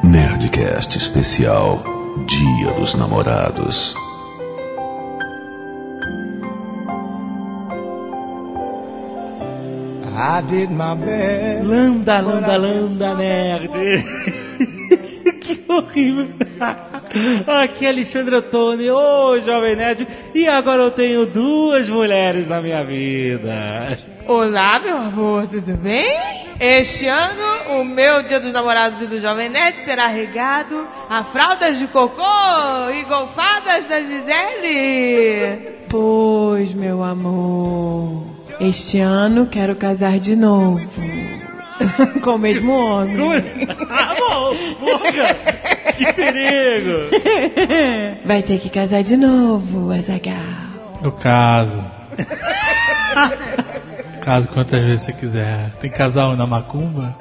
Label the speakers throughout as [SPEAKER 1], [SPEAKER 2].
[SPEAKER 1] podcast especial Dia dos Namorados.
[SPEAKER 2] I did my best.
[SPEAKER 3] Landa, landa, landa, nerd. que horrível. Aqui é Alexandre Ottoni, ô Jovem Nerd, e agora eu tenho duas mulheres na minha vida.
[SPEAKER 4] Olá, meu amor, tudo bem? Este ano, o meu Dia dos Namorados e do Jovem Nerd será regado a fraldas de cocô e golfadas da Gisele.
[SPEAKER 5] Pois, meu amor, este ano quero casar de novo. Com o mesmo homem.
[SPEAKER 3] ah, bom, boca, que perigo.
[SPEAKER 5] Vai ter que casar de novo, Azagal.
[SPEAKER 6] Eu caso. caso quantas vezes você quiser. Tem casal na macumba?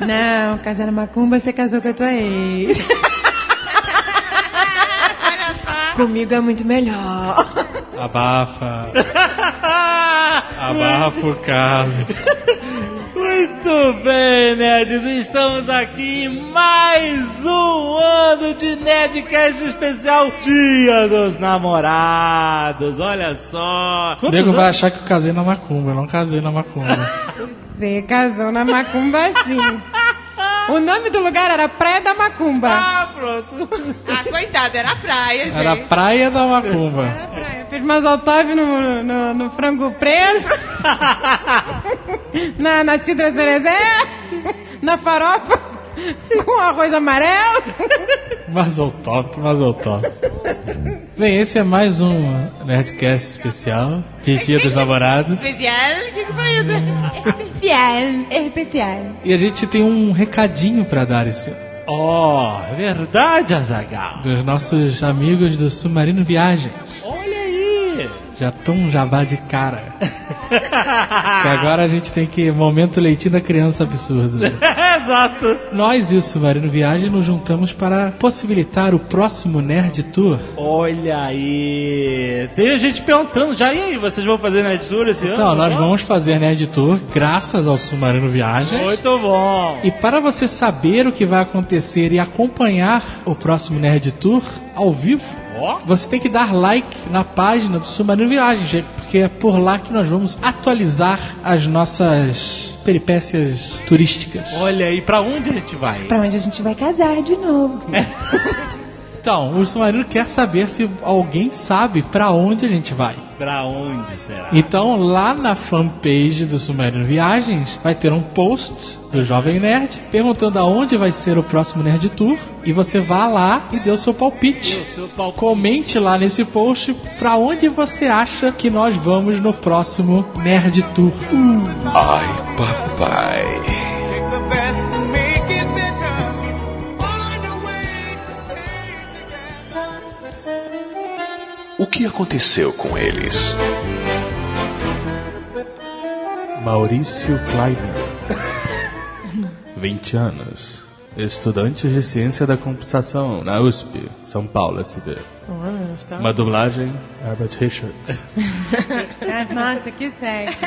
[SPEAKER 5] Não, casar na macumba, você casou com a tua ex. Comigo é muito melhor.
[SPEAKER 6] Abafa. Abafa o caso.
[SPEAKER 3] Muito bem, nerds, estamos aqui em mais um ano de Nerdcast especial Dia dos Namorados. Olha só.
[SPEAKER 6] O nego vai achar que eu casei na macumba. Eu não casei na macumba.
[SPEAKER 5] Você casou na macumba sim. O nome do lugar era Praia da Macumba.
[SPEAKER 3] Ah, pronto.
[SPEAKER 4] Ah, coitada, era praia, gente.
[SPEAKER 6] Era praia da macumba.
[SPEAKER 5] praia. Fiz mais autove no, no, no frango preso, na, na cidra cerezé, na farofa, com arroz amarelo.
[SPEAKER 6] Masou top, masou top. é Bem, esse é mais um Nerdcast especial de Dia dos Namorados.
[SPEAKER 4] Gisele, o que, que foi isso?
[SPEAKER 5] Piel, RPTL.
[SPEAKER 6] E a gente tem um recadinho pra dar esse ano.
[SPEAKER 3] Oh, é verdade, Azagal.
[SPEAKER 6] dos nossos amigos do Submarino Viagens.
[SPEAKER 3] Olha aí.
[SPEAKER 6] Já tô um jabá de cara. que agora a gente tem que. Momento leitinho da criança absurdo.
[SPEAKER 3] Exato.
[SPEAKER 6] Nós e o Submarino Viagem nos juntamos para possibilitar o próximo Nerd Tour.
[SPEAKER 3] Olha aí! Tem gente perguntando já, e aí, vocês vão fazer Nerd Tour esse ano?
[SPEAKER 6] Então, nós
[SPEAKER 3] Tá bom?
[SPEAKER 6] vamos fazer Nerd Tour graças ao Submarino Viagens.
[SPEAKER 3] Muito bom!
[SPEAKER 6] E para você saber o que vai acontecer e acompanhar o próximo Nerd Tour ao vivo,
[SPEAKER 3] Ó.
[SPEAKER 6] você tem que dar like na página do Submarino Viagens, gente, porque é por lá que nós vamos atualizar as nossas peripécias turísticas.
[SPEAKER 3] Olha aí, pra onde a gente vai?
[SPEAKER 5] Pra onde a gente vai casar de novo.
[SPEAKER 6] Então, o Submarino quer saber se alguém sabe para onde a gente vai.
[SPEAKER 3] Pra onde será?
[SPEAKER 6] Então, lá na fanpage do Submarino Viagens, vai ter um post do Jovem Nerd perguntando aonde vai ser o próximo Nerd Tour. E você vá lá e dê o seu palpite.
[SPEAKER 3] O seu palco.
[SPEAKER 6] Comente lá nesse post pra onde você acha que nós vamos no próximo Nerd Tour.
[SPEAKER 1] Ai, papai.
[SPEAKER 2] Take the best and make it better. Find a way to stay together.
[SPEAKER 1] O que aconteceu com eles?
[SPEAKER 7] Maurício Kleiner, 20 anos, estudante de ciência da computação na USP, São Paulo, SB. Uma dublagem, Herbert Richards.
[SPEAKER 5] Nossa, que sexy.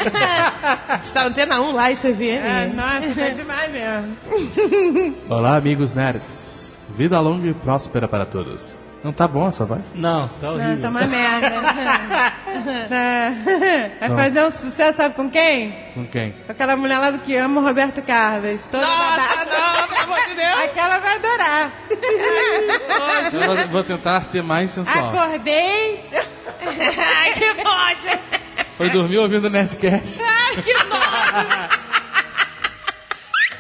[SPEAKER 4] Está na antena 1 lá, isso eu vi.
[SPEAKER 5] Nossa, tá demais mesmo.
[SPEAKER 7] Olá, amigos nerds. Vida longa e próspera para todos. Não tá bom essa vai?
[SPEAKER 3] Não, tá horrível.
[SPEAKER 5] Tá uma merda. Tá. Vai fazer um sucesso, sabe com quem?
[SPEAKER 7] Com quem?
[SPEAKER 5] Com aquela mulher lá do que ama o Roberto Carlos. Toda
[SPEAKER 4] Nossa,
[SPEAKER 5] babada.
[SPEAKER 4] não, pelo amor de Deus.
[SPEAKER 5] Aquela vai adorar.
[SPEAKER 7] Eu vou um tentar ser mais sensual.
[SPEAKER 5] Ah, Acordei.
[SPEAKER 4] Ai, que nojo.
[SPEAKER 7] Foi dormir ouvindo Nerdcast.
[SPEAKER 4] Ai, que nojo.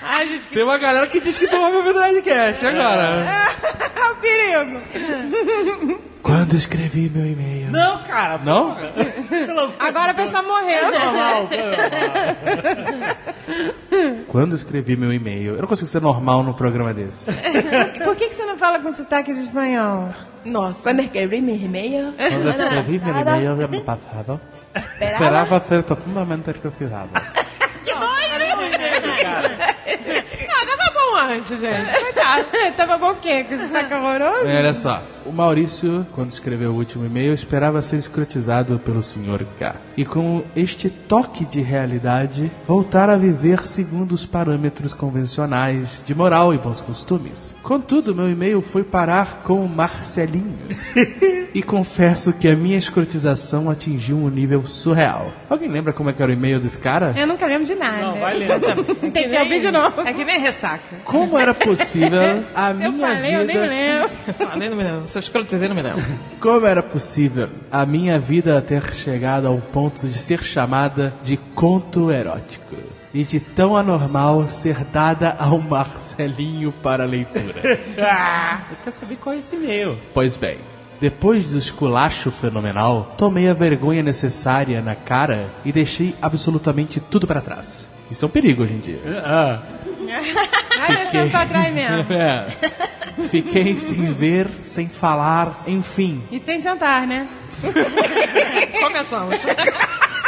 [SPEAKER 4] Ai, gente, que...
[SPEAKER 7] Tem uma galera que diz que dorme ouvindo Nerdcast agora.
[SPEAKER 5] É o perigo.
[SPEAKER 7] Quando escrevi meu e-mail.
[SPEAKER 3] Não, cara,
[SPEAKER 7] Não?
[SPEAKER 5] Agora a pessoa morreu.
[SPEAKER 7] Quando escrevi meu e-mail. Eu não consigo ser normal num programa desse.
[SPEAKER 5] Por que, que você não fala com sotaque de espanhol? é
[SPEAKER 4] Nossa.
[SPEAKER 5] Quando escrevi meu e-mail,
[SPEAKER 6] é
[SPEAKER 7] Quando escrevi meu e-mail do ano passado, esperava ser totalmente desconfiado.
[SPEAKER 4] Não, tava bom
[SPEAKER 5] bom antes, gente. Coitado. Tava bom o quê? Com esse saco horroroso?
[SPEAKER 6] Bem, É, olha só. O Maurício, quando escreveu o último e-mail, esperava ser escrotizado pelo Sr. K. E com este toque de realidade, voltar a viver segundo os parâmetros convencionais de moral e bons costumes. Contudo, meu e-mail foi parar com o Marcelinho. e confesso que a minha escrotização atingiu um nível surreal. Alguém lembra como é que era o e-mail desse cara?
[SPEAKER 5] Eu nunca lembro de nada.
[SPEAKER 3] Não, vai lendo.
[SPEAKER 5] Tem que ouvir de novo.
[SPEAKER 4] É que nem ressaca.
[SPEAKER 6] Como era possível a minha
[SPEAKER 5] eu falei, eu
[SPEAKER 6] vida...
[SPEAKER 5] nem me lembro.
[SPEAKER 4] Eu falei, não me lembro. Se eu escrotizei, não me lembro.
[SPEAKER 6] Como era possível a minha vida ter chegado ao ponto de ser chamada de conto erótico? E de tão anormal ser dada ao Marcelinho para leitura.
[SPEAKER 3] Eu quero saber qual é esse e-mail.
[SPEAKER 6] pois bem, depois do esculacho fenomenal, tomei a vergonha necessária na cara e deixei absolutamente tudo para trás. Isso é um perigo hoje em dia.
[SPEAKER 5] ah, Vai deixando pra trás mesmo.
[SPEAKER 6] É. Fiquei sem ver, sem falar, enfim,
[SPEAKER 5] E sem sentar, né?
[SPEAKER 4] Começamos.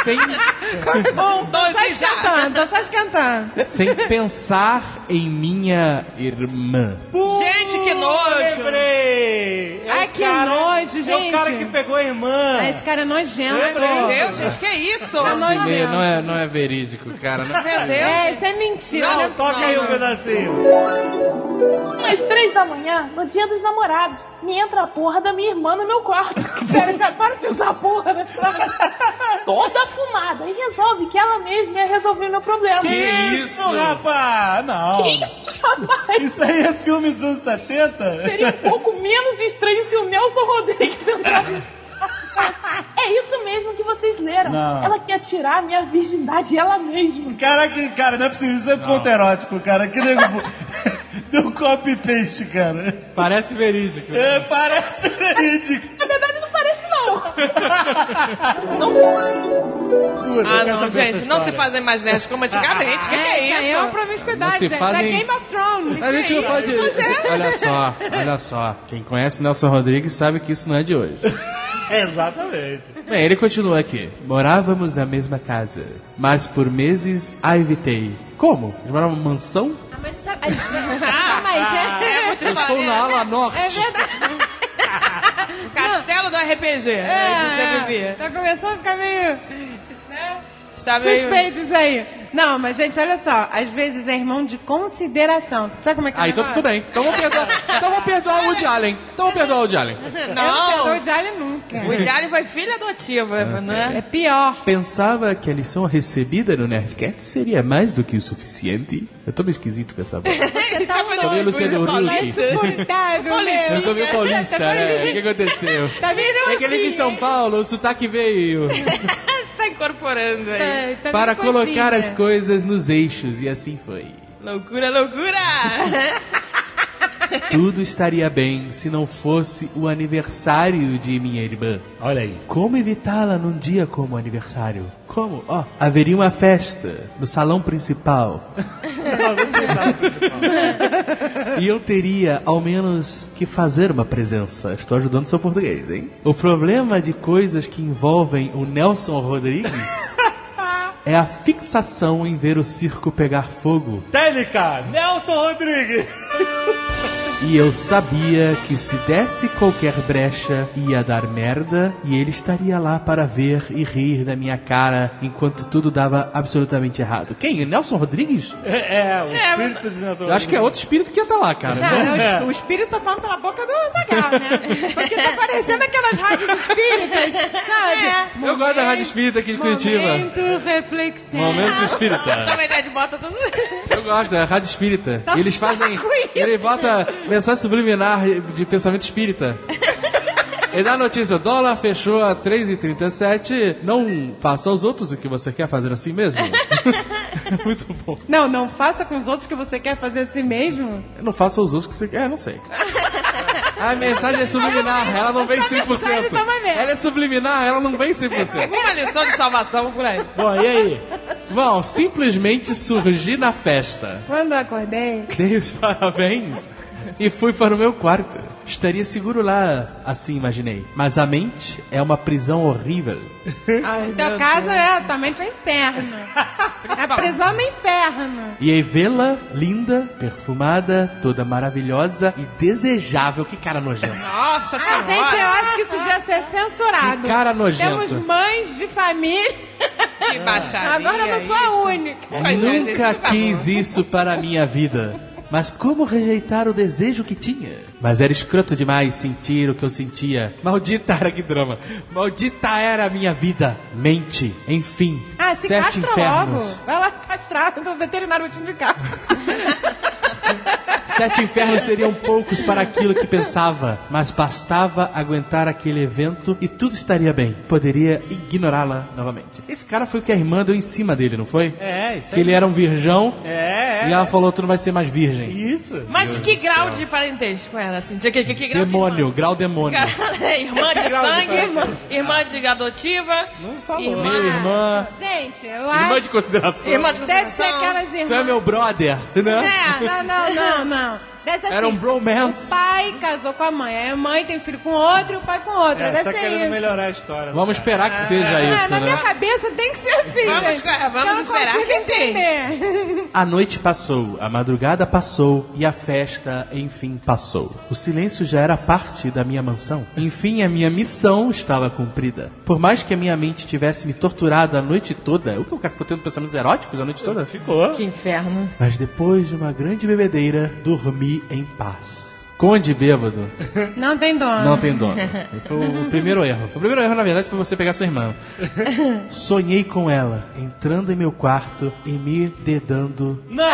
[SPEAKER 6] sem
[SPEAKER 4] Um, dois
[SPEAKER 5] Só
[SPEAKER 4] e já.
[SPEAKER 5] esquentando, tô só esquentando.
[SPEAKER 6] sem pensar em minha irmã.
[SPEAKER 4] Gente, que nojo.
[SPEAKER 3] Lembrei! É
[SPEAKER 5] Ai,
[SPEAKER 3] o
[SPEAKER 5] que
[SPEAKER 3] cara-
[SPEAKER 5] nojo,
[SPEAKER 3] É o
[SPEAKER 5] gente.
[SPEAKER 3] cara que pegou a irmã.
[SPEAKER 5] Ah, esse cara é nojento. Tá
[SPEAKER 4] Meu Deus, gente, que isso?
[SPEAKER 6] Esse
[SPEAKER 5] nojento.
[SPEAKER 6] e-mail não é, não é verídico, cara. Não
[SPEAKER 4] Meu Deus.
[SPEAKER 5] É, isso é mentira.
[SPEAKER 4] Não,
[SPEAKER 5] né?
[SPEAKER 3] Toca aí um pedacinho.
[SPEAKER 8] Às três da manhã, no dia dos namorados, me entra a porra da minha irmã no meu quarto. Sério, cara, para de usar a porra da Toda fumada. E resolve que ela mesma ia resolver meu problema.
[SPEAKER 3] Que isso, rapaz? Não.
[SPEAKER 8] Isso, rapaz?
[SPEAKER 3] Isso aí é filme dos anos 70?
[SPEAKER 8] Seria um pouco menos estranho se o Nelson Rodrigues entrasse. É isso mesmo que vocês leram.
[SPEAKER 3] Não.
[SPEAKER 8] Ela quer tirar a minha virgindade ela mesma.
[SPEAKER 3] Caraca, cara, não é possível. Isso é conto erótico, cara. Que nego. Deu copy paste, cara.
[SPEAKER 9] Parece verídico.
[SPEAKER 3] É, parece verídico.
[SPEAKER 8] Na verdade, não parece, não.
[SPEAKER 4] Ah, não, gente, não se fazem mais nerds como antigamente. O que, que
[SPEAKER 5] É, isso
[SPEAKER 4] é
[SPEAKER 5] aí é uma
[SPEAKER 4] isso?
[SPEAKER 5] promiscuidade.
[SPEAKER 6] Não se
[SPEAKER 5] é-
[SPEAKER 6] fazem-
[SPEAKER 5] Da Game of Thrones.
[SPEAKER 6] A gente não pode.
[SPEAKER 5] é
[SPEAKER 6] Olha só, olha só. Quem conhece Nelson Rodrigues sabe que isso não é de hoje.
[SPEAKER 3] Exatamente.
[SPEAKER 6] Bem, ele continua aqui. Morávamos na mesma casa, mas por meses a evitei. Como? Eles moravam numa mansão?
[SPEAKER 5] Ah, Mas sabe... Ah, mas é...
[SPEAKER 4] É muito
[SPEAKER 6] Eu estou na
[SPEAKER 4] maneiro.
[SPEAKER 6] ala norte.
[SPEAKER 5] É verdade.
[SPEAKER 4] O Castelo do RPG. É, você
[SPEAKER 5] É,
[SPEAKER 4] vivia.
[SPEAKER 5] tá começando a ficar meio... né?
[SPEAKER 4] Está meio...
[SPEAKER 5] Suspeitos aí. Não, mas gente, olha só. Às vezes é irmão de consideração. Sabe como é que é?
[SPEAKER 6] Ah, então tudo bem. Então vamos perdoar, então vamos perdoar o Woody Allen. Então vamos perdoar o Woody Allen.
[SPEAKER 5] Não
[SPEAKER 4] Não,
[SPEAKER 5] perdoa de alho nunca.
[SPEAKER 4] o Diário foi filho adotiva,
[SPEAKER 6] Ah,
[SPEAKER 4] né?
[SPEAKER 5] É pior.
[SPEAKER 6] Pensava que a lição recebida no Nerdcast seria mais do que o suficiente. Eu tô meio esquisito com essa voz.
[SPEAKER 5] Você tá
[SPEAKER 4] foi
[SPEAKER 5] um
[SPEAKER 6] Tô meio
[SPEAKER 5] doido.
[SPEAKER 6] Luciano
[SPEAKER 5] Tá
[SPEAKER 6] Huck.
[SPEAKER 5] insuportável,
[SPEAKER 4] Paulista.
[SPEAKER 6] Eu
[SPEAKER 5] meu.
[SPEAKER 6] tô meio paulista, né? O que aconteceu?
[SPEAKER 5] Tá virando
[SPEAKER 6] É que ele de São Paulo, o sotaque veio.
[SPEAKER 4] Você tá incorporando aí.
[SPEAKER 5] Tá- tá
[SPEAKER 6] Para
[SPEAKER 5] meio coxinha.
[SPEAKER 6] colocar as coisas nos eixos, e assim foi.
[SPEAKER 4] Loucura, loucura.
[SPEAKER 6] Tudo estaria bem se não fosse o aniversário de minha irmã.
[SPEAKER 3] Olha aí.
[SPEAKER 6] Como evitá-la num dia como aniversário? Como? Ó, haveria uma festa no salão principal. e eu teria, ao menos, que fazer uma presença. Estou ajudando seu português, hein? O problema de coisas que envolvem o Nelson Rodrigues é a fixação em ver o circo pegar fogo.
[SPEAKER 3] Técnica, Nelson Rodrigues.
[SPEAKER 6] E eu sabia que se desse qualquer brecha, ia dar merda e ele estaria lá para ver e rir da minha cara enquanto tudo dava absolutamente errado. Quem? Nelson Rodrigues?
[SPEAKER 3] É,
[SPEAKER 6] um
[SPEAKER 3] é o
[SPEAKER 4] É, mas-
[SPEAKER 3] espírito de Nelson
[SPEAKER 6] Eu acho que é outro espírito que ia estar lá, cara.
[SPEAKER 5] Cara, é o, o espírito tá falando pela boca do Zagal, né? Porque tá parecendo aquelas rádios espíritas, sabe?
[SPEAKER 4] É.
[SPEAKER 6] Eu gosto da Rádio Espírita aqui de Curitiba.
[SPEAKER 5] Momento reflexivo.
[SPEAKER 6] Momento
[SPEAKER 4] Já
[SPEAKER 6] espírita.
[SPEAKER 4] a ideia de bota tudo.
[SPEAKER 6] Eu gosto da Rádio Espírita.
[SPEAKER 5] Tá
[SPEAKER 6] E eles fazem. Ele bota mensagem subliminar de pensamento espírita. Ele dá a notícia: dólar fechou a 3,37. Não faça aos outros o que você quer fazer assim mesmo. Muito bom.
[SPEAKER 5] Não, não faça com os outros que você quer fazer de si mesmo.
[SPEAKER 6] Eu não faça aos outros que você quer. É, não sei. A mensagem é subliminar, ela não vem 100%.
[SPEAKER 5] mensagem tá uma merda.
[SPEAKER 6] Ela é subliminar, ela não vem 100%.
[SPEAKER 4] Alguma lição de salvação por aí.
[SPEAKER 3] Bom, e aí?
[SPEAKER 6] Bom, simplesmente surgi na festa.
[SPEAKER 5] Quando eu acordei,
[SPEAKER 6] Dei os parabéns e fui para o meu quarto. Estaria seguro lá, assim imaginei. Mas a mente é uma prisão horrível.
[SPEAKER 5] a tua casa é, tua mente é um inferno. A prisão no inferno.
[SPEAKER 6] E aí vê-la linda, perfumada, toda maravilhosa e desejável. Que cara nojento.
[SPEAKER 4] Nossa
[SPEAKER 5] Ah,
[SPEAKER 4] senhora.
[SPEAKER 5] gente, eu acho que isso devia ser censurado.
[SPEAKER 6] Que cara nojento.
[SPEAKER 5] Temos mães de família.
[SPEAKER 4] Que baixaria.
[SPEAKER 5] Agora eu não sou a
[SPEAKER 4] isso.
[SPEAKER 5] única.
[SPEAKER 4] Pois é, gente,
[SPEAKER 6] Nunca
[SPEAKER 4] por favor.
[SPEAKER 6] quis isso para a minha vida. Mas como rejeitar o desejo que tinha? Mas era escroto demais sentir o que eu sentia. Maldita era que drama. Maldita era a minha vida. Mente. Enfim.
[SPEAKER 5] Ah, se
[SPEAKER 6] sete
[SPEAKER 5] castra
[SPEAKER 6] infernos.
[SPEAKER 5] logo. Vai lá castrar, o veterinário vai te indicar.
[SPEAKER 6] Sete infernos seriam poucos para aquilo que pensava, mas bastava aguentar aquele evento e tudo estaria bem. Poderia ignorá-la novamente. Esse cara foi o que a irmã deu em cima dele, não foi?
[SPEAKER 3] É, isso
[SPEAKER 6] Que
[SPEAKER 3] aí.
[SPEAKER 6] ele era um virgão
[SPEAKER 3] É, é.
[SPEAKER 6] e ela falou: Tu não vai ser mais virgem.
[SPEAKER 3] Isso.
[SPEAKER 4] Mas que grau de parentesco era, assim? De que, que, que grau
[SPEAKER 6] Demônio, grau demônio.
[SPEAKER 4] de irmã? Cara, irmã de
[SPEAKER 3] Grau de
[SPEAKER 4] sangue, irmã,
[SPEAKER 3] parentesco.
[SPEAKER 4] de adotiva.
[SPEAKER 3] Não falou.
[SPEAKER 4] irmã-
[SPEAKER 6] Meu irmã.
[SPEAKER 5] Gente, eu
[SPEAKER 6] Irmã
[SPEAKER 5] acho
[SPEAKER 6] de consideração.
[SPEAKER 10] Irmã de
[SPEAKER 5] que deve ser
[SPEAKER 10] consideração.
[SPEAKER 5] aquelas
[SPEAKER 6] Tu é
[SPEAKER 5] irmãs.
[SPEAKER 6] meu brother, né?
[SPEAKER 10] É.
[SPEAKER 5] Não, não, não, não. Deve ser assim.
[SPEAKER 6] Era um
[SPEAKER 5] O
[SPEAKER 6] bromance.
[SPEAKER 5] pai casou com a mãe, aí a mãe tem filho com outro e o pai com outro.
[SPEAKER 3] É, você
[SPEAKER 5] deve
[SPEAKER 3] tá
[SPEAKER 5] ser
[SPEAKER 3] querendo
[SPEAKER 5] isso.
[SPEAKER 3] melhorar a história.
[SPEAKER 6] Vamos esperar que seja
[SPEAKER 5] Ah,
[SPEAKER 6] isso,
[SPEAKER 5] na minha
[SPEAKER 6] né?
[SPEAKER 5] cabeça tem que ser assim,
[SPEAKER 4] Vamos
[SPEAKER 5] gente.
[SPEAKER 4] esco- vamos
[SPEAKER 5] Eu não
[SPEAKER 4] esperar
[SPEAKER 5] consigo
[SPEAKER 4] que sim.
[SPEAKER 5] entender.
[SPEAKER 6] A noite passou, a madrugada passou e a festa, enfim, passou. O silêncio já era parte da minha mansão. Enfim, a minha missão estava cumprida. Por mais que a minha mente tivesse me torturado a noite toda, o que o cara ficou tendo pensamentos eróticos a noite toda?
[SPEAKER 3] Ficou.
[SPEAKER 10] Que inferno.
[SPEAKER 6] Mas depois de uma grande bebedeira, dormi em paz. Conde bêbado
[SPEAKER 5] Não tem dono.
[SPEAKER 6] não tem dono. Foi o primeiro erro. O primeiro erro, na verdade, foi você pegar sua irmã. Sonhei com ela, entrando em meu quarto e me dedando
[SPEAKER 3] Não.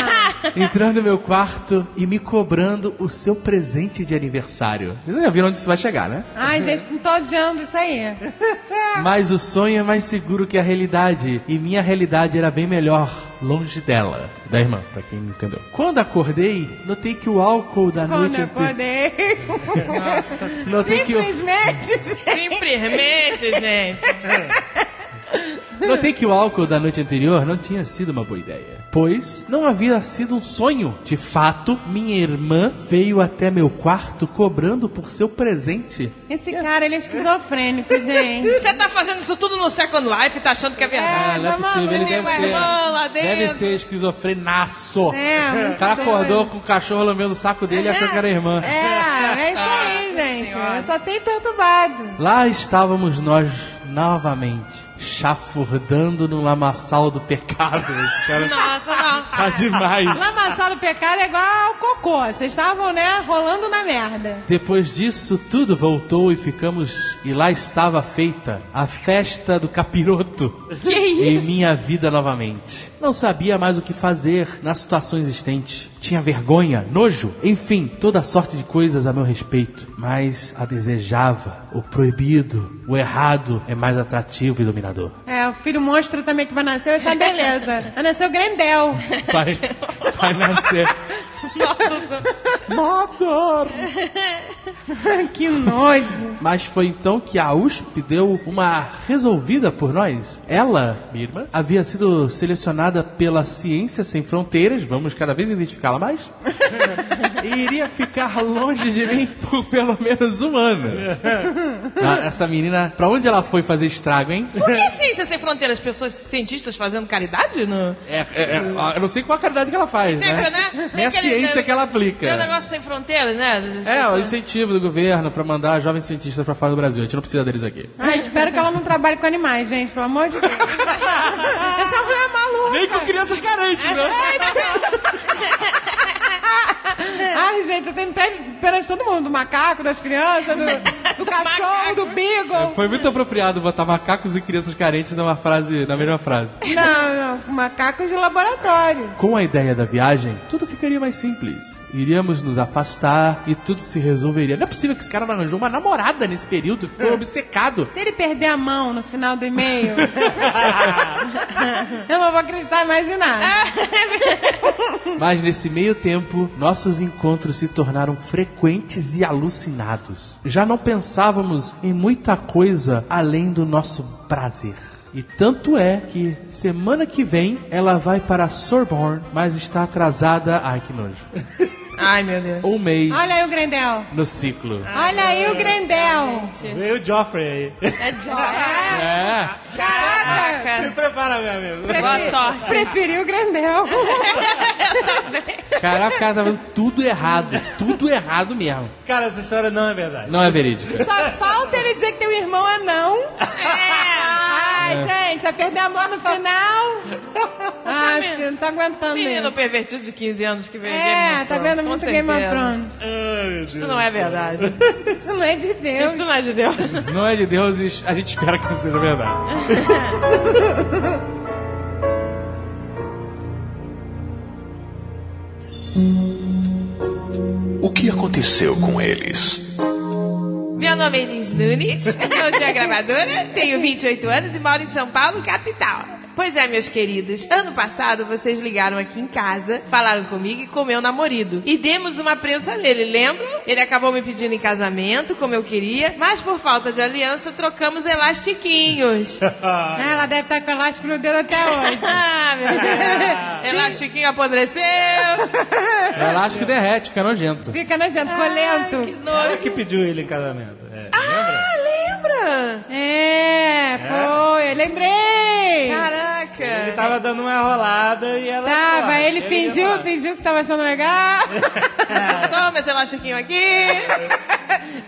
[SPEAKER 6] entrando no meu quarto e me cobrando o seu presente de aniversário. Vocês já viram onde isso vai chegar, né?
[SPEAKER 5] Ai, gente, não tô odiando isso aí.
[SPEAKER 6] Mas o sonho é mais seguro que a realidade. E minha realidade era bem melhor longe dela. Da irmã, pra quem não entendeu. Quando acordei, notei que o álcool da
[SPEAKER 5] Quando
[SPEAKER 6] noite...
[SPEAKER 5] eu acordei.
[SPEAKER 6] Notei que, o...
[SPEAKER 5] Simplesmente, gente.
[SPEAKER 4] Simplesmente, gente.
[SPEAKER 6] notei que o álcool da noite anterior não tinha sido uma boa ideia. Pois não havia sido um sonho. De fato, minha irmã veio até meu quarto cobrando por seu presente.
[SPEAKER 5] Esse cara, ele é esquizofrênico, gente.
[SPEAKER 4] Você tá fazendo isso tudo no Second Life, tá achando que é verdade.
[SPEAKER 5] É,
[SPEAKER 6] Ah, não é
[SPEAKER 5] vamos
[SPEAKER 6] possível, ele
[SPEAKER 5] abrir
[SPEAKER 6] deve
[SPEAKER 5] uma
[SPEAKER 6] ser.
[SPEAKER 4] irmã lá dentro.
[SPEAKER 6] Deve ser esquizofrenaço.
[SPEAKER 5] É,
[SPEAKER 6] o
[SPEAKER 5] muito
[SPEAKER 6] cara
[SPEAKER 5] doido.
[SPEAKER 6] acordou com o cachorro lambendo o saco dele e achou que era irmã.
[SPEAKER 5] É, é isso aí, gente.
[SPEAKER 4] Senhora.
[SPEAKER 5] Só tem perturbado.
[SPEAKER 6] Lá estávamos nós novamente, chafurdando no lamaçal do pecado. Esse cara
[SPEAKER 4] Nossa, não.
[SPEAKER 6] tá demais.
[SPEAKER 5] Lamaçar do pecado é igual ao cocô. Vocês estavam, né, rolando na merda.
[SPEAKER 6] Depois disso, tudo voltou e ficamos. E lá estava feita a festa do capiroto em minha vida novamente. Não sabia mais o que fazer na situação existente. Tinha vergonha, nojo, enfim, toda sorte de coisas a meu respeito. Mas a desejava, o proibido, o errado é mais atrativo e dominador.
[SPEAKER 5] É, o filho monstro também que vai nascer vai ser uma beleza. Vai nascer o Grendel.
[SPEAKER 6] Vai, vai nascer. Mother!
[SPEAKER 5] que nojo.
[SPEAKER 6] Mas foi então que a USP deu uma resolvida por nós. Ela, minha irmã, havia sido selecionada pela Ciência Sem Fronteiras, vamos cada vez identificá-la mais, e iria ficar longe de mim por pelo menos um ano. Ah, Essa menina, pra onde ela foi fazer estrago, hein?
[SPEAKER 4] Por que ciência sem fronteiras? Pessoas cientistas fazendo caridade? No...
[SPEAKER 6] É, é, é, ó, eu não sei qual a caridade que ela faz,
[SPEAKER 4] Tem,
[SPEAKER 6] né?
[SPEAKER 4] né?
[SPEAKER 6] É a
[SPEAKER 4] Tem aquele-
[SPEAKER 6] ciência que ela
[SPEAKER 4] Tem um
[SPEAKER 6] aplica.
[SPEAKER 4] negócio sem fronteiras, né?
[SPEAKER 6] É, o incentivo do governo pra mandar jovens cientistas pra fora do Brasil. A gente não precisa deles aqui.
[SPEAKER 5] Ah, espero que ela não trabalhe com animais, gente, pelo amor de Deus. Essa mulher é maluca.
[SPEAKER 6] Nem com crianças carentes, né?
[SPEAKER 5] Ai, gente, eu tenho pé de- perante todo mundo. Do macaco, das crianças, do, do cachorro, do beagle.
[SPEAKER 6] Foi muito apropriado botar macacos e crianças carentes numa frase, na mesma frase.
[SPEAKER 5] Não, não. Macacos de laboratório.
[SPEAKER 6] Com a ideia da viagem, tudo ficaria mais simples. Iríamos nos afastar e tudo se resolveria. Não é possível que esse cara não arranjou uma namorada nesse período, ficou obcecado.
[SPEAKER 5] Se ele perder a mão no final do e-mail, eu não vou acreditar mais em nada.
[SPEAKER 6] Mas nesse meio tempo, nossos encontros se tornaram frequentes e alucinados. Já não pensávamos em muita coisa além do nosso prazer. E tanto é que semana que vem ela vai para Sorbonne, mas está atrasada. Ai que nojo.
[SPEAKER 4] Ai, meu Deus.
[SPEAKER 6] Um mês
[SPEAKER 5] Olha aí o Grendel.
[SPEAKER 6] no ciclo.
[SPEAKER 5] Olha aí o Grendel.
[SPEAKER 3] Veio o Joffrey aí.
[SPEAKER 4] É joia.
[SPEAKER 6] É.
[SPEAKER 3] Se
[SPEAKER 4] Caraca.
[SPEAKER 3] prepara, meu amigo.
[SPEAKER 4] Boa sorte.
[SPEAKER 5] Preferiu o Grendel.
[SPEAKER 6] Caraca, cara, tava vendo tudo errado. Tudo errado mesmo.
[SPEAKER 3] Cara, essa história não é verdade.
[SPEAKER 6] Não é verídica.
[SPEAKER 5] Só falta ele dizer que tem um irmão anão.
[SPEAKER 4] É.
[SPEAKER 5] Ai, gente, vai perder a mão no final. Ai, filho, não tá aguentando
[SPEAKER 4] Menino
[SPEAKER 5] mesmo.
[SPEAKER 4] pervertido de 15 anos que vê Game
[SPEAKER 5] É,
[SPEAKER 4] of
[SPEAKER 5] tá
[SPEAKER 4] Thrones,
[SPEAKER 5] vendo
[SPEAKER 4] com
[SPEAKER 5] muito Game of
[SPEAKER 4] certeza.
[SPEAKER 5] Thrones.
[SPEAKER 3] Ai, meu
[SPEAKER 4] Isso
[SPEAKER 3] Deus.
[SPEAKER 4] não é verdade.
[SPEAKER 5] Isso não é de Deus.
[SPEAKER 4] Isso não é de Deus.
[SPEAKER 6] Não é de Deus e a gente espera que não seja verdade.
[SPEAKER 11] O que aconteceu com eles?
[SPEAKER 4] Meu nome é Elis Nunes, sou diagramadora, tenho 28 anos e moro em São Paulo, capital. Pois é, meus queridos, ano passado vocês ligaram aqui em casa, falaram comigo e com meu namorado. E demos uma prensa nele, lembram? Ele acabou me pedindo em casamento, como eu queria, mas por falta de aliança trocamos elastiquinhos. É.
[SPEAKER 5] Ah, Ela deve estar com o elástico no dedo até hoje.
[SPEAKER 4] Ah, meu Deus! Elastiquinho apodreceu!
[SPEAKER 6] O elástico derrete, fica nojento.
[SPEAKER 5] Fica nojento,
[SPEAKER 4] Ai, que
[SPEAKER 5] colento.
[SPEAKER 3] Ela
[SPEAKER 4] nojo!
[SPEAKER 3] que pediu ele em casamento. É.
[SPEAKER 4] Ah, lembra?
[SPEAKER 5] É, foi, lembrei.
[SPEAKER 4] Caraca!
[SPEAKER 3] Ele tava dando uma rolada e ela. pô,
[SPEAKER 5] Tava, ele
[SPEAKER 3] ia
[SPEAKER 5] fingiu,
[SPEAKER 3] lá.
[SPEAKER 5] fingiu que tava achando legal.
[SPEAKER 4] Toma esse elastiquinho aqui!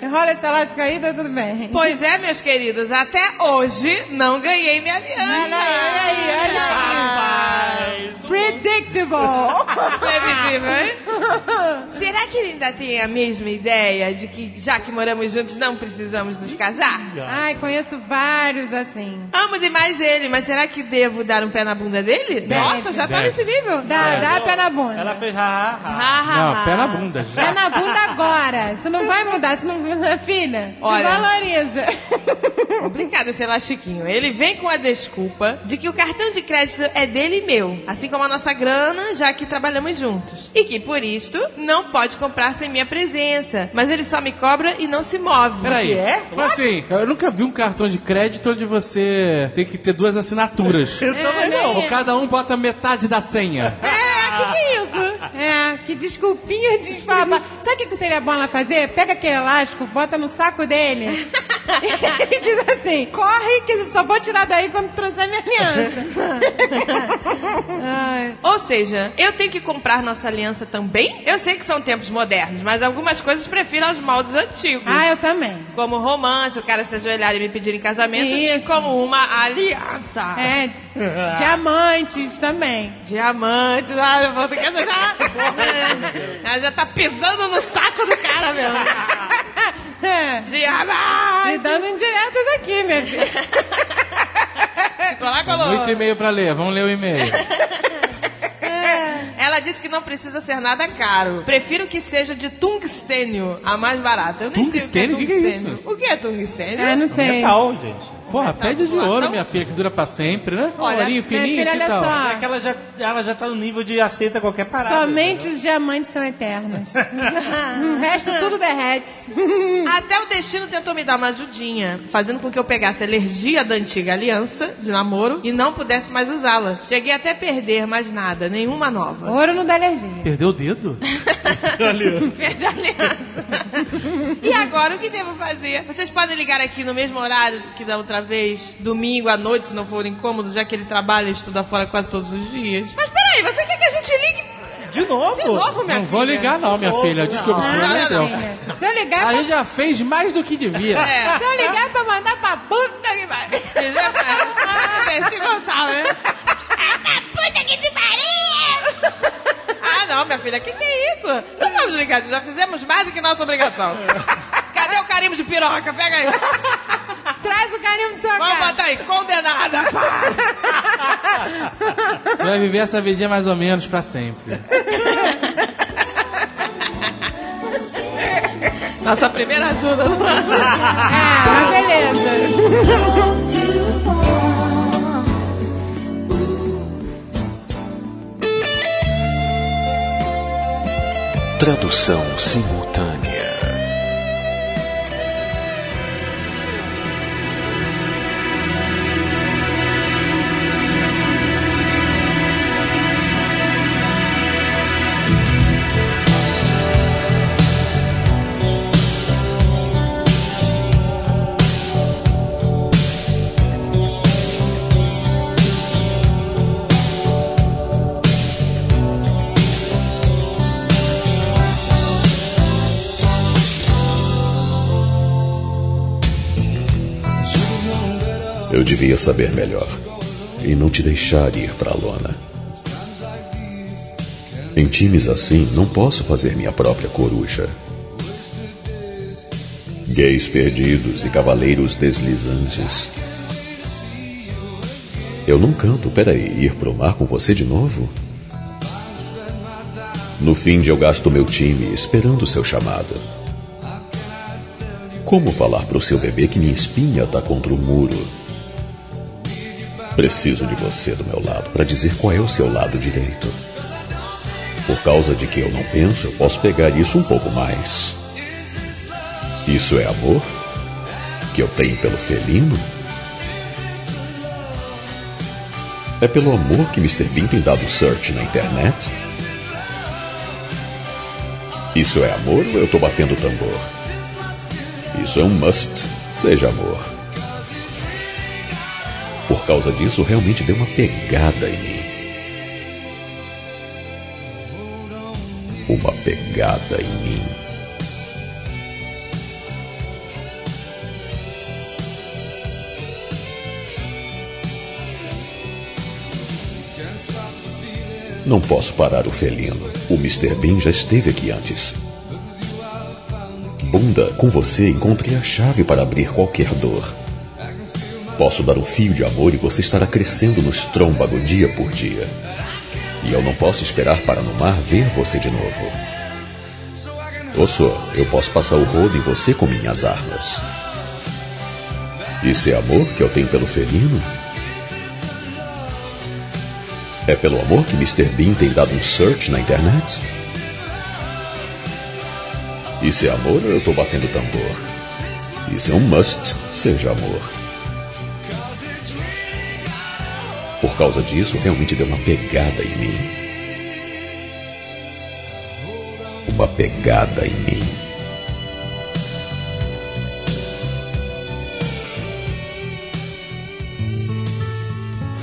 [SPEAKER 5] Enrola esse elástico aí, tá tudo bem.
[SPEAKER 4] Pois é, meus queridos, até hoje não ganhei minha aliança.
[SPEAKER 5] Olha aí, olha aí, olha aí. Predictable.
[SPEAKER 3] é
[SPEAKER 4] Previsível, hein? Será que ele ainda tem a mesma ideia de que já que moramos juntos não precisamos nos casar?
[SPEAKER 5] Ai, conheço vários assim.
[SPEAKER 4] Amo demais ele, mas será que devo dar um pé na bunda dele? Nossa, já tá
[SPEAKER 6] Deve.
[SPEAKER 4] nesse nível.
[SPEAKER 5] Dá, dá pé na bunda.
[SPEAKER 3] Ela fez ha, ha, ha.
[SPEAKER 4] Ah,
[SPEAKER 6] Não, pé na bunda
[SPEAKER 5] Pé
[SPEAKER 6] já.
[SPEAKER 5] na bunda agora. Isso não vai mudar, isso não... Filha,
[SPEAKER 4] Olha.
[SPEAKER 5] se valoriza.
[SPEAKER 4] Complicado esse elastiquinho. Ele vem com a desculpa de que o cartão de crédito é dele e meu, assim como a nossa grana, já que trabalhamos juntos. E que, por isto, não pode comprar sem minha presença. Mas ele só me cobra e não se move.
[SPEAKER 6] Peraí.
[SPEAKER 3] É?
[SPEAKER 6] Como assim? Eu nunca vi um cartão de crédito onde você tem que ter duas assinaturas.
[SPEAKER 3] Eu também não.
[SPEAKER 6] Ou cada um bota metade da senha.
[SPEAKER 4] É, que que é isso?
[SPEAKER 5] É, que desculpinha desfaba. Sabe o que seria bom ela fazer? Pega aquele elástico, bota no saco dele e diz assim: corre que eu só vou tirar daí quando trouxer minha aliança.
[SPEAKER 4] Ou seja, eu tenho que comprar nossa aliança também? Eu sei que são tempos modernos, mas algumas coisas prefiro aos moldes antigos.
[SPEAKER 5] Ah, eu também.
[SPEAKER 4] Como romance, o cara se ajoelhar e me pedir em casamento, e
[SPEAKER 5] Isso.
[SPEAKER 4] como uma aliança.
[SPEAKER 5] É, diamantes também.
[SPEAKER 4] Diamantes, ah, você quer você já. Ela já tá pisando no saco do cara mesmo.
[SPEAKER 5] É, me
[SPEAKER 4] Diamante!
[SPEAKER 5] dando indiretas aqui, minha filha.
[SPEAKER 4] Ficou lá, colou.
[SPEAKER 6] Muito e-mail pra ler, vamos ler o e-mail.
[SPEAKER 5] É.
[SPEAKER 4] Ela disse que não precisa ser nada caro. Prefiro que seja de tungstênio, a mais barata. Eu nem
[SPEAKER 6] Tungstênio?
[SPEAKER 4] sei
[SPEAKER 6] Que
[SPEAKER 4] o que
[SPEAKER 6] que
[SPEAKER 4] é
[SPEAKER 6] é
[SPEAKER 4] tungstênio. o que é tungstênio?
[SPEAKER 5] Ah, não
[SPEAKER 4] É
[SPEAKER 5] sei.
[SPEAKER 3] Metal, Tá gente.
[SPEAKER 6] Porra, pede de ouro,
[SPEAKER 4] Então-
[SPEAKER 6] minha filha, que dura pra sempre, né? Um
[SPEAKER 4] Olha,
[SPEAKER 6] olhinho
[SPEAKER 5] Minha
[SPEAKER 6] fininho,
[SPEAKER 5] filha,
[SPEAKER 6] que
[SPEAKER 5] olha
[SPEAKER 6] tal?
[SPEAKER 3] É que
[SPEAKER 5] só.
[SPEAKER 3] ela já, ela já tá no nível de aceita qualquer parada.
[SPEAKER 5] Somente os diamantes são eternos. o resto tudo derrete.
[SPEAKER 4] Até o destino tentou me dar uma ajudinha, fazendo com que eu pegasse alergia da antiga aliança de namoro e não pudesse mais usá-la. Cheguei até a perder mais nada, nenhuma nova.
[SPEAKER 5] Ouro não dá alergia.
[SPEAKER 6] Perdeu o dedo?
[SPEAKER 4] Perdeu a aliança. e agora o que devo fazer? Vocês podem ligar aqui no mesmo horário que da outra vez, domingo à noite, se não for incômodo, já que ele trabalha e estuda fora quase todos os dias. Mas peraí, você quer que a gente ligue
[SPEAKER 3] De novo?
[SPEAKER 4] de novo, minha
[SPEAKER 6] não vou
[SPEAKER 4] filha?
[SPEAKER 6] ligar não, minha
[SPEAKER 3] Não,
[SPEAKER 6] filha.
[SPEAKER 3] não.
[SPEAKER 6] Desculpa, isso não é seu.
[SPEAKER 5] Filha, Se eu ligar
[SPEAKER 6] A
[SPEAKER 5] pra
[SPEAKER 6] gente já fez mais do que devia.
[SPEAKER 4] É.
[SPEAKER 5] Se eu ligar pra mandar pra puta que pariu.
[SPEAKER 4] Entendeu? Ah,
[SPEAKER 6] É.
[SPEAKER 4] Dercy Gonçalves.
[SPEAKER 6] né?
[SPEAKER 4] Ah, não, minha filha, que que é isso? Não vamos ligar, já fizemos mais do que nossa obrigação. Cadê o carimbo de piroca? Pega aí.
[SPEAKER 5] Traz o carinho pra sua
[SPEAKER 4] Vamos
[SPEAKER 5] cara.
[SPEAKER 4] botar aí, condenada. Pá.
[SPEAKER 6] Você vai viver essa vidinha mais ou menos pra sempre.
[SPEAKER 4] Nossa primeira ajuda do ano.
[SPEAKER 5] Ah, mas beleza.
[SPEAKER 11] Tradução simultânea. devia saber melhor e não te deixar ir para a lona. Em times assim, não posso fazer minha própria coruja. Gays perdidos e cavaleiros deslizantes. Eu não canto, peraí, ir pro mar com você de novo? No fim eu gasto meu time esperando seu chamado. Como falar pro seu bebê que minha espinha tá contra o muro? Preciso de você do meu lado para dizer qual é o seu lado direito. Por causa de que eu não penso, eu posso pegar isso um pouco mais. Isso é amor? Que eu tenho pelo felino? É pelo amor que Mr. Bean tem dado search na internet? Isso é amor ou eu tô batendo tambor? Isso é um must, seja amor. Por causa disso, realmente deu uma pegada em mim. Uma pegada em mim. Não posso parar o felino. O Mr. Bean já esteve aqui antes. Bunda, com você encontrei a chave para abrir qualquer dor. Posso dar um fio de amor e você estará crescendo no estrômbago dia por dia. E eu não posso esperar para no mar ver você de novo. Osso, eu posso passar o rodo em você com minhas armas. Isso é amor que eu tenho pelo felino? É pelo amor que Mr. Bean tem dado um search na internet? Isso é amor ou eu tô batendo tambor? Isso é um must, seja amor. Por causa disso, realmente deu uma pegada em mim. Uma pegada em mim.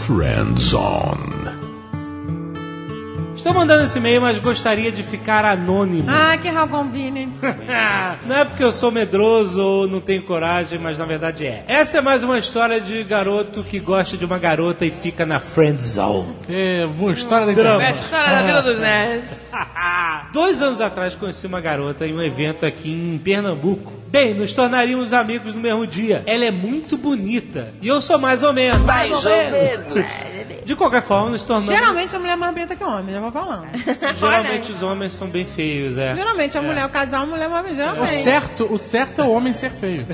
[SPEAKER 11] Friends on.
[SPEAKER 3] Estou mandando esse e-mail, mas gostaria de ficar anônimo.
[SPEAKER 5] Ah, que how convenient.
[SPEAKER 3] Ah, Não é porque eu sou medroso ou não tenho coragem, mas na verdade é. Essa é mais uma história de garoto que gosta de uma garota e fica na friend zone.
[SPEAKER 6] É uma história
[SPEAKER 3] um
[SPEAKER 6] da
[SPEAKER 4] É a
[SPEAKER 6] internet.
[SPEAKER 4] história da Vila dos Nerds.
[SPEAKER 3] Dois anos atrás conheci uma garota em um evento aqui em Pernambuco. Bem, nos tornaríamos amigos no mesmo dia. Ela é muito bonita. E eu sou mais ou menos. Mais ou menos. De qualquer forma, nos tornamos.
[SPEAKER 5] Geralmente a mulher é mais bonita que o homem, já vou falando.
[SPEAKER 3] Geralmente os homens são bem feios, é.
[SPEAKER 5] Geralmente a mulher, o casal, a mulher é mais bonita.
[SPEAKER 6] O
[SPEAKER 5] Geralmente.
[SPEAKER 6] certo, o certo é o homem ser feio.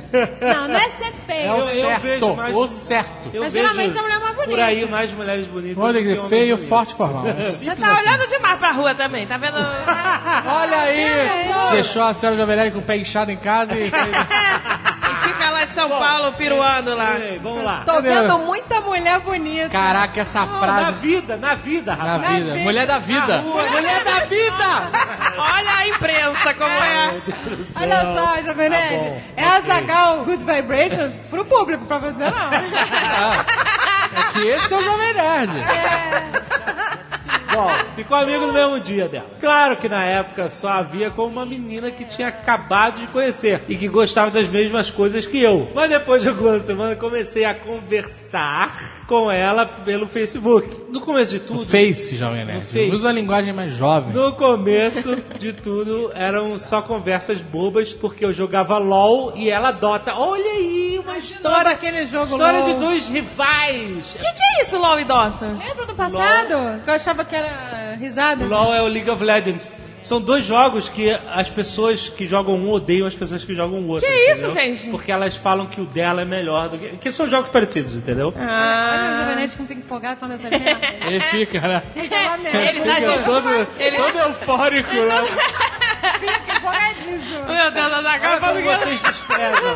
[SPEAKER 5] Não, não é ser feio.
[SPEAKER 6] É o
[SPEAKER 3] Eu- eu vejo
[SPEAKER 6] certo,
[SPEAKER 3] mais-
[SPEAKER 6] o certo.
[SPEAKER 3] Eu
[SPEAKER 5] Mas
[SPEAKER 3] vejo
[SPEAKER 5] geralmente a mulher é mais
[SPEAKER 3] Por
[SPEAKER 5] bonita.
[SPEAKER 3] aí, mais mulheres bonitas.
[SPEAKER 6] Olha
[SPEAKER 3] do que
[SPEAKER 6] que
[SPEAKER 3] homens
[SPEAKER 6] feio,
[SPEAKER 3] bonitos.
[SPEAKER 6] forte, formal. É
[SPEAKER 4] Você
[SPEAKER 6] simples
[SPEAKER 4] tá
[SPEAKER 6] assim.
[SPEAKER 4] olhando demais pra rua também, tá vendo?
[SPEAKER 6] Olha aí!
[SPEAKER 5] Olha aí.
[SPEAKER 6] Deixou a senhora Jovem Nerd com o pé inchado em casa e...
[SPEAKER 4] E fica lá em São Paulo piruando lá.
[SPEAKER 3] Ei, vamos lá.
[SPEAKER 5] Tô vendo muita mulher bonita.
[SPEAKER 6] Caraca, essa
[SPEAKER 3] Não, na
[SPEAKER 6] frase...
[SPEAKER 3] vida, na vida,
[SPEAKER 6] Na
[SPEAKER 3] rapaz.
[SPEAKER 6] vida. Mulher da vida. Mulher é da vida!
[SPEAKER 4] Olha a imprensa como é.
[SPEAKER 5] Olha só, Jovem
[SPEAKER 6] Tá
[SPEAKER 5] Nerd. é a Zagal Good Vibrations pro público, pra você não.
[SPEAKER 6] É que esse é o Jovem Nerd.
[SPEAKER 3] É. Ficou amigo no mesmo dia dela. Claro que na época só havia com uma menina que tinha acabado de conhecer e que gostava das mesmas coisas que eu. Mas depois de algumas semanas comecei a conversar com ela pelo Facebook. No começo de tudo.
[SPEAKER 6] Face, Jovem
[SPEAKER 3] O
[SPEAKER 6] Nerd.
[SPEAKER 3] Face.
[SPEAKER 6] Usa a linguagem mais jovem.
[SPEAKER 3] No começo de tudo, eram só conversas bobas, porque eu jogava LOL e ela Dota. Olha aí, uma história.
[SPEAKER 5] aquele jogo
[SPEAKER 3] História
[SPEAKER 5] LOL.
[SPEAKER 3] de dois rivais.
[SPEAKER 4] O que, que é isso, LOL e Dota?
[SPEAKER 5] Lembra do passado? Que eu achava que era risada.
[SPEAKER 3] LOL é o League of Legends. São dois jogos que as pessoas que jogam um odeiam as pessoas que jogam o outro.
[SPEAKER 4] Que isso,
[SPEAKER 3] entendeu?
[SPEAKER 4] gente?
[SPEAKER 3] Porque elas falam que o dela é melhor do que. Que são jogos parecidos, entendeu?
[SPEAKER 5] Olha o Jovem Nerd como fica empolgado quando essa merda.
[SPEAKER 6] Ele fica, né?
[SPEAKER 5] Fala merda.
[SPEAKER 4] Ele tá
[SPEAKER 3] é
[SPEAKER 6] Todo,
[SPEAKER 4] jogando. Ele...
[SPEAKER 5] tá-
[SPEAKER 6] todo
[SPEAKER 3] um
[SPEAKER 6] eufórico, né?
[SPEAKER 4] tá-
[SPEAKER 5] Empolgadíssimo.
[SPEAKER 4] Meu Deus, Azaghal,
[SPEAKER 3] Olha como
[SPEAKER 4] vamos
[SPEAKER 3] vocês desprezam.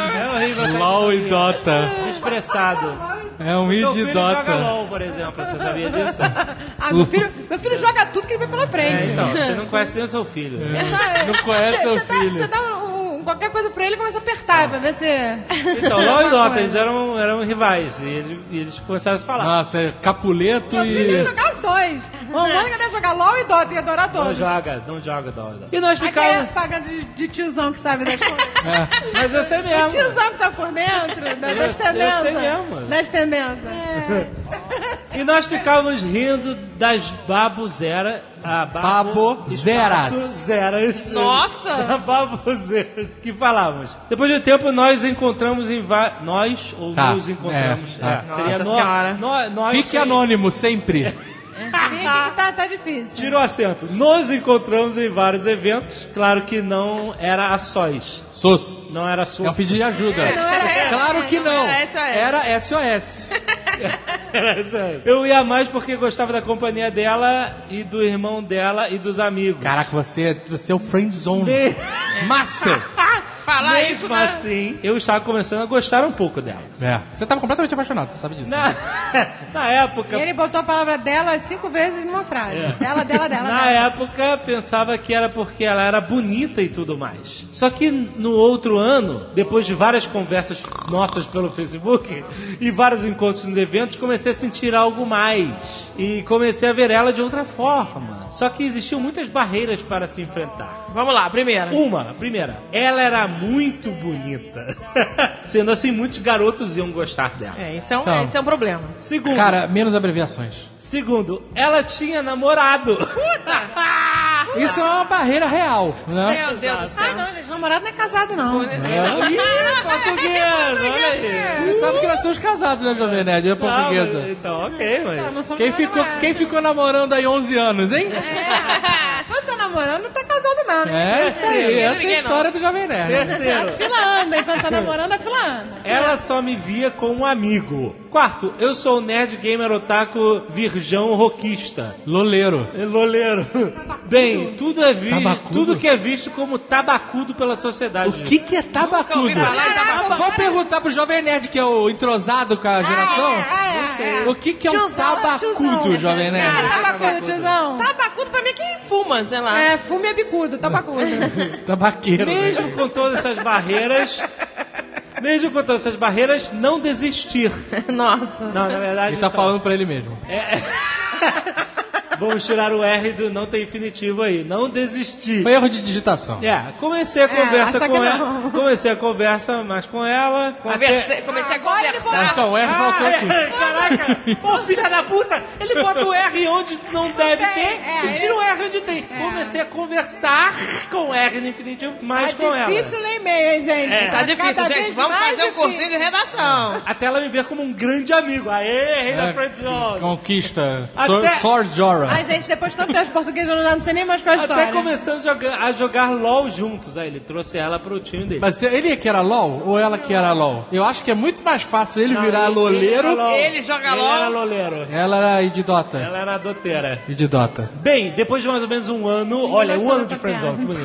[SPEAKER 3] é horrível. tá?
[SPEAKER 6] LOL e Dota.
[SPEAKER 3] Desprezado.
[SPEAKER 6] É um
[SPEAKER 3] Meu filho joga
[SPEAKER 6] idiota. É.
[SPEAKER 3] LOL, por exemplo. Você sabia disso?
[SPEAKER 5] Ah, meu filho, meu filho joga tudo que ele vê pela
[SPEAKER 3] É,
[SPEAKER 5] frente.
[SPEAKER 3] então, você não conhece nem o seu filho.
[SPEAKER 5] Essa-
[SPEAKER 6] É. Não conhece
[SPEAKER 5] Cê-
[SPEAKER 6] seu
[SPEAKER 5] cê dá-
[SPEAKER 6] filho.
[SPEAKER 5] tá- Você dá um, um qualquer coisa pra ele e começou a apertar pra ver se.
[SPEAKER 3] Então, Laura e Dota, eles eram, eram rivais. E eles, e eles começaram a se falar.
[SPEAKER 6] Nossa, é Capuleto
[SPEAKER 3] Então,
[SPEAKER 5] Meu filho ia
[SPEAKER 6] e.
[SPEAKER 5] jogar os dois. Mamãe deve jogar LOL e Dota, ia adorar
[SPEAKER 3] Não
[SPEAKER 5] todos.
[SPEAKER 3] joga, não joga, Dota. E nós
[SPEAKER 5] Aí é
[SPEAKER 3] ficávamos.
[SPEAKER 5] pagando de, de tiozão que sabe das coisas.
[SPEAKER 3] Mas eu sei
[SPEAKER 5] O
[SPEAKER 3] é mesmo.
[SPEAKER 5] tiozão que tá por dentro, da-
[SPEAKER 3] Eu- eu
[SPEAKER 5] das
[SPEAKER 3] sei
[SPEAKER 5] tendências.
[SPEAKER 3] mesmo.
[SPEAKER 5] Das tendências.
[SPEAKER 4] É.
[SPEAKER 3] E nós ficávamos rindo das babuzera, a babo-
[SPEAKER 6] Babozeras.
[SPEAKER 3] espaço zeras.
[SPEAKER 4] Nossa!
[SPEAKER 3] Da babuzeras que falávamos. Depois de um tempo nós encontramos em va... nós ou
[SPEAKER 6] Tá,
[SPEAKER 3] nos encontramos.
[SPEAKER 6] é, tá.
[SPEAKER 3] É, seria
[SPEAKER 4] Nossa
[SPEAKER 3] nó-
[SPEAKER 4] Senhora.
[SPEAKER 3] nó- nós
[SPEAKER 6] Fique anônimo sempre.
[SPEAKER 5] Ih, Tá, tá difícil.
[SPEAKER 3] Tira o acento. Nos encontramos em vários eventos. Claro que não era a sós.
[SPEAKER 6] SOS.
[SPEAKER 3] Não era SUS.
[SPEAKER 6] É um pedido de ajuda.
[SPEAKER 5] Não era
[SPEAKER 6] Claro que não.
[SPEAKER 4] Era SOS.
[SPEAKER 6] Era SOS.
[SPEAKER 3] Eu ia mais porque gostava da companhia dela e do irmão dela e dos amigos.
[SPEAKER 6] Caraca, você, você é o friend zone.
[SPEAKER 3] Me-
[SPEAKER 6] Master.
[SPEAKER 4] Falar isso,
[SPEAKER 3] Mesmo
[SPEAKER 4] né?
[SPEAKER 3] assim, eu estava começando a gostar um pouco dela.
[SPEAKER 6] É. Você tava completamente apaixonado, você sabe disso. né?
[SPEAKER 3] Na, na época, É.
[SPEAKER 5] E ele botou a palavra dela cinco vezes numa frase. Dela, dela, dela.
[SPEAKER 3] na
[SPEAKER 5] dela.
[SPEAKER 3] época pensava que era porque ela era bonita e tudo mais. Só que no outro ano, depois de várias conversas nossas pelo Facebook e vários encontros nos eventos, comecei a sentir algo mais e comecei a ver ela de outra forma. Só que existiam muitas barreiras para se enfrentar.
[SPEAKER 4] Vamos lá, primeiro.
[SPEAKER 3] Uma, a primeira, ela era muito bonita. Sendo assim, muitos garotos iam gostar dela.
[SPEAKER 4] É, isso é um,
[SPEAKER 6] Então.
[SPEAKER 4] isso é um problema.
[SPEAKER 3] Segundo,
[SPEAKER 6] Cara, menos abreviações.
[SPEAKER 3] Segundo, ela tinha namorado. Ah.
[SPEAKER 6] Isso é uma barreira real, né? É.
[SPEAKER 4] Meu Deus do céu. né? É
[SPEAKER 5] Ai, não, gente, namorado não é casado, não.
[SPEAKER 3] Ih, portuguesa, olha aí.
[SPEAKER 6] Você sabe que nós somos casados, né, Jovem Nerd? Eu é
[SPEAKER 3] Não,
[SPEAKER 6] portuguesa.
[SPEAKER 3] mas- então, ok,
[SPEAKER 5] Não,
[SPEAKER 3] mas...
[SPEAKER 5] não somos
[SPEAKER 6] Quem ficou,
[SPEAKER 5] namorados.
[SPEAKER 6] quem ficou namorando aí 11 anos, hein?
[SPEAKER 5] Quando tá namorando, não tá casado, não, né?
[SPEAKER 6] É, isso aí.
[SPEAKER 4] ninguém,
[SPEAKER 6] Essa é
[SPEAKER 4] ninguém
[SPEAKER 6] a história do Jovem Nerd.
[SPEAKER 5] A
[SPEAKER 3] Terceiro,
[SPEAKER 5] fila anda, enquanto tá namorando, a fila anda.
[SPEAKER 3] ela só me via como amigo. Quarto, eu sou o nerd gamer otaku virgão roquista.
[SPEAKER 6] Loleiro.
[SPEAKER 3] É Loleiro. Bem, tudo é vi
[SPEAKER 6] Tabacudo?
[SPEAKER 3] tudo que é visto como tabacudo pela sociedade.
[SPEAKER 6] O que, que é tabacudo?
[SPEAKER 4] ouvi falar em tabacudo.
[SPEAKER 6] Vamos perguntar pro Jovem Nerd, que é o entrosado com a geração.
[SPEAKER 5] é, é, é.
[SPEAKER 6] O que, que é um
[SPEAKER 5] Tiozão,
[SPEAKER 6] tabacudo,
[SPEAKER 5] tiozão.
[SPEAKER 6] Jovem Nerd?
[SPEAKER 5] Tabacudo, tiozão.
[SPEAKER 4] Tabacudo pra mim é quem fuma, sei lá.
[SPEAKER 5] É, fume é bicudo, tabacudo.
[SPEAKER 6] Tabaqueiro. né?
[SPEAKER 3] Mesmo com todas essas barreiras, mesmo com todas essas barreiras, não desistir.
[SPEAKER 4] Nossa.
[SPEAKER 3] Não, na verdade,
[SPEAKER 6] Ele tá
[SPEAKER 3] então-
[SPEAKER 6] falando pra ele mesmo.
[SPEAKER 3] Vamos tirar o R do não tem infinitivo aí. Não desistir.
[SPEAKER 6] Foi erro de digitação.
[SPEAKER 3] É, comecei a conversa
[SPEAKER 5] só que
[SPEAKER 3] com
[SPEAKER 5] não.
[SPEAKER 3] ela. Comecei a conversa mais com ela.
[SPEAKER 4] Conversei, comecei a conversar.
[SPEAKER 6] Então, o R faltou
[SPEAKER 3] Ah,
[SPEAKER 6] aqui.
[SPEAKER 3] é, caraca! Ô, filha da puta! Ele bota o R onde não deve
[SPEAKER 5] tem,
[SPEAKER 3] ter
[SPEAKER 5] é,
[SPEAKER 3] e tira o R onde tem.
[SPEAKER 4] É.
[SPEAKER 3] Comecei a conversar com R no infinitivo mais com
[SPEAKER 4] é,
[SPEAKER 5] Tá difícil
[SPEAKER 3] ela. É.
[SPEAKER 5] ler e-mail, hein, gente?
[SPEAKER 4] Tá difícil,
[SPEAKER 5] cada
[SPEAKER 4] gente.
[SPEAKER 5] vez
[SPEAKER 4] Vamos
[SPEAKER 5] mais
[SPEAKER 4] fazer um
[SPEAKER 5] difícil.
[SPEAKER 4] cursinho de redação.
[SPEAKER 3] Até ela me ver como um grande amigo. Aê, rei da
[SPEAKER 6] É,
[SPEAKER 3] Friend Zone.
[SPEAKER 6] Conquista.
[SPEAKER 3] Até-
[SPEAKER 6] Sor- Sword Jorah.
[SPEAKER 5] Ai, gente, depois de tanto tempo de português, eu não sei nem mais qual é a história.
[SPEAKER 3] Até começando a jogar, a jogar LOL juntos. Aí ele trouxe ela pro time dele.
[SPEAKER 6] Mas ele que era LOL ou ela que era LOL? Eu acho que é muito mais fácil ele
[SPEAKER 3] Não,
[SPEAKER 6] virar
[SPEAKER 3] ele-
[SPEAKER 6] loleiro.
[SPEAKER 3] era LOL.
[SPEAKER 4] Ele joga
[SPEAKER 3] Ele
[SPEAKER 4] LOL. Tá.
[SPEAKER 3] era loleiro.
[SPEAKER 6] Ela era ididota.
[SPEAKER 3] Ela era doteira.
[SPEAKER 6] Ididota.
[SPEAKER 3] Bem, depois de mais ou menos um ano, olha, um
[SPEAKER 5] gostou
[SPEAKER 3] ano
[SPEAKER 5] dessa
[SPEAKER 3] de friendzone, que
[SPEAKER 5] piada.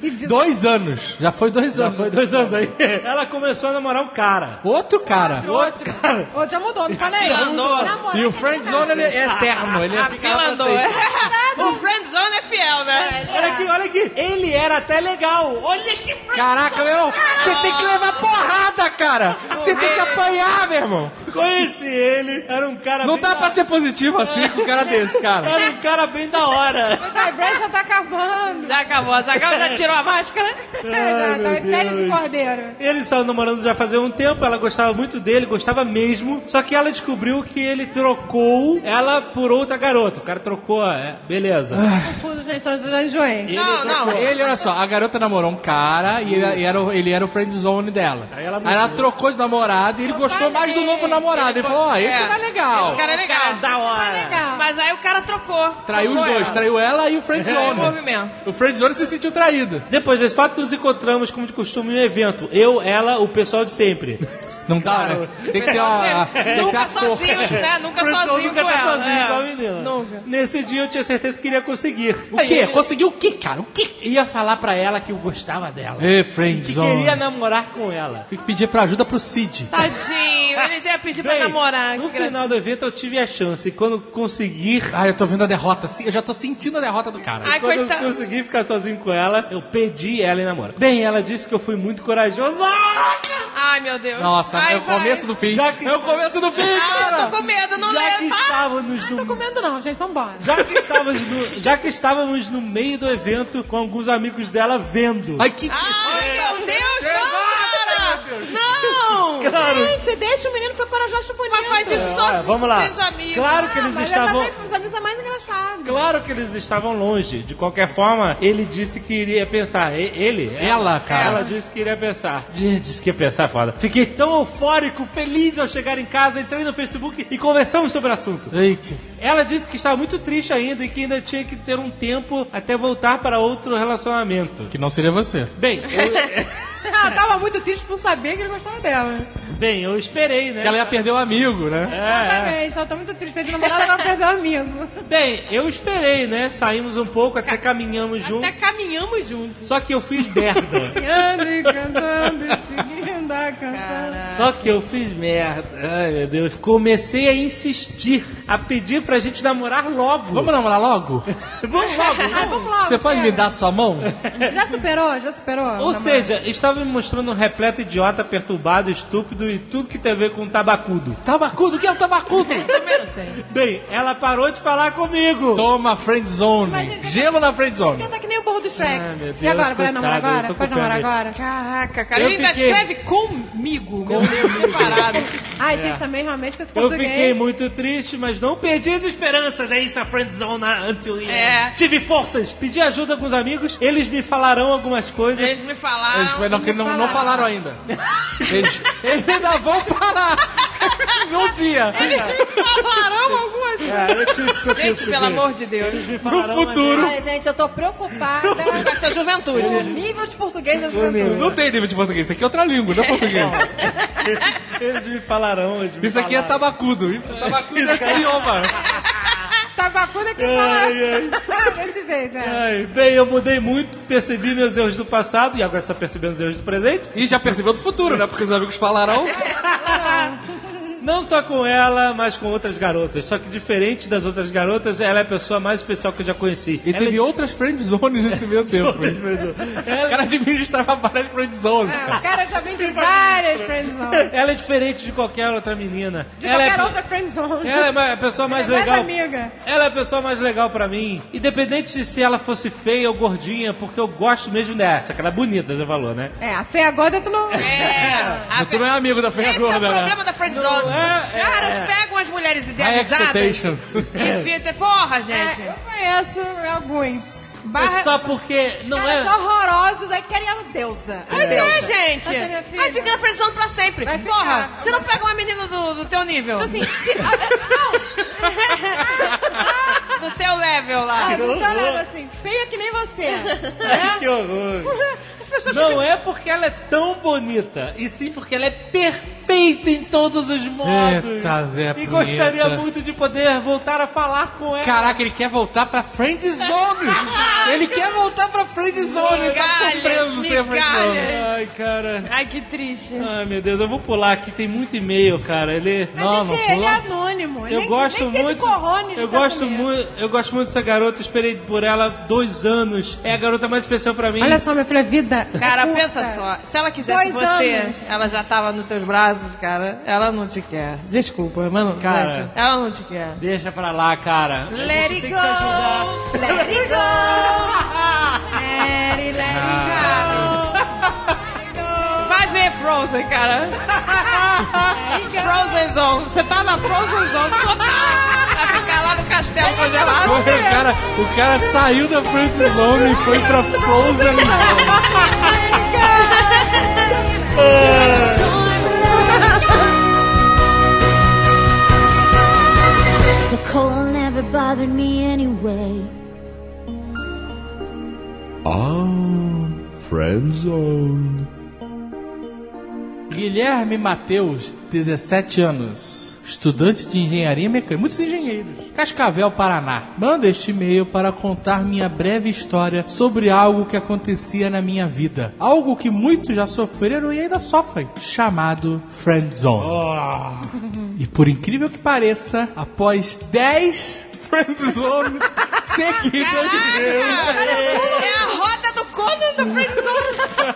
[SPEAKER 3] bonito.
[SPEAKER 6] Dois anos. Já foi dois anos.
[SPEAKER 3] Foi dois anos aí. Ela começou a namorar um cara.
[SPEAKER 6] Outro cara.
[SPEAKER 3] Outro cara.
[SPEAKER 5] Ô, já mudou, não fala aí.
[SPEAKER 4] Já mudou.
[SPEAKER 5] Namorado
[SPEAKER 6] E o
[SPEAKER 5] é
[SPEAKER 6] friend zone ele é eterno.
[SPEAKER 5] Ah,
[SPEAKER 6] Ele
[SPEAKER 4] A
[SPEAKER 6] fica
[SPEAKER 4] fila
[SPEAKER 6] lá pra
[SPEAKER 4] andou.
[SPEAKER 6] sempre.
[SPEAKER 4] assim. O friendzone é fiel, né?
[SPEAKER 3] Olha aqui, olha aqui. Ele era até legal. Olha que
[SPEAKER 6] Caraca, meu irmão. Você tem que levar porrada, cara. Você tem que apanhar, meu irmão.
[SPEAKER 3] Conheci ele. Era um cara
[SPEAKER 6] Não
[SPEAKER 3] bem
[SPEAKER 6] dá
[SPEAKER 3] da...
[SPEAKER 6] pra ser positivo assim com um cara desse, cara.
[SPEAKER 3] Era um cara bem da hora.
[SPEAKER 5] O Brad já tá acabando.
[SPEAKER 4] Já acabou. Zagal já tirou a máscara.
[SPEAKER 5] já, tá
[SPEAKER 3] meu
[SPEAKER 5] em pele de
[SPEAKER 3] Deus.
[SPEAKER 5] cordeiro.
[SPEAKER 3] Eles estavam namorando já fazia um tempo, ela gostava muito dele, gostava mesmo. Só que ela descobriu que ele trocou ela por outra garota. O cara trocou, é, beleza.
[SPEAKER 6] Ah.
[SPEAKER 5] Fundo, gente, eu já enjoei.
[SPEAKER 4] Não, não.
[SPEAKER 6] Ele, olha só, a garota namorou um cara e ele, e era, o- ele era o friend zone dela. Aí
[SPEAKER 3] ela
[SPEAKER 6] ela,
[SPEAKER 3] mudou.
[SPEAKER 6] trocou de namorado e ele gostou mais do novo namorado. Ele falou, ó, esse
[SPEAKER 4] É.
[SPEAKER 6] tá legal.
[SPEAKER 4] Esse cara é legal.
[SPEAKER 3] Da hora.
[SPEAKER 5] Legal.
[SPEAKER 4] Mas aí o cara trocou.
[SPEAKER 6] Traiu os
[SPEAKER 4] Trocou
[SPEAKER 6] dois,
[SPEAKER 4] ela.
[SPEAKER 6] traiu ela e o
[SPEAKER 3] É,
[SPEAKER 4] Traiu o
[SPEAKER 6] friendzone.
[SPEAKER 4] movimento.
[SPEAKER 6] O friendzone se sentiu traído.
[SPEAKER 3] um Depois desse fato, nos encontramos, como de costume, no evento. Eu, ela, o pessoal de sempre.
[SPEAKER 6] Não dá, né? Tem que ter uma. Tem que ter
[SPEAKER 4] Nunca
[SPEAKER 6] a cor.
[SPEAKER 4] sozinhos, né? Nunca
[SPEAKER 3] Professor,
[SPEAKER 4] sozinho
[SPEAKER 3] nunca
[SPEAKER 4] com
[SPEAKER 3] tá
[SPEAKER 4] ela.
[SPEAKER 3] sozinho
[SPEAKER 4] é.
[SPEAKER 3] com a menina.
[SPEAKER 4] Nunca.
[SPEAKER 3] Nesse dia eu tinha certeza que iria conseguir.
[SPEAKER 6] O quê? Conseguiu o quê, cara? O quê?
[SPEAKER 3] Ia falar pra ela que eu gostava dela.
[SPEAKER 6] Ê,
[SPEAKER 3] Que
[SPEAKER 6] friendzone.
[SPEAKER 3] queria namorar com ela.
[SPEAKER 6] Tem que pedir pra ajuda pro Cid.
[SPEAKER 4] Tadinho, ele ia pedir pra
[SPEAKER 3] Bem,
[SPEAKER 4] namorar.
[SPEAKER 3] No
[SPEAKER 4] que graça.
[SPEAKER 3] final do evento eu tive a chance. E quando conseguir.
[SPEAKER 6] Ah, eu tô vendo a derrota.
[SPEAKER 3] assim,
[SPEAKER 6] Sim, Eu já tô sentindo a derrota do cara.
[SPEAKER 4] Ai,
[SPEAKER 3] Quando eu
[SPEAKER 4] coitado.
[SPEAKER 3] consegui ficar sozinho com ela, eu pedi ela em namoro. Bem, ela disse que eu fui muito corajoso. Ah!
[SPEAKER 4] Ai, meu Deus.
[SPEAKER 6] Nossa,
[SPEAKER 4] Ai,
[SPEAKER 6] é o
[SPEAKER 4] vai.
[SPEAKER 6] começo do fim.
[SPEAKER 3] Já que-
[SPEAKER 6] É o começo do fim,
[SPEAKER 4] Ah, eu
[SPEAKER 6] cara.
[SPEAKER 4] tô com medo, não
[SPEAKER 3] Já que
[SPEAKER 4] lembro. Ah,
[SPEAKER 3] estávamos
[SPEAKER 5] Não é? tô
[SPEAKER 3] no
[SPEAKER 5] comendo não, gente, vambora.
[SPEAKER 3] Já que, estávamos no, já que estávamos no meio do evento com alguns amigos dela vendo.
[SPEAKER 6] Ai, que.
[SPEAKER 4] Ai, meu Deus, não, cara! Não!
[SPEAKER 3] claro,
[SPEAKER 5] Gente, deixa o menino ficar corajoso bonito. Ah,
[SPEAKER 4] Mas faz isso só
[SPEAKER 3] olha,
[SPEAKER 4] se
[SPEAKER 3] vamos lá.
[SPEAKER 4] seus amigos.
[SPEAKER 3] Claro que eles
[SPEAKER 5] Mas
[SPEAKER 3] estavam.
[SPEAKER 5] exatamente, pros amigos é mais engraçado.
[SPEAKER 3] Claro que eles estavam longe. De qualquer forma, ele disse que iria pensar. E- Ele?
[SPEAKER 6] Ela, cara.
[SPEAKER 3] Ela disse que iria pensar. Ih, Disse que ia
[SPEAKER 6] é
[SPEAKER 3] pensar, foda. Fiquei tão eufórico, feliz ao chegar em casa, entrei no Facebook e conversamos sobre o assunto.
[SPEAKER 6] Ai, que...
[SPEAKER 3] Ela disse que estava muito triste ainda e que ainda tinha que ter um tempo até voltar para outro relacionamento.
[SPEAKER 6] que não seria você.
[SPEAKER 3] Bem, eu,
[SPEAKER 5] Ela Ah, tava muito triste por saber que ele gostava dela.
[SPEAKER 3] bem, eu esperei, né?
[SPEAKER 6] Que ela ia perder o amigo, né?
[SPEAKER 3] É, é.
[SPEAKER 5] Exatamente, ela tá muito triste. Fez namorada pra perder o amigo.
[SPEAKER 3] Bem, eu esperei, né? Saímos um pouco, até caminhamos juntos.
[SPEAKER 4] Até caminhamos juntos.
[SPEAKER 3] Só que eu fiz merda.
[SPEAKER 5] Caminhando e cantando, e seguindo, cantando.
[SPEAKER 3] Só que eu fiz merda. Ai, meu Deus. Comecei a insistir, a pedir pra gente namorar logo.
[SPEAKER 6] Vamos namorar logo?
[SPEAKER 3] Vamos logo.
[SPEAKER 5] Ah, vamos logo.
[SPEAKER 6] Você pode me
[SPEAKER 5] chega.
[SPEAKER 6] dar sua mão?
[SPEAKER 5] Já superou? Já superou?
[SPEAKER 3] Ou
[SPEAKER 5] Namorado?
[SPEAKER 3] seja, estava me mostrando um repleto idiota, perturbado, estúpido e tudo que tem a ver com tabacudo.
[SPEAKER 6] Tabacudo, o que é o tabacudo?
[SPEAKER 5] Também não sei.
[SPEAKER 3] Bem, ela parou de falar comigo.
[SPEAKER 6] Toma friendzone.
[SPEAKER 4] tá
[SPEAKER 5] Imagina-
[SPEAKER 6] Gelo na friendzone.
[SPEAKER 5] Ele tá que nem o burro do Shrek.
[SPEAKER 3] Ah, meu Deus,
[SPEAKER 5] e agora? Vai namorar
[SPEAKER 3] coitado, eu
[SPEAKER 5] agora?
[SPEAKER 3] tô com
[SPEAKER 5] Pode namorar
[SPEAKER 3] pena
[SPEAKER 5] agora?
[SPEAKER 4] Caraca, cara,
[SPEAKER 3] Eu
[SPEAKER 4] ele ainda
[SPEAKER 3] fiquei-
[SPEAKER 4] escreve comigo, meu Deus, separado.
[SPEAKER 5] Ai, gente, também realmente com esse
[SPEAKER 3] É. Eu
[SPEAKER 5] português.
[SPEAKER 3] fiquei muito triste, mas não perdi as esperanças. É isso, a friendzona until the end.
[SPEAKER 4] É.
[SPEAKER 3] Tive forças. Pedi ajuda com os amigos. Eles me falarão algumas coisas.
[SPEAKER 4] Eles me falaram.
[SPEAKER 6] Eles não, que não, não falaram ainda. Eles, eles ainda vão falar.
[SPEAKER 4] tá
[SPEAKER 6] um dia.
[SPEAKER 4] Falaram algumas coisas.
[SPEAKER 3] É, eu tive- eu tive
[SPEAKER 4] Gente,
[SPEAKER 3] que
[SPEAKER 4] pelo
[SPEAKER 3] ver.
[SPEAKER 4] amor de Deus.
[SPEAKER 3] Me falaram uma
[SPEAKER 5] Ai, gente, eu tô preocupada
[SPEAKER 4] Com essa
[SPEAKER 5] com o
[SPEAKER 4] juventude.
[SPEAKER 5] nível de português da juventude.
[SPEAKER 6] Não tem nível de português. Isso aqui é outra língua, não é português.
[SPEAKER 3] vez. Eles me falarão. Eles me
[SPEAKER 6] Isso aqui é
[SPEAKER 3] falaram.
[SPEAKER 6] tabacudo. Isso, tabacudo é esse idioma.
[SPEAKER 5] Tá Tabacuda que
[SPEAKER 3] Ai,
[SPEAKER 5] fala desse jeito, né?
[SPEAKER 3] Ai, bem, eu mudei muito, percebi meus erros do passado e agora está percebendo os erros do presente.
[SPEAKER 6] E já percebeu do futuro, né? Porque os amigos falarão.
[SPEAKER 3] Não só com ela, mas com outras garotas. Só que diferente das outras garotas, ela é a pessoa mais especial que eu já conheci.
[SPEAKER 6] E
[SPEAKER 3] Ela
[SPEAKER 6] teve
[SPEAKER 3] é...
[SPEAKER 6] outras friendzones nesse meio tempo. O cara administrava várias friendzone.
[SPEAKER 5] Ah, O cara já vem de várias friendzone.
[SPEAKER 3] Ela é diferente de qualquer outra menina.
[SPEAKER 5] De
[SPEAKER 3] ela
[SPEAKER 5] qualquer
[SPEAKER 3] é...
[SPEAKER 5] outra friendzone.
[SPEAKER 3] Ela é ma- a pessoa mais
[SPEAKER 5] Ela é
[SPEAKER 3] legal.
[SPEAKER 5] mais amiga.
[SPEAKER 3] Ela é a pessoa mais legal pra mim. Independente de se ela fosse feia ou gordinha, porque eu gosto mesmo dessa, que ela é bonita, já falou, né?
[SPEAKER 5] É, a fé agora tu não...
[SPEAKER 4] É. a-
[SPEAKER 6] Mas tu não é amigo da feia
[SPEAKER 4] Esse é o
[SPEAKER 6] gorda, né?
[SPEAKER 4] problema da
[SPEAKER 3] Não
[SPEAKER 4] friendzone.
[SPEAKER 3] é, é.
[SPEAKER 4] Caras pegam as mulheres
[SPEAKER 6] High
[SPEAKER 4] idealizadas
[SPEAKER 6] expectations.
[SPEAKER 4] e fica... Porra,
[SPEAKER 5] É,
[SPEAKER 4] gente.
[SPEAKER 5] eu conheço alguns.
[SPEAKER 3] É
[SPEAKER 4] Barra...
[SPEAKER 3] só porque não
[SPEAKER 5] Caras
[SPEAKER 3] é.
[SPEAKER 5] horrorosos, aí querem a deusa.
[SPEAKER 4] Pois é, gente.
[SPEAKER 5] Vai ser minha filha.
[SPEAKER 4] Vai ficar na tá friendzone pra sempre.
[SPEAKER 5] Vai ficar.
[SPEAKER 4] Porra, você não pega uma menina do, do teu nível.
[SPEAKER 5] Então, assim, se... Não,
[SPEAKER 4] do teu level lá.
[SPEAKER 5] sabe, só nada assim, feia que nem você. É?
[SPEAKER 3] Que horror.
[SPEAKER 4] As pessoas
[SPEAKER 3] Não é porque ela é tão bonita, e sim porque ela é perfeita em todos os modos.
[SPEAKER 6] Eita, Zé
[SPEAKER 3] e
[SPEAKER 6] Punheta.
[SPEAKER 3] gostaria muito de poder voltar a falar com ela.
[SPEAKER 6] Caraca, ele quer voltar pra friendzone. ele quer voltar pra friendzone.
[SPEAKER 3] né?
[SPEAKER 6] Ele tá
[SPEAKER 4] Migalhas,
[SPEAKER 6] sofrendo sem a friendzone.
[SPEAKER 4] migalhas.
[SPEAKER 3] Ai, cara.
[SPEAKER 4] Ai, que triste.
[SPEAKER 3] Ai, meu Deus, eu vou pular aqui, tem muito e-mail, cara. Ele.
[SPEAKER 5] Mas,
[SPEAKER 6] Não,
[SPEAKER 5] gente,
[SPEAKER 6] não
[SPEAKER 5] ele é
[SPEAKER 6] pula.
[SPEAKER 5] anônimo.
[SPEAKER 3] Eu
[SPEAKER 5] nem,
[SPEAKER 3] gosto
[SPEAKER 5] nem teve
[SPEAKER 3] muito.
[SPEAKER 5] Corrone de
[SPEAKER 3] Eu gosto
[SPEAKER 5] assumir.
[SPEAKER 3] muito. Eu gosto muito dessa garota. Esperei por ela dois anos. É a garota mais especial pra mim.
[SPEAKER 5] Olha só, minha filha, vida.
[SPEAKER 4] Cara,
[SPEAKER 5] curta.
[SPEAKER 4] pensa só. Se ela quisesse
[SPEAKER 5] Dois
[SPEAKER 4] você,
[SPEAKER 5] anos.
[SPEAKER 4] ela já tava nos teus braços, cara. Ela não te quer. Desculpa, mano.
[SPEAKER 3] Cara.
[SPEAKER 4] Ela não te quer.
[SPEAKER 3] Deixa pra lá, cara.
[SPEAKER 4] Let it
[SPEAKER 3] tem
[SPEAKER 4] go.
[SPEAKER 3] que te ajudar.
[SPEAKER 4] Let it go.
[SPEAKER 5] Let it, let it
[SPEAKER 4] Cara. Vai ver Frozen, cara. Frozen Zone. Você tá na Frozen Zone total. Vai ficar lá no castelo congelado.
[SPEAKER 6] O cara, o cara saiu da friendzone e foi pra Frozen Zone.
[SPEAKER 12] The cold never bothered me anyway.
[SPEAKER 11] Ah, friendzone.
[SPEAKER 6] Guilherme Mateus, 17 anos. Estudante de engenharia mecânica, muitos engenheiros. Cascavel, Paraná. Mando este e-mail para contar minha breve história sobre algo que acontecia na minha vida. Algo que muitos já sofreram e ainda sofrem, chamado friendzone. E por incrível que pareça, após 10 friendzone seguidas,
[SPEAKER 4] É a roda do Conan da Friendzone.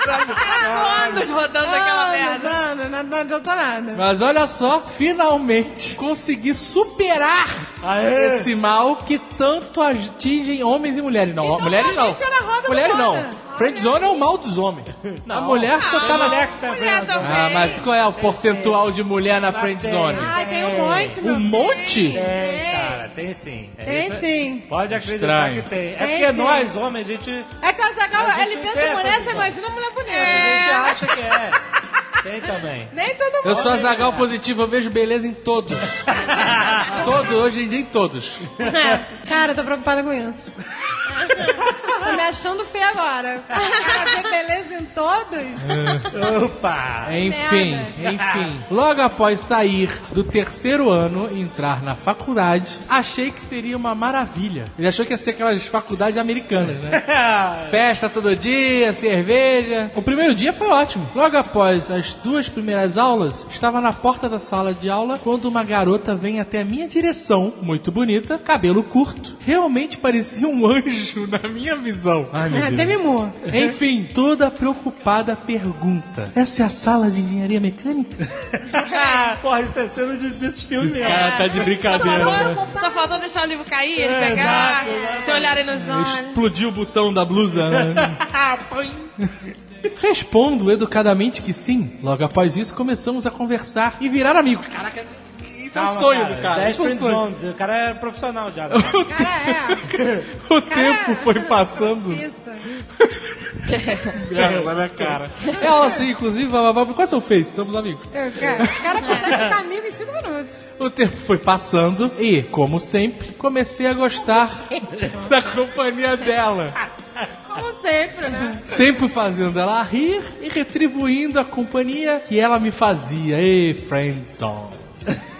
[SPEAKER 5] Tá
[SPEAKER 4] Quatro anos rodando aquela merda.
[SPEAKER 5] Não, não, não, não adianta nada.
[SPEAKER 6] Mas olha só, finalmente consegui superar
[SPEAKER 3] Aê!
[SPEAKER 6] esse mal que tanto atingem homens e mulheres. Não, mulheres não.
[SPEAKER 5] normalmente era a roda do
[SPEAKER 6] Mulheres
[SPEAKER 5] Conan.
[SPEAKER 6] não. Friend zone é o mal dos homens. a mulher só tá na.
[SPEAKER 3] Mulher que tá
[SPEAKER 4] Mulher
[SPEAKER 3] vendo.
[SPEAKER 4] também.
[SPEAKER 6] Ah, mas qual é o percentual de mulher na friend zone?
[SPEAKER 5] Ai, tem um monte, meu
[SPEAKER 6] Um monte?
[SPEAKER 3] Tem, cara, tem sim. É
[SPEAKER 5] Tem
[SPEAKER 3] isso-
[SPEAKER 5] sim.
[SPEAKER 3] Pode acreditar
[SPEAKER 6] Estranho.
[SPEAKER 3] que tem. É
[SPEAKER 5] Tem
[SPEAKER 3] porque
[SPEAKER 5] sim.
[SPEAKER 3] nós, homens, a gente,
[SPEAKER 5] É que a Zagal,
[SPEAKER 3] Mas
[SPEAKER 5] ele
[SPEAKER 3] isso
[SPEAKER 5] pensa
[SPEAKER 3] interessa,
[SPEAKER 5] em mulher,
[SPEAKER 3] né,
[SPEAKER 5] você
[SPEAKER 3] pô?
[SPEAKER 5] imagina mulher bonita.
[SPEAKER 3] a gente acha que é. Tem também.
[SPEAKER 5] Nem todo mundo.
[SPEAKER 6] Eu sou a Zagal positiva, eu vejo beleza em todos. todos, hoje em dia em todos.
[SPEAKER 5] Cara, eu tô preocupada com isso. tô me achando feia agora. Cara, ver beleza em todos?
[SPEAKER 3] Opa!
[SPEAKER 6] Enfim, enfim. Logo após sair do terceiro ano e entrar na faculdade, achei que seria uma maravilha. Ele achou que ia ser aquelas faculdades americanas, né? Festa todo dia, cerveja. O primeiro dia foi ótimo. Logo após as duas primeiras aulas, estava na porta da sala de aula quando uma garota vem até a minha direção, muito bonita, cabelo curto. Realmente parecia um anjo na minha visão. Ai, meu
[SPEAKER 5] Ah, Demi Moore.
[SPEAKER 6] É. enfim, toda preocupada pergunta: Essa é a sala de engenharia mecânica?
[SPEAKER 3] Porra, isso é cena de, né? desses filmes mesmo.
[SPEAKER 6] tá de
[SPEAKER 4] Só faltou, só faltou deixar o livro cair, ele pegar, se olharem nos olhos.
[SPEAKER 6] Explodiu o botão da blusa. né? Respondo educadamente que sim. Logo após isso, começamos a conversar e virar amigos. Caraca, isso é um sonho do cara.
[SPEAKER 3] 10
[SPEAKER 6] Isso é um
[SPEAKER 3] friend
[SPEAKER 6] sonho.
[SPEAKER 3] zones. O cara é profissional já. né?
[SPEAKER 5] Cara,
[SPEAKER 6] O tempo foi passando.
[SPEAKER 5] é. Isso.
[SPEAKER 6] Merda, né, cara? Ela, assim, inclusive, blá, blá, blá. qual é o seu Face? Somos amigos.
[SPEAKER 5] Eu, cara, o cara consegue ficar amigo em cinco minutos.
[SPEAKER 6] O tempo foi passando e, como sempre, comecei a gostar da companhia dela.
[SPEAKER 5] Como sempre, né?
[SPEAKER 6] Sempre fazendo ela rir e retribuindo a companhia que ela me fazia. Ei, friendzone.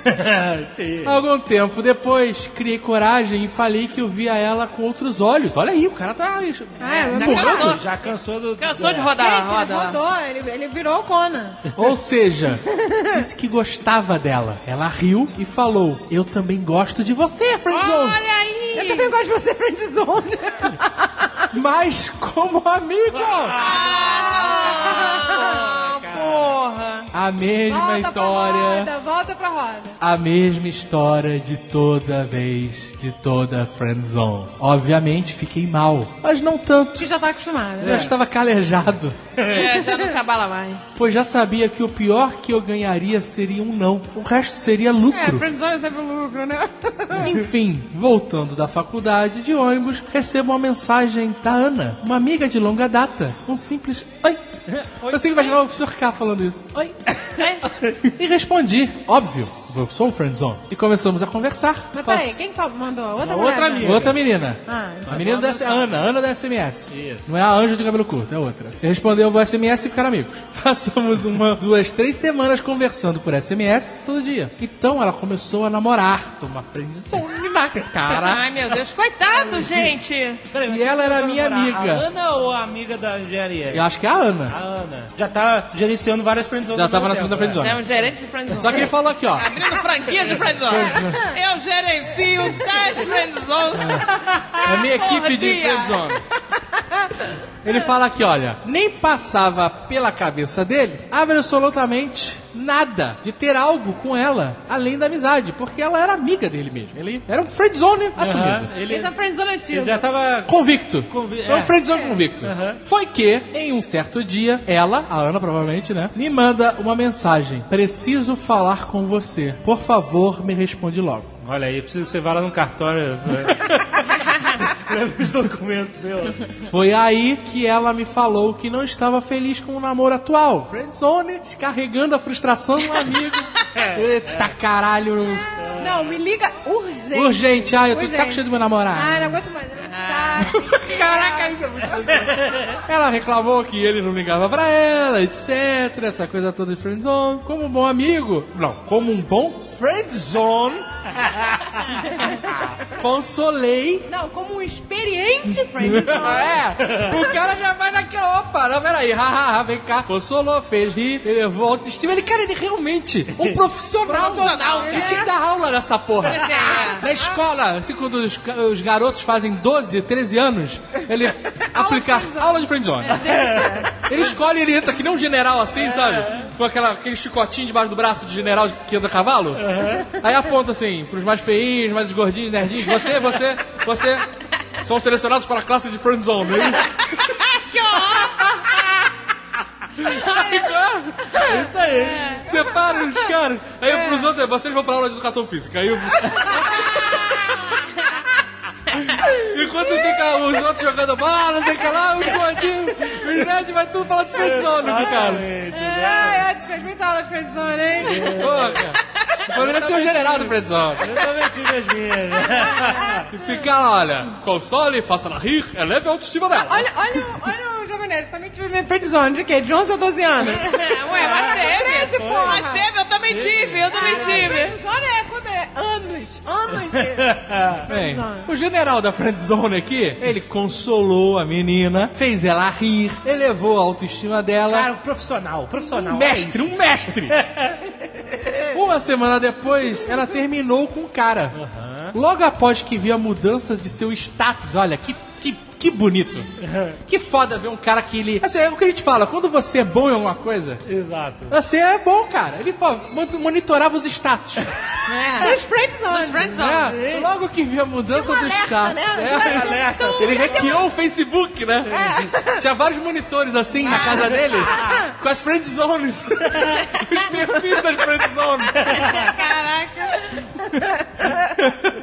[SPEAKER 6] É,
[SPEAKER 3] Sim.
[SPEAKER 6] Algum tempo depois, criei coragem e falei que eu via ela com outros olhos. Olha aí, o cara tá
[SPEAKER 5] Ah, é,
[SPEAKER 4] Já
[SPEAKER 5] burro.
[SPEAKER 4] cansou.
[SPEAKER 3] Já cansou do...
[SPEAKER 4] Cansou de
[SPEAKER 3] é.
[SPEAKER 4] rodar,
[SPEAKER 5] Gente,
[SPEAKER 4] roda.
[SPEAKER 5] ele rodou, ele, ele virou o Conan.
[SPEAKER 6] Ou seja, disse que gostava dela. Ela riu e falou: Eu também gosto de você, friendzone.
[SPEAKER 4] Olha
[SPEAKER 5] Eu
[SPEAKER 4] aí!
[SPEAKER 5] também gosto de você, friendzone.
[SPEAKER 6] Mas como amigo!
[SPEAKER 5] Ah.
[SPEAKER 4] Ah, porra!
[SPEAKER 6] A mesma
[SPEAKER 5] Volta pra
[SPEAKER 6] história.
[SPEAKER 5] roda, volta pra roda.
[SPEAKER 6] A mesma história de toda vez, de toda friendzone. Obviamente fiquei mal, mas não tanto. É.
[SPEAKER 5] Que já tá acostumada.
[SPEAKER 6] Eu já estava calejado,
[SPEAKER 4] É, já não se abala mais.
[SPEAKER 6] pois já sabia que o pior que eu ganharia seria um não. O resto seria
[SPEAKER 5] É,
[SPEAKER 6] lucro.
[SPEAKER 5] friendzone é sempre um lucro, né?
[SPEAKER 6] Enfim, voltando da faculdade de ônibus, recebo uma mensagem da Ana, uma amiga de longa data. Um simples oi. Eu sei que imaginar o Sr. K falando isso. Oi.
[SPEAKER 5] É.
[SPEAKER 6] e respondi, óbvio, eu sou um friendzone. E começamos a conversar.
[SPEAKER 5] Mas
[SPEAKER 6] Pass-
[SPEAKER 5] peraí, quem fa- mandou? Outra
[SPEAKER 3] Uma outra
[SPEAKER 5] mulher, né?
[SPEAKER 3] amiga.
[SPEAKER 6] Outra menina.
[SPEAKER 5] Ah,
[SPEAKER 6] A menina da Ana, Ana da SMS. Não é a Anjo de cabelo curto, é outra. Ele Respondeu vou SMS e ficaram amigos. Passamos uma, duas, três semanas conversando por SMS todo dia. Então ela começou a namorar. Toma frente. Cara.
[SPEAKER 4] Ai, meu Deus, coitado, gente!
[SPEAKER 3] Peraí, mas
[SPEAKER 6] E ela
[SPEAKER 3] quem
[SPEAKER 6] era
[SPEAKER 3] começou a
[SPEAKER 6] minha
[SPEAKER 3] namorar?
[SPEAKER 6] é amiga.
[SPEAKER 3] A Ana ou a amiga da engenharia?
[SPEAKER 6] Eu acho que é a
[SPEAKER 3] A
[SPEAKER 6] Ana.
[SPEAKER 3] Ana. Já tá gerenciando várias friend zones.
[SPEAKER 6] Já
[SPEAKER 3] ao
[SPEAKER 6] tava
[SPEAKER 3] mesmo
[SPEAKER 6] na
[SPEAKER 3] tempo, né?
[SPEAKER 6] segunda friend zone.
[SPEAKER 4] É um gerente de friendzone.
[SPEAKER 6] Só que ele falou é. aqui, ó.
[SPEAKER 4] Abrindo franquia de friendzone. Eu gerencio 10 friendzones.
[SPEAKER 6] É a minha equipe de
[SPEAKER 4] Porra, tia.
[SPEAKER 6] friendzone. Ele fala aqui, olha, nem passava pela cabeça dele absolutamente nada de ter algo com ela, além da amizade, porque ela era amiga dele mesmo. Ele era um friendzone assumido.
[SPEAKER 3] Aham, Ele,
[SPEAKER 4] Isso é friendzone antigo.
[SPEAKER 3] ele já tava...
[SPEAKER 6] Convicto.
[SPEAKER 3] Convi-
[SPEAKER 6] é um
[SPEAKER 3] é.
[SPEAKER 6] friendzone convicto. Foi que, em um certo dia, ela, a Ana provavelmente, né, me manda uma mensagem. Preciso falar com você. Por favor, me responde logo.
[SPEAKER 3] Olha aí, preciso que você vá lá no cartório. né? Leva os documentos, meu.
[SPEAKER 6] Foi aí que ela me falou que não estava feliz com o namoro atual. Friendzone, descarregando a frustração do amigo.
[SPEAKER 3] É.
[SPEAKER 6] Eita caralho.
[SPEAKER 5] Não, me liga urgente.
[SPEAKER 6] Urgente, ai, eu tô de
[SPEAKER 5] Urgente.
[SPEAKER 6] saco cheio do meu namorado.
[SPEAKER 5] Ah, não aguento mais. eu não saco. Caraca, isso é muito
[SPEAKER 6] Ela reclamou que ele não ligava pra ela, etc. Essa coisa toda de friendzone. Como um bom amigo. Não, como um bom friendzone. Consolei.
[SPEAKER 5] Não, como um experiente friendzone.
[SPEAKER 6] É, o cara já vai naquela. Opa, não, peraí, hahaha, vem cá. Consolou, fez rir, ele é levou a autoestima. Ele, cara, ele realmente, um profissional.
[SPEAKER 4] Profissional,
[SPEAKER 6] Ele tinha que dar aula nessa porra.
[SPEAKER 4] É.
[SPEAKER 6] Na escola, assim, quando os, ca- os garotos fazem 12, 13 anos, ele aplicar aula de friendzone. Ele escolhe, ele entra que nem um general assim, sabe? Com aquela, aquele chicotinho debaixo do braço de general que anda a cavalo. Aí aponta assim, pros mais feinhos, mais gordinhos, nerdinhos. Você, você, você. São selecionados para a classe de friendzone. Ele
[SPEAKER 4] Que horror!
[SPEAKER 3] É isso aí.
[SPEAKER 6] separa os caras. Aí pros outros, vocês vão pra aula de educação física. Aí eu... Enquanto fica os outros jogando bola, não sei o que lá, os gordinhos, os nerds vai tudo pra aula de friendzone, cara.
[SPEAKER 3] Exatamente. né?
[SPEAKER 5] Ai, eu te fez muita aula de friendzone, hein?
[SPEAKER 6] Pô, cara. Poderia ser o general do Fredzone.
[SPEAKER 3] Eu também tive as minhas.
[SPEAKER 6] E ficar, olha, console, faça ela rir, eleve a autoestima dela.
[SPEAKER 5] Olha, olha, o- olha o Ah, Jovem Nerd, também tive minha friendzone de quê? De 11 a 12 anos.
[SPEAKER 4] É, Ué, mas teve.
[SPEAKER 5] Crazy, porra.
[SPEAKER 4] Mas teve, eu também tive, eu também tive.
[SPEAKER 5] Friendzone é quando é anos, anos de...
[SPEAKER 6] Bem, o general da friendzone aqui, ele consolou a menina, fez ela rir, elevou a autoestima dela.
[SPEAKER 3] Cara, um profissional, profissional. é
[SPEAKER 6] Um mestre, um mestre! Uma semana depois, ela terminou com o cara. Logo após que viu a mudança de seu status, olha, que, que, que bonito. Que foda ver um cara que ele... Assim, é o que a gente fala, quando você é bom em alguma coisa,
[SPEAKER 3] Exato.
[SPEAKER 6] você é bom, cara. Ele pô, mon- monitorava os status.
[SPEAKER 4] É.
[SPEAKER 5] Dos friendzone.
[SPEAKER 4] Os friends on.
[SPEAKER 6] É, logo que viu a mudança do status. é.
[SPEAKER 3] Alerta.
[SPEAKER 6] Ele hackeou o Facebook, né? Tinha vários monitores assim na casa dele, com as friend zones. Os perfis das friend zones.
[SPEAKER 4] Caraca.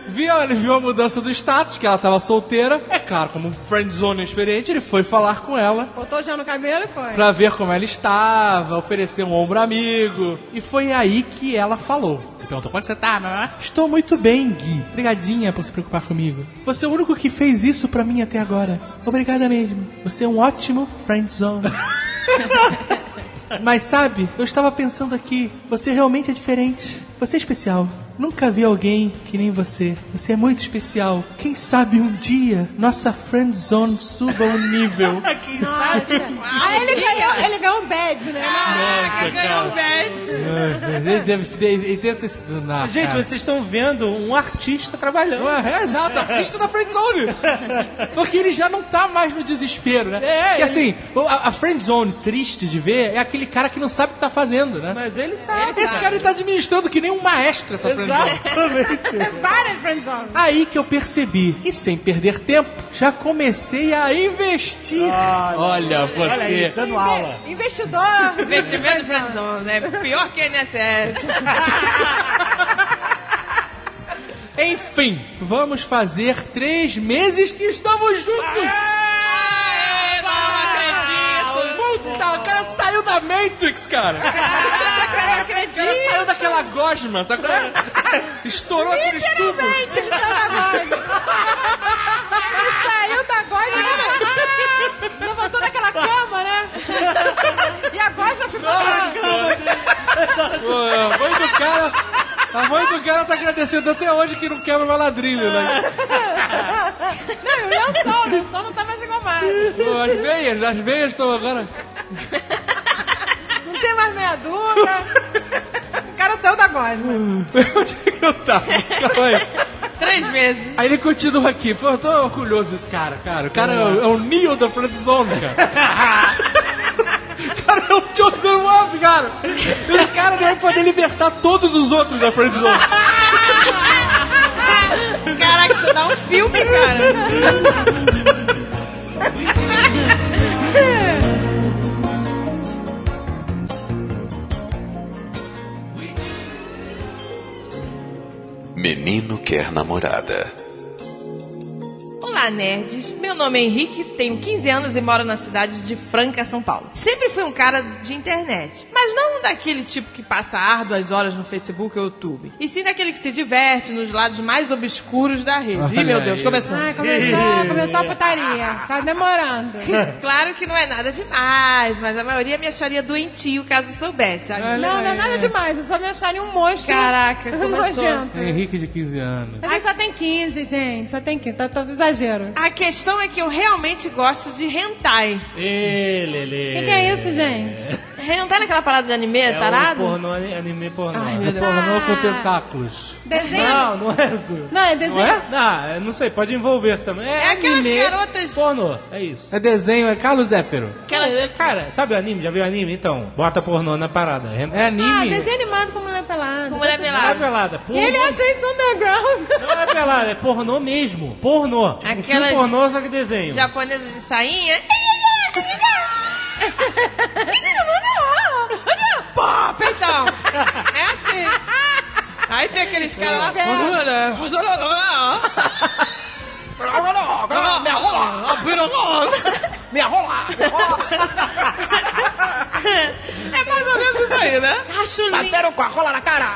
[SPEAKER 6] Viu, ele viu a mudança do status, que ela tava solteira. É claro, como um friendzone experiente, ele foi falar com ela
[SPEAKER 5] Botou o gel no cabelo e foi.
[SPEAKER 6] pra ver como ela estava, oferecer um ombro amigo. E foi aí que ela falou. Ele perguntou, quando você tá, mamãe? Estou muito bem, Gui. Obrigadinha por se preocupar comigo. Você é o único que fez isso pra mim até agora. Obrigada mesmo. Você é um ótimo friendzone. Mas sabe, eu estava pensando aqui, você realmente é diferente. Você é especial. Nunca vi alguém que nem você. Você é muito especial. Quem sabe um dia nossa friend zone suba um nível.
[SPEAKER 5] Ah, ele ganhou, ele ganhou um badge, né?
[SPEAKER 4] Caraca, ganhou um badge.
[SPEAKER 6] Ele deve ter. Ele deve ter sido. Não,
[SPEAKER 3] Gente,
[SPEAKER 6] cara.
[SPEAKER 3] vocês estão vendo um artista trabalhando.
[SPEAKER 6] Tá Ué, é exato, artista da friendzone. Porque ele já não tá mais no desespero, né?
[SPEAKER 3] É,
[SPEAKER 6] e assim, o- a, a friendzone triste de ver é aquele cara que não sabe o que tá fazendo, né?
[SPEAKER 3] Mas ele sabe.
[SPEAKER 6] Esse cara ele tá administrando que nem um maestro essa friendzone.
[SPEAKER 3] Exatamente.
[SPEAKER 5] Várias friendzone.
[SPEAKER 6] Aí que eu percebi, e sem perder tempo, já comecei a investir. Olha,
[SPEAKER 3] Olha aí,
[SPEAKER 6] você.
[SPEAKER 3] dando aula.
[SPEAKER 5] Investidor.
[SPEAKER 4] Investimento friends on. É pior que NSS.
[SPEAKER 6] Enfim, vamos fazer três meses que estamos juntos.
[SPEAKER 4] Ai, não acredito.
[SPEAKER 6] Ah, Puta, o cara saiu da Matrix, cara.
[SPEAKER 4] Caraca, não
[SPEAKER 6] O cara
[SPEAKER 4] acredito.
[SPEAKER 6] saiu daquela gosma, sacou? Estourou aquele estudo.
[SPEAKER 5] Gente, ele saiu da Gog. Ele saiu da Gog, né? Levantou daquela cama, né? E a Gog já ficou lá.
[SPEAKER 6] Pô, A mãe do cara... A mãe do cara tá agradecendo até hoje que não quebra mais ladrilho, né?
[SPEAKER 5] Não, e o lençol, o lençol não tá mais engomado.
[SPEAKER 6] Pô, As meias, as meias estão agora...
[SPEAKER 5] Não tem mais meia dúvida. O cara saiu da gosma.
[SPEAKER 6] Onde é que eu tava? Calma aí.
[SPEAKER 4] Três meses.
[SPEAKER 6] Aí ele continua aqui. Pô, eu tô orgulhoso desse cara, cara. O cara é, o- é o Neo da Friendzone, cara. O cara é o Chosen One, cara. Esse cara ele vai poder libertar todos os outros da Friendzone.
[SPEAKER 4] Caraca, isso dá um filme, cara.
[SPEAKER 1] Menino quer namorada.
[SPEAKER 4] Olá, Olá, nerds. Meu nome é Henrique, tenho 15 anos e moro na cidade de Franca, São Paulo. Sempre fui um cara de internet, mas não daquele tipo que passa árduas horas no Facebook ou YouTube. E sim daquele que se diverte nos lados mais obscuros da rede. Ih,
[SPEAKER 6] Olha
[SPEAKER 4] meu Deus,
[SPEAKER 6] aí.
[SPEAKER 4] começou.
[SPEAKER 5] Ai, Ah, começou, começou a putaria. Tá demorando.
[SPEAKER 4] Claro que não é nada demais, mas a maioria me acharia doentio caso soubesse. Olha.
[SPEAKER 5] Não, não é nada demais. Eu só me acharem um monstro.
[SPEAKER 4] Caraca, começou.
[SPEAKER 5] nojento.
[SPEAKER 6] Henrique de 15 anos.
[SPEAKER 5] Mas aí só tem 15, gente. Só tem 15. Tá, tá exagero.
[SPEAKER 4] A questão é que eu realmente gosto de hentai.
[SPEAKER 3] Ê,
[SPEAKER 5] O
[SPEAKER 3] Lelê.
[SPEAKER 5] que, que é isso, gente?
[SPEAKER 4] Hentai é aquela parada de anime,
[SPEAKER 3] É um
[SPEAKER 4] tarado?
[SPEAKER 3] pornô, anime pornô.
[SPEAKER 4] Ai, meu Deus.
[SPEAKER 6] É
[SPEAKER 4] Ah.
[SPEAKER 6] Pornô com tentáculos.
[SPEAKER 4] Tá
[SPEAKER 5] Desenho?
[SPEAKER 3] Não, não é do...
[SPEAKER 5] Não, é
[SPEAKER 3] Não
[SPEAKER 5] desenho.
[SPEAKER 3] é? Não, eu não sei, pode envolver também. É,
[SPEAKER 4] É aquelas
[SPEAKER 3] anime
[SPEAKER 4] garotas-
[SPEAKER 3] Pornô, é isso.
[SPEAKER 6] É desenho, é Carlos Zéfero.
[SPEAKER 4] Aquelas-
[SPEAKER 3] É, Cara, sabe o anime? Já viu anime? Então, bota pornô na parada.
[SPEAKER 6] É
[SPEAKER 5] Ah,
[SPEAKER 6] anime.
[SPEAKER 5] desenho animado com mulher pelada. tá
[SPEAKER 4] Com mulher
[SPEAKER 3] Não é
[SPEAKER 4] pelada.
[SPEAKER 3] pelada. Pornô.
[SPEAKER 5] E ele acha isso underground.
[SPEAKER 3] Não é pelada, é pornô mesmo. Pornô. Tipo,
[SPEAKER 4] Aquelas-
[SPEAKER 3] filme pornô, só que desenho.
[SPEAKER 4] Japonesa de sainha. Pô, peitão. É assim. Aí tem aqueles caras lá. É Me arrola, me arrola. É mais ou menos isso aí, né? Rachulinho. Bateram com a rola na cara.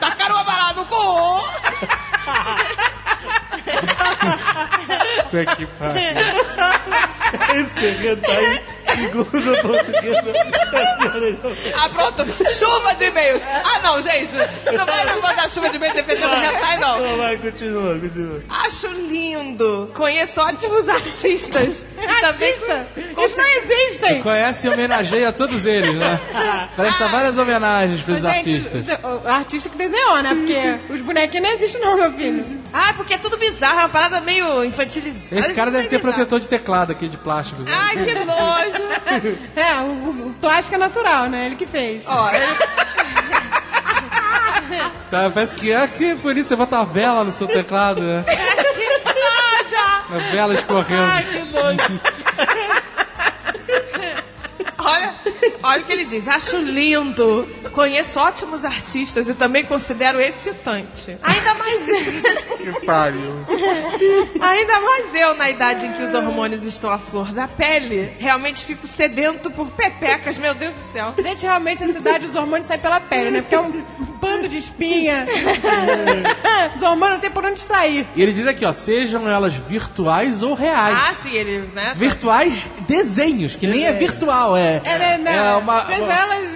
[SPEAKER 4] Tacaram a bala no cu.
[SPEAKER 6] Puta que pariu.
[SPEAKER 3] Esse hentai, segundo o português.
[SPEAKER 4] Ah, pronto. Chuva de e-mails. Ah, não, gente. Não vai não mandar chuva de e-mails defendendo o hentai, não.
[SPEAKER 3] Não, vai, continua, continua.
[SPEAKER 4] Acho lindo. Conheço ótimos artistas. E também com-
[SPEAKER 5] Eles não existem.
[SPEAKER 6] Conhece e homenageia todos eles, né?
[SPEAKER 4] Ah.
[SPEAKER 6] Presta várias homenagens pros artistas.
[SPEAKER 5] é O artista que desenhou, né? Porque os bonequinhos não existem não, meu filho.
[SPEAKER 4] Ah, porque é tudo bizarro. É uma parada meio infantilizada.
[SPEAKER 6] Esse cara deve ter
[SPEAKER 4] é Bizarro.
[SPEAKER 6] protetor de teclado aqui de plástico. sabe?
[SPEAKER 4] Ai, que nojo.
[SPEAKER 5] É, o, o- o plástico é natural, né? Ele que fez.
[SPEAKER 4] Ó, ele-
[SPEAKER 6] Tá, parece que é que por isso você bota uma vela no seu teclado, né? Uma vela escorrendo.
[SPEAKER 4] olha, olha o que ele diz. Acho lindo. Conheço ótimos artistas e também considero excitante. Ainda mais...
[SPEAKER 6] Que pariu.
[SPEAKER 4] Ainda mais eu, na idade em que os hormônios estão à flor da pele, realmente fico sedento por pepecas, meu Deus do céu.
[SPEAKER 5] Gente, realmente, na cidade os hormônios saem pela pele, né? Porque é um bando de espinha. os hormônios não tem por onde sair.
[SPEAKER 6] E ele diz aqui, ó, sejam elas virtuais ou
[SPEAKER 4] Ah,
[SPEAKER 6] reais.
[SPEAKER 4] sim, ele,
[SPEAKER 5] tá.
[SPEAKER 4] né?
[SPEAKER 6] Virtuais desenhos, que nem é virtual, é.
[SPEAKER 5] É, né?
[SPEAKER 6] É uma.
[SPEAKER 5] Vocês
[SPEAKER 6] uma-
[SPEAKER 5] velas-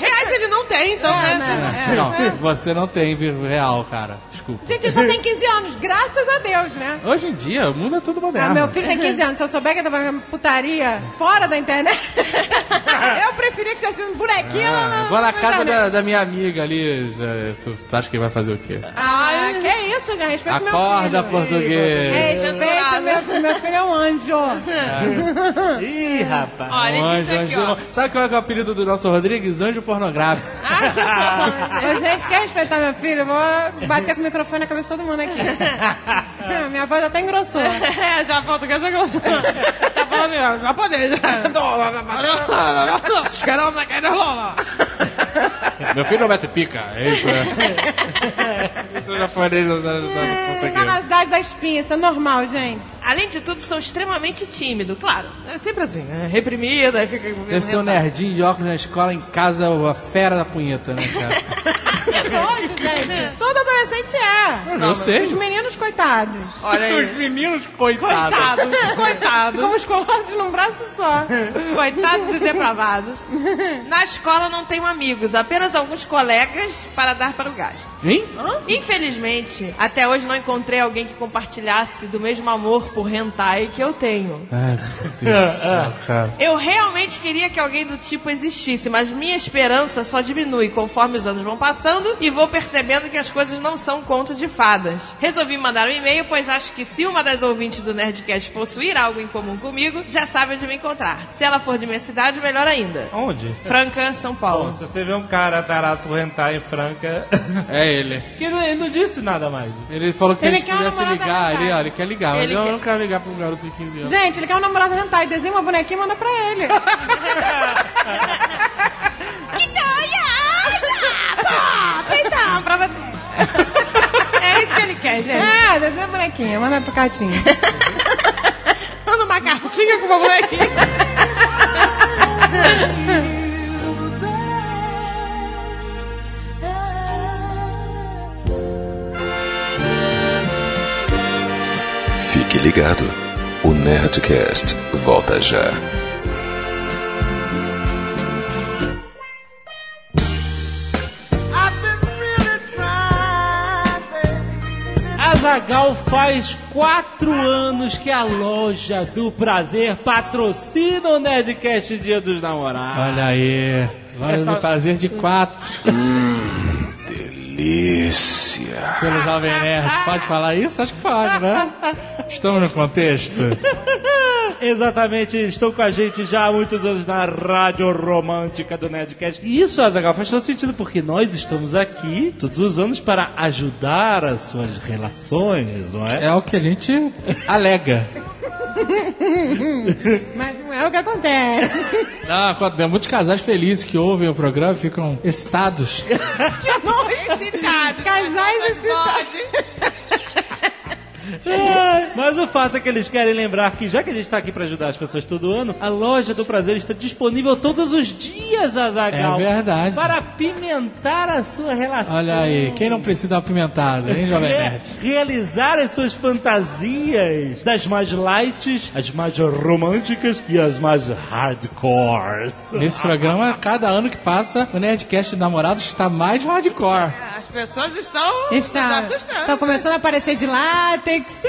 [SPEAKER 4] Reais ele não tem, então,
[SPEAKER 5] É,
[SPEAKER 4] né?
[SPEAKER 5] né?
[SPEAKER 6] É, Não, você não tem vir- real, cara. Desculpa.
[SPEAKER 5] Gente, ele só tem 15 anos, graças a Deus, né?
[SPEAKER 6] Hoje em dia, o mundo é tudo
[SPEAKER 5] Ah,
[SPEAKER 6] moderno.
[SPEAKER 5] meu filho tem 15 anos. Se eu souber que ele tava fazendo putaria fora da internet, eu preferia que tivesse um bonequinho.
[SPEAKER 6] Ah,
[SPEAKER 5] na-
[SPEAKER 6] vou na
[SPEAKER 5] na
[SPEAKER 6] casa
[SPEAKER 5] internet.
[SPEAKER 6] da, da minha amiga ali. Zé, Tu, tu acha que vai fazer o quê?
[SPEAKER 5] Ah, que isso, já respeito
[SPEAKER 6] Acorda,
[SPEAKER 5] meu filho.
[SPEAKER 6] português.
[SPEAKER 5] É, Respeita, meu, meu filho é um anjo.
[SPEAKER 4] É.
[SPEAKER 3] Ih, rapaz.
[SPEAKER 4] Olha, ele diz
[SPEAKER 6] Anjo,
[SPEAKER 4] aqui, ó.
[SPEAKER 6] anjo. Sabe qual é o apelido do Nelson Rodrigues? Anjo pornográfico.
[SPEAKER 4] Ah, que horror.
[SPEAKER 5] Ô, gente, quer respeitar meu filho? Eu Vou bater com o microfone na cabeça de todo mundo aqui. Ah, minha voz até engrossou.
[SPEAKER 4] É, já falta que eu já gostou. Tá falando mesmo, já pode, já. Os caras não querem rolar.
[SPEAKER 6] Meu filho não mete pica, é isso, né? isso é japonês não sabe
[SPEAKER 5] Tá na cidade da espinha, isso é normal, gente.
[SPEAKER 4] Além de tudo, sou extremamente tímido, claro. É sempre assim, né? reprimido, aí fica...
[SPEAKER 6] Deve ser um
[SPEAKER 4] né,
[SPEAKER 6] nerdinho de óculos na escola, em casa, a fera da punheta, né, cara?
[SPEAKER 5] Que nojo, gente. Todo adolescente é.
[SPEAKER 6] Eu sei.
[SPEAKER 5] Os meninos, coitados.
[SPEAKER 4] Olha aí.
[SPEAKER 6] Os meninos, coitados.
[SPEAKER 4] Coitados, coitados.
[SPEAKER 5] Ficam musculosos num braço só.
[SPEAKER 4] Coitados e depravados. Na escola não tenho amigos, apenas alguns colegas para dar para o gasto.
[SPEAKER 6] Hein?
[SPEAKER 4] Infelizmente, até hoje não encontrei alguém que compartilhasse do mesmo amor por hentai que eu tenho.
[SPEAKER 6] Ai, meu Deus do céu, cara.
[SPEAKER 4] Eu realmente queria que alguém do tipo existisse, mas minha esperança só diminui conforme os anos vão passando e vou percebendo que as coisas não são conto de fadas. Resolvi mandar um e-mail, pois acho que se uma das ouvintes do Nerdcast possuir algo em comum comigo, já sabe onde me encontrar. Se ela for de minha cidade, melhor ainda.
[SPEAKER 3] Onde?
[SPEAKER 4] Franca, São
[SPEAKER 3] Bom,
[SPEAKER 4] Paulo.
[SPEAKER 3] se você vê um cara tarado por hentai em Franca...
[SPEAKER 6] É ele.
[SPEAKER 3] que não- ele não disse nada mais.
[SPEAKER 6] Ele falou que
[SPEAKER 5] Ele
[SPEAKER 6] ele
[SPEAKER 5] quer uma
[SPEAKER 6] podia se
[SPEAKER 5] namorada
[SPEAKER 6] ligar,
[SPEAKER 5] hentai.
[SPEAKER 6] ele, ó, ele quer ligar, mas
[SPEAKER 4] Ele
[SPEAKER 6] eu
[SPEAKER 4] quer-
[SPEAKER 6] não quero ligar pra um garoto de 15 anos.
[SPEAKER 5] Gente, ele quer um namorado hentai, desenha uma bonequinha e manda pra ele.
[SPEAKER 4] Ah, então, É isso que ele quer. quer, gente?
[SPEAKER 5] Ah, deve ser a bonequinha. Manda pra cartinha.
[SPEAKER 4] Manda uma cartinha com uma bonequinha.
[SPEAKER 1] Fique ligado. O Nerdcast volta já.
[SPEAKER 2] I've been really trying, baby.
[SPEAKER 3] Azagal faz quatro anos que a loja do prazer patrocina o Nerdcast Dia dos Namorados.
[SPEAKER 6] Olha aí. Horas
[SPEAKER 3] Essa-
[SPEAKER 6] do prazer de quatro
[SPEAKER 1] Delícia.
[SPEAKER 6] pelo Jovem Nerd. Pode falar isso? Acho que pode, né? Estamos no contexto.
[SPEAKER 3] Exatamente, estão com a gente já há muitos anos na Rádio Romântica do Nerdcast. E isso, Azagal, faz todo sentido, porque nós estamos aqui todos os anos para ajudar as suas relações, não é?
[SPEAKER 6] É o que a gente alega.
[SPEAKER 5] Mas não é o que acontece.
[SPEAKER 6] Não, quando- tem muitos casais felizes que ouvem o programa e ficam excitados.
[SPEAKER 4] Excitado. né?
[SPEAKER 5] Casais
[SPEAKER 4] excitados.
[SPEAKER 3] Ai, Mas o fato é que eles querem lembrar que, já que a gente está aqui para ajudar as pessoas todo ano, a loja do prazer está disponível todos os dias, Azagal.
[SPEAKER 6] É verdade.
[SPEAKER 3] Para pimentar a sua relação.
[SPEAKER 6] Olha aí, quem não precisa de uma pimentada, hein, Jovem
[SPEAKER 3] É,
[SPEAKER 6] Nerd?
[SPEAKER 3] realizar as suas fantasias das mais lights, as mais românticas e as mais hardcores.
[SPEAKER 6] Nesse programa, cada ano que passa, o Nerdcast de Namorados está mais hardcore.
[SPEAKER 4] As pessoas estão se
[SPEAKER 5] Está,
[SPEAKER 4] Tá assustando.
[SPEAKER 5] estão tá, começando a aparecer de látex,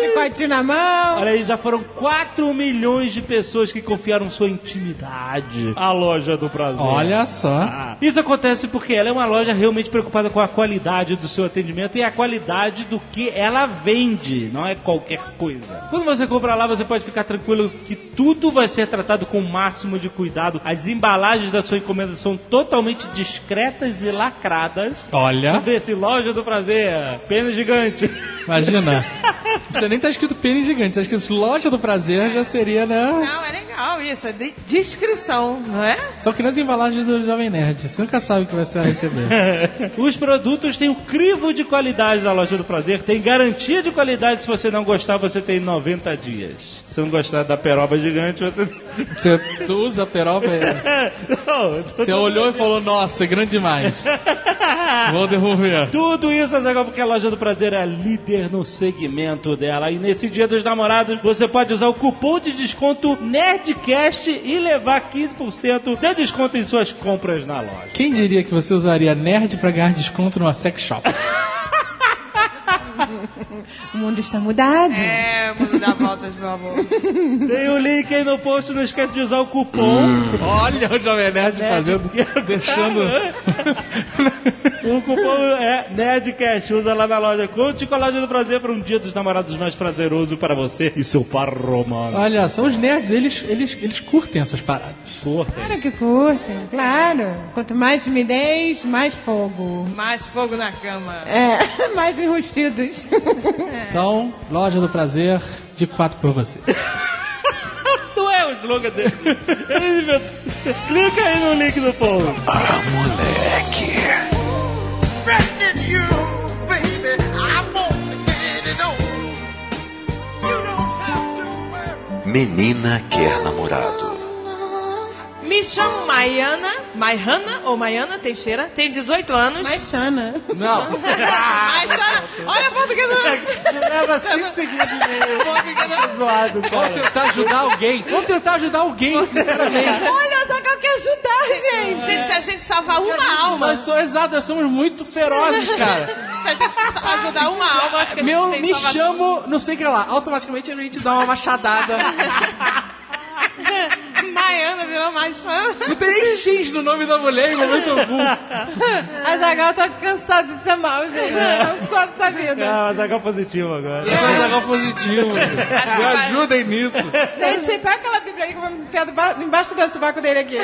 [SPEAKER 5] chicotinho na mão.
[SPEAKER 3] Olha aí, já foram 4 milhões de pessoas que confiaram sua intimidade à loja do prazer.
[SPEAKER 6] Olha só.
[SPEAKER 3] Ah. Isso acontece porque ela é uma loja realmente preocupada com a qualidade do seu atendimento e a qualidade do que ela vende, não é qualquer coisa. Quando você compra lá, você pode ficar tranquilo que tudo vai ser tratado com o máximo de cuidado. As embalagens da sua encomenda são totalmente discretas e lacradas.
[SPEAKER 6] Olha,
[SPEAKER 3] Desse loja do prazer, pena gigante.
[SPEAKER 6] imagina. Não precisa nem estar escrito pênis gigante, tá escrito loja do prazer já seria, né?
[SPEAKER 4] Não, é legal isso. É de descrição, não é?
[SPEAKER 6] Só que nas embalagens do Jovem Nerd, você nunca sabe o que você vai receber.
[SPEAKER 3] Os produtos têm o crivo de qualidade da loja do prazer, tem garantia de qualidade. Se você não gostar, você tem 90 dias. Se não gostar da peroba gigante, você.
[SPEAKER 6] Você usa a peroba, é?
[SPEAKER 3] não,
[SPEAKER 6] você olhou e falou, nossa, é grande demais. Vou devolver.
[SPEAKER 3] Tudo isso é legal porque a loja do prazer é a líder no segmento dela. E nesse dia dos namorados, você pode usar o cupom de desconto NERDCAST e levar 15% de desconto em suas compras na loja.
[SPEAKER 6] Quem diria que você usaria nerd pra ganhar desconto numa sex shop?
[SPEAKER 5] O mundo está mudado.
[SPEAKER 4] É, mundo dá voltas, meu amor.
[SPEAKER 3] Tem o link aí no post, não esquece de usar o cupom. é
[SPEAKER 6] Olha o Jovem Nerd fazendo, deixando...
[SPEAKER 3] né? O cupom é NERDCAST. Usa lá na loja. Conte com a loja do prazer para um dia dos namorados mais prazeroso para você e seu par romano.
[SPEAKER 6] Olha só, os nerds, eles, eles, eles curtem essas paradas.
[SPEAKER 3] Curtem.
[SPEAKER 5] Claro que curtem, claro. Quanto mais timidez, mais fogo.
[SPEAKER 4] Mais fogo na cama.
[SPEAKER 5] É, mais enrustidos.
[SPEAKER 4] É.
[SPEAKER 6] Então, loja do prazer, de quatro pra você.
[SPEAKER 3] Não é o slogan dele. Ele inventou. Clica aí no link do post.
[SPEAKER 2] Threatening you, baby. I won't get it on. You don't have to worry.
[SPEAKER 1] Menina quer namorado.
[SPEAKER 4] Me chamo Maiana, Maihana ou Maiana Teixeira, tem 18 anos.
[SPEAKER 5] Chana.
[SPEAKER 4] Maixana, olha a portuguesa.
[SPEAKER 3] Leva 5 segundos e meio.
[SPEAKER 6] Tá
[SPEAKER 4] portuguesa.
[SPEAKER 3] Zoado, cara.
[SPEAKER 6] tentar ajudar alguém. Vamos tentar ajudar alguém, sinceramente.
[SPEAKER 4] Olha, só que eu quero ajudar,
[SPEAKER 6] É.
[SPEAKER 4] gente. Gente, se a gente salvar uma alma,
[SPEAKER 6] Nós somos exatas, somos muito ferozes, cara.
[SPEAKER 4] se a gente sa- ajudar uma alma, acho que a gente
[SPEAKER 6] Meu,
[SPEAKER 4] tem
[SPEAKER 6] me
[SPEAKER 4] salvado-
[SPEAKER 6] chamo, não sei o que lá. Automaticamente a gente dá uma machadada.
[SPEAKER 4] Maiana virou Maixana.
[SPEAKER 6] Não tem nem X no nome da mulher em momento algum.
[SPEAKER 5] A Zagal tá cansada de ser mal, gente.
[SPEAKER 4] É.
[SPEAKER 5] é Só dessa vida.
[SPEAKER 3] Não, mas agora é positivo agora.
[SPEAKER 6] Isso é um negócio positivo. Me ajudem nisso.
[SPEAKER 5] Gente, pega aquela Bíblia aí que eu vou me enfiar do ba- embaixo do sovaco dele aqui.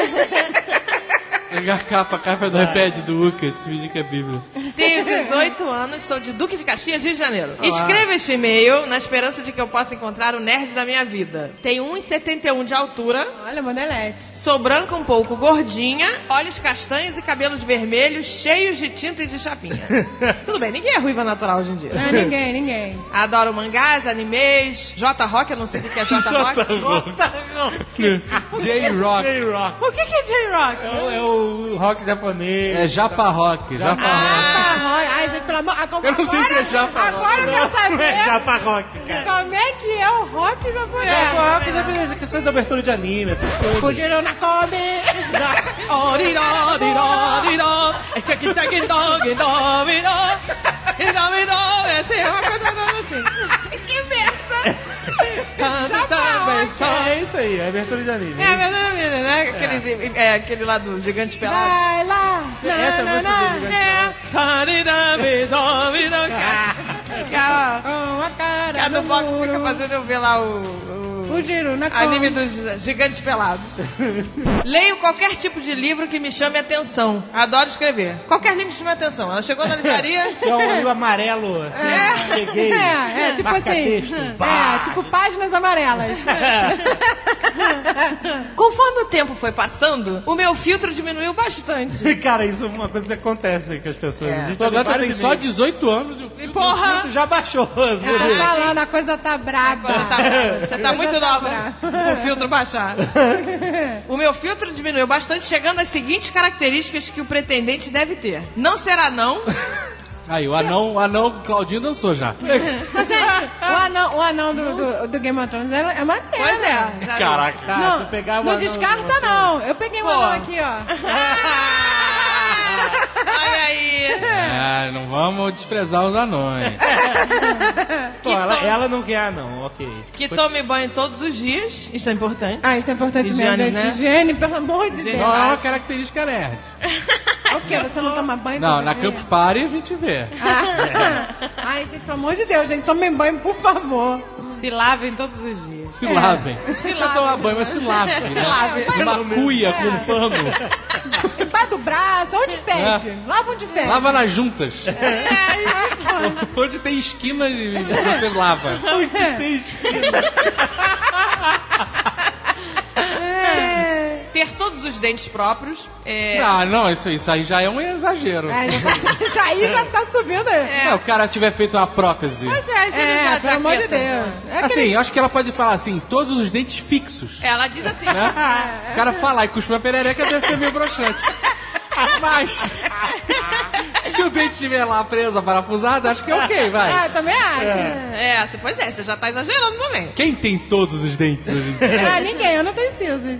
[SPEAKER 6] Pegar a capa, a capa
[SPEAKER 3] É.
[SPEAKER 6] do iPad do Ucat, vídeo que é bíblia.
[SPEAKER 4] Tenho 18 anos, sou de Duque de Caxias, Rio de Janeiro. Escreva este e-mail na um esperança de que eu possa encontrar o nerd da minha vida. Tenho 1,71 de altura,
[SPEAKER 5] Olha, modelete.
[SPEAKER 4] Sou branca um pouco gordinha, olhos castanhos e cabelos vermelhos, cheios de tinta e de chapinha. Tudo bem, ninguém é ruiva natural hoje em dia.
[SPEAKER 5] Ah, ninguém, ninguém.
[SPEAKER 4] Adoro mangás, animes, J-Rock, eu não sei o que que é J-Rock.
[SPEAKER 6] J-Rock.
[SPEAKER 3] J-Rock.
[SPEAKER 4] o que, que é J-Rock?
[SPEAKER 3] É o rock japonês.
[SPEAKER 6] É Japa Rock. Japa
[SPEAKER 3] Ah.
[SPEAKER 6] Rock.
[SPEAKER 5] Parói. Ai, gente, pelo amor... Agora,
[SPEAKER 6] Eu não sei se é tá japa, não.
[SPEAKER 5] Agora eu quero
[SPEAKER 3] Não é
[SPEAKER 5] saber
[SPEAKER 3] japa rock, cara.
[SPEAKER 5] como é que é o rock
[SPEAKER 3] Japa
[SPEAKER 5] japonês.
[SPEAKER 3] rock japonês, é questão de abertura de anime, essas coisas.
[SPEAKER 5] Fugiram na Kombi.
[SPEAKER 4] Essa é uma coisa assim.
[SPEAKER 5] Que merda.
[SPEAKER 3] É isso aí, é abertura de anime.
[SPEAKER 4] É a verdadeira vida, né? Aquele, é, aquele lá do gigante pelado.
[SPEAKER 5] Vai lá.
[SPEAKER 3] Essa é a
[SPEAKER 5] Na, na,
[SPEAKER 3] música do
[SPEAKER 5] na.
[SPEAKER 3] Gigante
[SPEAKER 4] Aquela-
[SPEAKER 5] Com a
[SPEAKER 4] Que a
[SPEAKER 5] cara
[SPEAKER 4] do
[SPEAKER 5] no
[SPEAKER 4] box
[SPEAKER 5] muro.
[SPEAKER 4] fica fazendo eu ver lá o. o
[SPEAKER 5] Fugiram na Kombi.
[SPEAKER 4] Anime dos gigantes pelados. Leio qualquer tipo de livro que me chame a atenção. Adoro escrever. Qualquer livro que chame a atenção. Ela chegou na livraria.
[SPEAKER 3] É um rio amarelo, assim,
[SPEAKER 4] É.
[SPEAKER 3] peguei.
[SPEAKER 5] É, é, tipo
[SPEAKER 3] Marca
[SPEAKER 5] assim.
[SPEAKER 3] texto,
[SPEAKER 5] É,
[SPEAKER 3] pá.
[SPEAKER 5] tipo páginas amarelas.
[SPEAKER 4] Conforme o tempo foi passando, o meu filtro diminuiu bastante.
[SPEAKER 3] Cara, isso é uma coisa que acontece com as pessoas. A gente
[SPEAKER 6] Tua
[SPEAKER 3] tem
[SPEAKER 6] gata
[SPEAKER 3] vários
[SPEAKER 6] tem só
[SPEAKER 3] e-mails.
[SPEAKER 6] 18 anos e o
[SPEAKER 4] E
[SPEAKER 6] filho
[SPEAKER 4] porra!
[SPEAKER 3] Tu já baixou.
[SPEAKER 5] Tô
[SPEAKER 3] viu?
[SPEAKER 5] falando, a coisa tá braba.
[SPEAKER 4] Você tá, você tá muito nova com o filtro baixado. O meu filtro diminuiu bastante, chegando às seguintes características que o pretendente deve ter: não será não,
[SPEAKER 6] Aí, o anão, o anão Claudinho dançou já.
[SPEAKER 5] Mas, gente, o anão, o anão do, do, do Game of Thrones é uma merda.
[SPEAKER 4] pois é. sabe?
[SPEAKER 3] Caraca. Tá,
[SPEAKER 5] Não,
[SPEAKER 3] tu pegava
[SPEAKER 5] não
[SPEAKER 3] uma-
[SPEAKER 5] descarta, não. Eu peguei um
[SPEAKER 4] Pô.
[SPEAKER 5] anão aqui, ó.
[SPEAKER 4] Ah, Olha
[SPEAKER 3] É.
[SPEAKER 4] aí.
[SPEAKER 6] Ah, não vamos desprezar os anões.
[SPEAKER 3] Pô, ela, ela não quer, não, ok.
[SPEAKER 4] Que tome banho todos os dias, isso é importante.
[SPEAKER 5] Ah, isso é importante
[SPEAKER 4] Higiene,
[SPEAKER 5] mesmo.
[SPEAKER 4] né?
[SPEAKER 5] gente. Higiene, pelo amor de
[SPEAKER 4] Higiene.
[SPEAKER 5] Deus.
[SPEAKER 6] Não é uma característica nerd.
[SPEAKER 5] O quê? Você não toma banho?
[SPEAKER 6] Não,
[SPEAKER 5] todo
[SPEAKER 6] na
[SPEAKER 4] É.
[SPEAKER 5] dia?
[SPEAKER 6] Campus Party a gente vê.
[SPEAKER 5] Ai, gente, pelo amor de Deus, gente. Tomem banho, por favor. É.
[SPEAKER 4] Se lavem todos os dias.
[SPEAKER 6] Se lavem. Não precisa tomar banho, mas se lavem.
[SPEAKER 4] Se
[SPEAKER 6] né?
[SPEAKER 4] lavem.
[SPEAKER 6] Numa cuia com um pano. É.
[SPEAKER 5] Embaixo É. do braço, onde fede? Lava onde fede.
[SPEAKER 6] Lava nas juntas.
[SPEAKER 4] É,
[SPEAKER 6] Onde tem esquinas, você lava.
[SPEAKER 5] É.
[SPEAKER 4] ter todos os dentes próprios. É,
[SPEAKER 6] Ah, não, isso, isso aí já é um exagero.
[SPEAKER 5] Ai, gente, já aí já tá subindo. É,
[SPEAKER 6] É, o cara tiver feito uma prótese.
[SPEAKER 4] Pois é, isso é uma
[SPEAKER 5] pelo amor de
[SPEAKER 4] jaqueta,
[SPEAKER 5] Deus.
[SPEAKER 4] né?
[SPEAKER 5] É aquele-
[SPEAKER 6] Assim, eu acho que ela pode falar assim, todos os dentes fixos.
[SPEAKER 4] Ela diz assim:
[SPEAKER 6] né? O cara falar e cuspir a perereca deve ser meio broxante. Mas, se o dente estiver lá presa, parafusada, acho que é ok, vai.
[SPEAKER 5] Ah, eu também acho.
[SPEAKER 4] É, você- pois é, você já tá exagerando também.
[SPEAKER 6] Quem tem todos os dentes hoje em dia?
[SPEAKER 5] Ah, ninguém, eu não tenho sisos.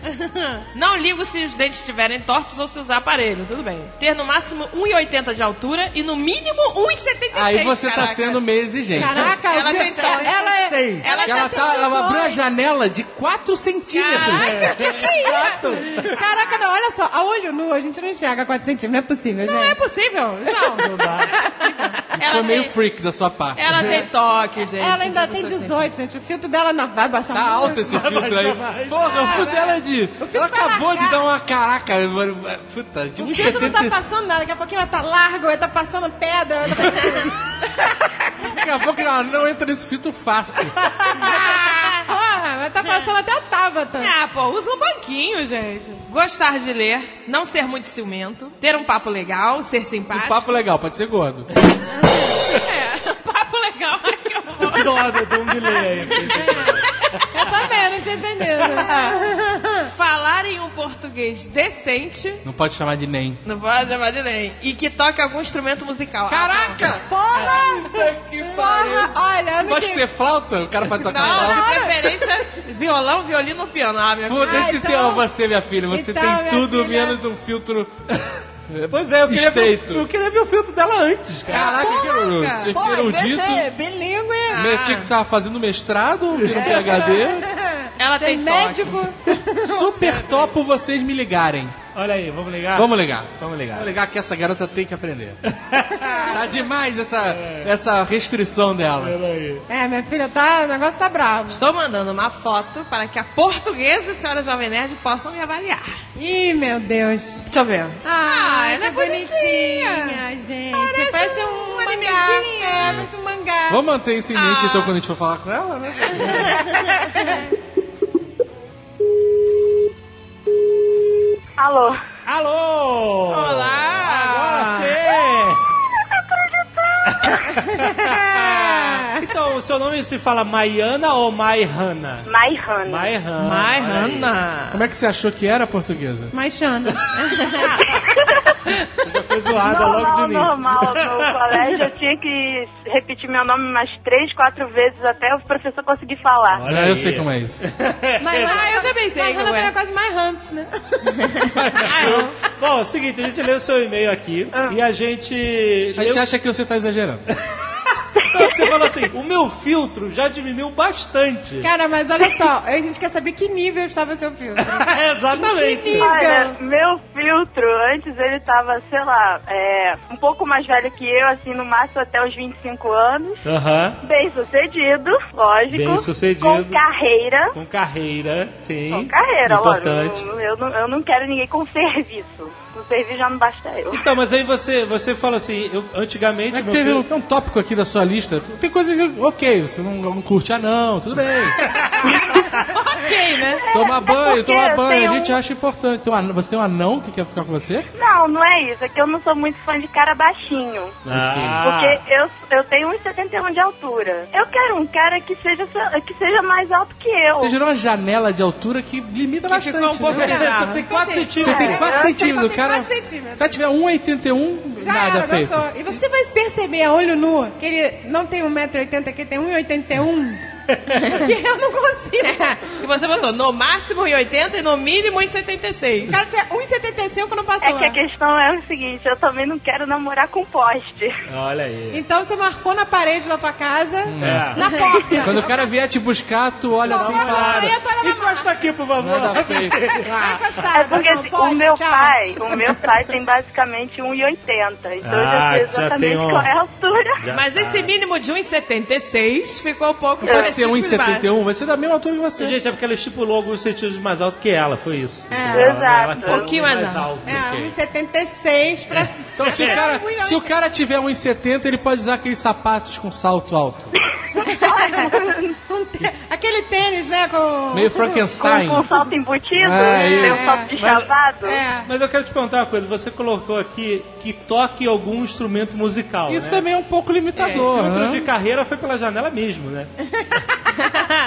[SPEAKER 4] Não ligo se os dentes estiverem tortos ou se usar aparelho, tudo bem. Ter no máximo 1,80 de altura e no mínimo 1,76.
[SPEAKER 6] Aí você tá
[SPEAKER 4] caraca.
[SPEAKER 6] sendo meio exigente.
[SPEAKER 5] Caraca,
[SPEAKER 4] Ela
[SPEAKER 5] viu?
[SPEAKER 4] tem só-
[SPEAKER 5] ela é.
[SPEAKER 3] Sei.
[SPEAKER 4] Ela,
[SPEAKER 6] Porque ela,
[SPEAKER 4] tá...
[SPEAKER 6] tá, ela abriu a janela de 4
[SPEAKER 4] Caraca,
[SPEAKER 6] centímetros.
[SPEAKER 4] que que é isso?
[SPEAKER 5] Caraca, não, olha só, a olho nu a gente não enxerga 4 centímetros, não é possível,
[SPEAKER 4] Não
[SPEAKER 5] gente.
[SPEAKER 4] é possível, não.
[SPEAKER 3] Não dá.
[SPEAKER 4] Ela
[SPEAKER 6] Foi meio
[SPEAKER 4] tem-
[SPEAKER 6] freak da sua parte. Tá
[SPEAKER 4] Ela tem toque, gente.
[SPEAKER 5] Ela ainda tem 18, gente. O filtro dela não vai baixar
[SPEAKER 6] Tá
[SPEAKER 5] muito.
[SPEAKER 6] alto esse filtro aí. Porra, o filtro dela é de.
[SPEAKER 5] filtro
[SPEAKER 6] Ela
[SPEAKER 5] vai
[SPEAKER 6] acabou de
[SPEAKER 5] largar.
[SPEAKER 6] dar uma caraca. Puta, de
[SPEAKER 5] O filtro não tá
[SPEAKER 6] 1,70.
[SPEAKER 5] passando nada, daqui a pouquinho ela tá larga, ela tá passando pedra. ela tá-
[SPEAKER 6] Daqui a pouco ela não entra nesse filtro fácil. É um
[SPEAKER 5] Porra, ela tá passando até a Tabata.
[SPEAKER 4] Ah, É. pô, usa um banquinho, gente. Gostar de ler, não ser muito ciumento, ter um papo legal, ser
[SPEAKER 6] Um
[SPEAKER 4] simpático.
[SPEAKER 6] papo legal, pode ser gordo.
[SPEAKER 5] É, um
[SPEAKER 4] Papo legal. que horror.
[SPEAKER 3] Dó, deu um delay aí.
[SPEAKER 5] Eu também, eu não tinha entendido.
[SPEAKER 4] Falar em um português decente
[SPEAKER 6] Não pode chamar de nem.
[SPEAKER 4] Não pode chamar de nem. E que toque algum instrumento musical. Ah,
[SPEAKER 6] Caraca!
[SPEAKER 5] Porra!
[SPEAKER 6] Que
[SPEAKER 5] Porra! Olha, eu não
[SPEAKER 6] Pode
[SPEAKER 5] tinha-
[SPEAKER 6] ser flauta? O cara vai tocar
[SPEAKER 4] Não,
[SPEAKER 6] flauta?
[SPEAKER 4] de preferência, violão, violino ou piano. Ah, minha
[SPEAKER 6] Puta,
[SPEAKER 5] Ah,
[SPEAKER 6] esse
[SPEAKER 5] então-
[SPEAKER 6] teu é você, minha filha. Você
[SPEAKER 5] então,
[SPEAKER 6] tem
[SPEAKER 5] minha
[SPEAKER 6] tudo
[SPEAKER 5] filha-
[SPEAKER 6] menos um filtro.
[SPEAKER 3] Pois é, eu queria, ver,
[SPEAKER 6] Estreito.
[SPEAKER 3] eu queria ver o filtro dela antes, cara.
[SPEAKER 6] Caraca, que um
[SPEAKER 4] cara.
[SPEAKER 6] erudito.
[SPEAKER 5] Porra, devia ser
[SPEAKER 6] erudito.
[SPEAKER 5] é bilíngue. É.
[SPEAKER 6] Meu tio que tava fazendo mestrado, vira um PHD.
[SPEAKER 4] Ela
[SPEAKER 5] Tem
[SPEAKER 4] tem, toque.
[SPEAKER 5] médico.
[SPEAKER 6] Super topo vocês me ligarem.
[SPEAKER 3] Olha aí, vamos ligar?
[SPEAKER 6] Vamos ligar.
[SPEAKER 3] Vamos ligar.
[SPEAKER 6] Vamos ligar que essa garota tem que aprender. tá demais essa, essa restrição dela.
[SPEAKER 3] Olha aí.
[SPEAKER 5] É, minha filha, tá, o negócio tá bravo.
[SPEAKER 4] Estou mandando uma foto para que a portuguesa e a senhora Jovem Nerd possam me avaliar.
[SPEAKER 5] Ih, meu Deus.
[SPEAKER 4] Deixa eu ver.
[SPEAKER 5] Ah,
[SPEAKER 4] ela
[SPEAKER 5] ela
[SPEAKER 4] é
[SPEAKER 5] é bonitinha, gente. Parece, um, mangá. É, parece um mangá.
[SPEAKER 6] Vamos manter isso em mente
[SPEAKER 4] Ah.
[SPEAKER 6] então quando a gente for falar com ela, né?
[SPEAKER 9] Alô?
[SPEAKER 3] Alô!
[SPEAKER 4] Olá!
[SPEAKER 3] Agora sim! Então, o seu nome se fala Maiana ou Maihana?
[SPEAKER 9] Maihana.
[SPEAKER 3] Maihana.
[SPEAKER 4] Ai,
[SPEAKER 3] olha aí.
[SPEAKER 4] Hanna.
[SPEAKER 6] Como é que você achou que era portuguesa?
[SPEAKER 5] Mas, Xana,
[SPEAKER 3] Já foi zoada logo de
[SPEAKER 9] Normal,
[SPEAKER 3] início.
[SPEAKER 9] normal. No colégio eu tinha que repetir meu nome umas três, quatro vezes até o professor conseguir falar.
[SPEAKER 3] Olha
[SPEAKER 6] Ah, eu
[SPEAKER 3] aí.
[SPEAKER 6] sei como é isso.
[SPEAKER 5] mas
[SPEAKER 4] Ah, eu também sei
[SPEAKER 5] Mas
[SPEAKER 4] como
[SPEAKER 5] Hanna
[SPEAKER 4] é.
[SPEAKER 5] era quase mais Ramps, né?
[SPEAKER 3] Bom, é o seguinte, a gente lê o seu e-mail aqui e a gente.
[SPEAKER 6] A gente
[SPEAKER 3] eu-
[SPEAKER 6] acha que você tá exagerando.
[SPEAKER 3] Não, você fala assim, o meu filtro já diminuiu bastante.
[SPEAKER 5] Cara, mas olha só, a gente quer saber que nível estava seu filtro.
[SPEAKER 3] Exatamente.
[SPEAKER 5] Que
[SPEAKER 9] Olha, meu filtro, antes ele tava, sei lá, é, um pouco mais velho que eu, assim, no máximo até os 25 anos.
[SPEAKER 3] Aham.
[SPEAKER 9] Bem sucedido, lógico.
[SPEAKER 3] Bem-sucedido.
[SPEAKER 9] Com carreira.
[SPEAKER 3] Com carreira, sim.
[SPEAKER 9] Com carreira,
[SPEAKER 3] Importante.
[SPEAKER 9] lógico. Eu não, eu não quero ninguém com serviço. Com serviço já não basta eu.
[SPEAKER 3] Então, mas aí você, você fala assim, eu, antigamente...
[SPEAKER 6] É
[SPEAKER 3] meu
[SPEAKER 6] que teve
[SPEAKER 3] filho-
[SPEAKER 6] um, tem um tópico aqui da sua lista. Tem coisa que, ok, você não, não curte anão, tudo bem.
[SPEAKER 4] Ok, né?
[SPEAKER 6] Tomar banho,
[SPEAKER 9] porque
[SPEAKER 6] tomar
[SPEAKER 9] eu
[SPEAKER 6] banho,
[SPEAKER 9] tenho
[SPEAKER 6] a gente acha importante. Tem um anão- você tem um anão que quer ficar com você?
[SPEAKER 9] Não, não é isso. É que eu não sou muito fã de cara baixinho.
[SPEAKER 3] Ah,
[SPEAKER 9] Porque eu, eu tenho 1,71 de altura. Eu quero um cara que seja, que seja mais alto que eu.
[SPEAKER 6] Você gerou uma janela de altura que limita bastante.
[SPEAKER 4] ficou um pouco
[SPEAKER 6] né?
[SPEAKER 4] bizarro.
[SPEAKER 3] Você tem 4 centímetros.
[SPEAKER 6] Você tem 4
[SPEAKER 9] É,
[SPEAKER 6] centímetros, o
[SPEAKER 5] tem
[SPEAKER 6] cara.
[SPEAKER 5] quatro
[SPEAKER 6] Se
[SPEAKER 5] centímetros.
[SPEAKER 6] o cara tiver 1,81,
[SPEAKER 5] Já
[SPEAKER 6] nada
[SPEAKER 5] era,
[SPEAKER 6] feito.
[SPEAKER 5] dançou. E você vai perceber a olho nu que ele não tem 1,80m, que ele tem 1,81m. que eu não consigo.
[SPEAKER 4] E você botou no máximo em 80 e no mínimo em 76.
[SPEAKER 5] O cara é tiver 1,75 eu não passo
[SPEAKER 9] É que
[SPEAKER 5] lá.
[SPEAKER 3] né?
[SPEAKER 9] a questão é o seguinte, eu também não quero namorar com poste.
[SPEAKER 3] Olha aí.
[SPEAKER 5] Então você marcou na parede da tua casa,
[SPEAKER 3] É.
[SPEAKER 5] na porta.
[SPEAKER 6] Quando o cara vier te buscar, tu olha assim e fala.
[SPEAKER 5] Aí a toalha na mão.
[SPEAKER 3] Encosta aqui, por favor.
[SPEAKER 6] Nada feito.
[SPEAKER 5] Vai encostar.
[SPEAKER 9] É porque
[SPEAKER 5] Não,
[SPEAKER 9] assim, o
[SPEAKER 5] pode,
[SPEAKER 9] meu
[SPEAKER 5] tchau.
[SPEAKER 9] pai, o meu pai tem basicamente 1,80. Então
[SPEAKER 3] Ah,
[SPEAKER 9] eu já
[SPEAKER 3] já
[SPEAKER 9] sei exatamente
[SPEAKER 3] tem um-
[SPEAKER 9] qual é a altura.
[SPEAKER 4] Mas esse mínimo de 1,76 ficou um pouco...
[SPEAKER 6] Pode ser 1,71, vai ser da mesma altura que você.
[SPEAKER 3] Gente, é porque ela estipulou alguns centímetros mais alto que ela, foi isso. Ela-
[SPEAKER 9] exato.
[SPEAKER 3] ela quer
[SPEAKER 4] Um pouquinho mais alto.
[SPEAKER 5] É, 1,76 pra... É um
[SPEAKER 6] Então, se o cara, se o cara tiver 1,70, ele pode usar aqueles sapatos com salto alto.
[SPEAKER 5] um tê- Aquele tênis, né, com...
[SPEAKER 6] Meio
[SPEAKER 9] Com,
[SPEAKER 6] Frankenstein.
[SPEAKER 9] com salto
[SPEAKER 3] É,
[SPEAKER 9] embutido,
[SPEAKER 6] Ah,
[SPEAKER 9] tem um
[SPEAKER 6] isso.
[SPEAKER 9] salto deschavado.
[SPEAKER 5] É.
[SPEAKER 3] Mas eu quero te perguntar uma coisa. Você colocou aqui que toque algum instrumento musical,
[SPEAKER 6] Isso
[SPEAKER 3] né?
[SPEAKER 6] também é um pouco limitador.
[SPEAKER 3] O filtro
[SPEAKER 6] né?
[SPEAKER 3] de carreira foi pela janela mesmo, né?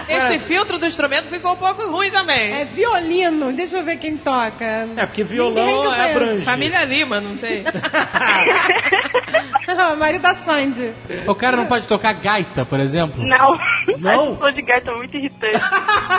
[SPEAKER 4] Este filtro do instrumento ficou um pouco ruim também.
[SPEAKER 5] É violino, deixa eu ver quem toca.
[SPEAKER 3] É, porque
[SPEAKER 5] Ninguém que eu
[SPEAKER 3] violão é
[SPEAKER 5] conheço.
[SPEAKER 3] abrange.
[SPEAKER 4] Família Lima, não sei.
[SPEAKER 5] Marido da Sandy.
[SPEAKER 6] O cara não pode tocar gaita, por exemplo?
[SPEAKER 9] Não.
[SPEAKER 3] Não?
[SPEAKER 9] As pessoas de gaita são muito irritantes.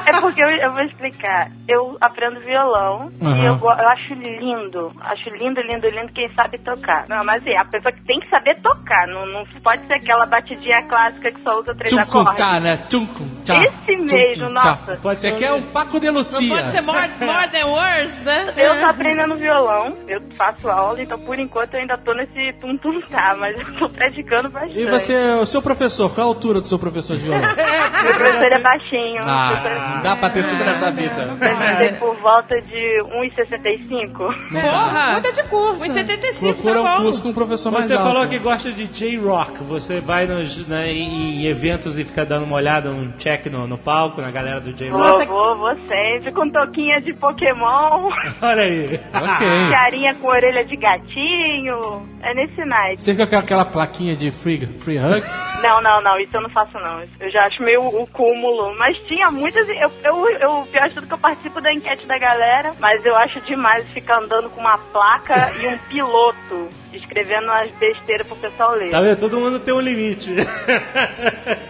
[SPEAKER 9] é porque eu, eu vou explicar. Eu aprendo violão
[SPEAKER 6] Aham.
[SPEAKER 9] e eu, go- eu acho lindo. Acho lindo, lindo, lindo quem sabe tocar. Não, mas é a pessoa que tem que saber tocar. Não, não pode ser aquela batidinha clássica que só usa três acordes.
[SPEAKER 6] Tchum-cum-tá, né? Tchum-cum-tá.
[SPEAKER 9] Esse mesmo, nossa.
[SPEAKER 6] Pode ser que é um Paco de
[SPEAKER 4] Não pode ser
[SPEAKER 6] Lucia.
[SPEAKER 4] more, more than words, né?
[SPEAKER 9] Eu tô aprendendo violão, eu faço aula, então por enquanto eu ainda tô nesse tum-tum-tá, mas eu tô praticando bastante.
[SPEAKER 6] E você, o seu professor, qual é a altura do seu professor de violão?
[SPEAKER 9] Meu professor é assim. baixinho, é
[SPEAKER 6] Ah, não dá pra ter tudo nessa vida.
[SPEAKER 9] deve ser por volta de 1,65.
[SPEAKER 4] É. Porra!
[SPEAKER 5] Muda de curso.
[SPEAKER 4] 1,75 tá
[SPEAKER 6] Procura um curso
[SPEAKER 4] bom.
[SPEAKER 6] com um professor mais
[SPEAKER 3] Você
[SPEAKER 6] alto.
[SPEAKER 3] falou que gosta de J-Rock. Você vai nos, né, em, em eventos e fica dando uma olhada, um check no, no palco, na galera do J-Rock.
[SPEAKER 5] Nossa,
[SPEAKER 9] Vou, vou, vou sempre, com touquinha de Pokémon,
[SPEAKER 3] Olha aí.
[SPEAKER 6] Ok.
[SPEAKER 9] carinha com orelha de gatinho, é nesse night.
[SPEAKER 6] Você fica com aquela plaquinha de free, free hugs?
[SPEAKER 9] Não, não, não, isso eu não faço não, Isso eu já acho meio o cúmulo, mas tinha muitas, eu, eu, eu pior de tudo que eu participo da enquete da galera, mas eu acho demais ficar andando com uma placa e um piloto, escrevendo as besteiras pro pessoal ler.
[SPEAKER 3] Tá vendo? Todo mundo tem um limite.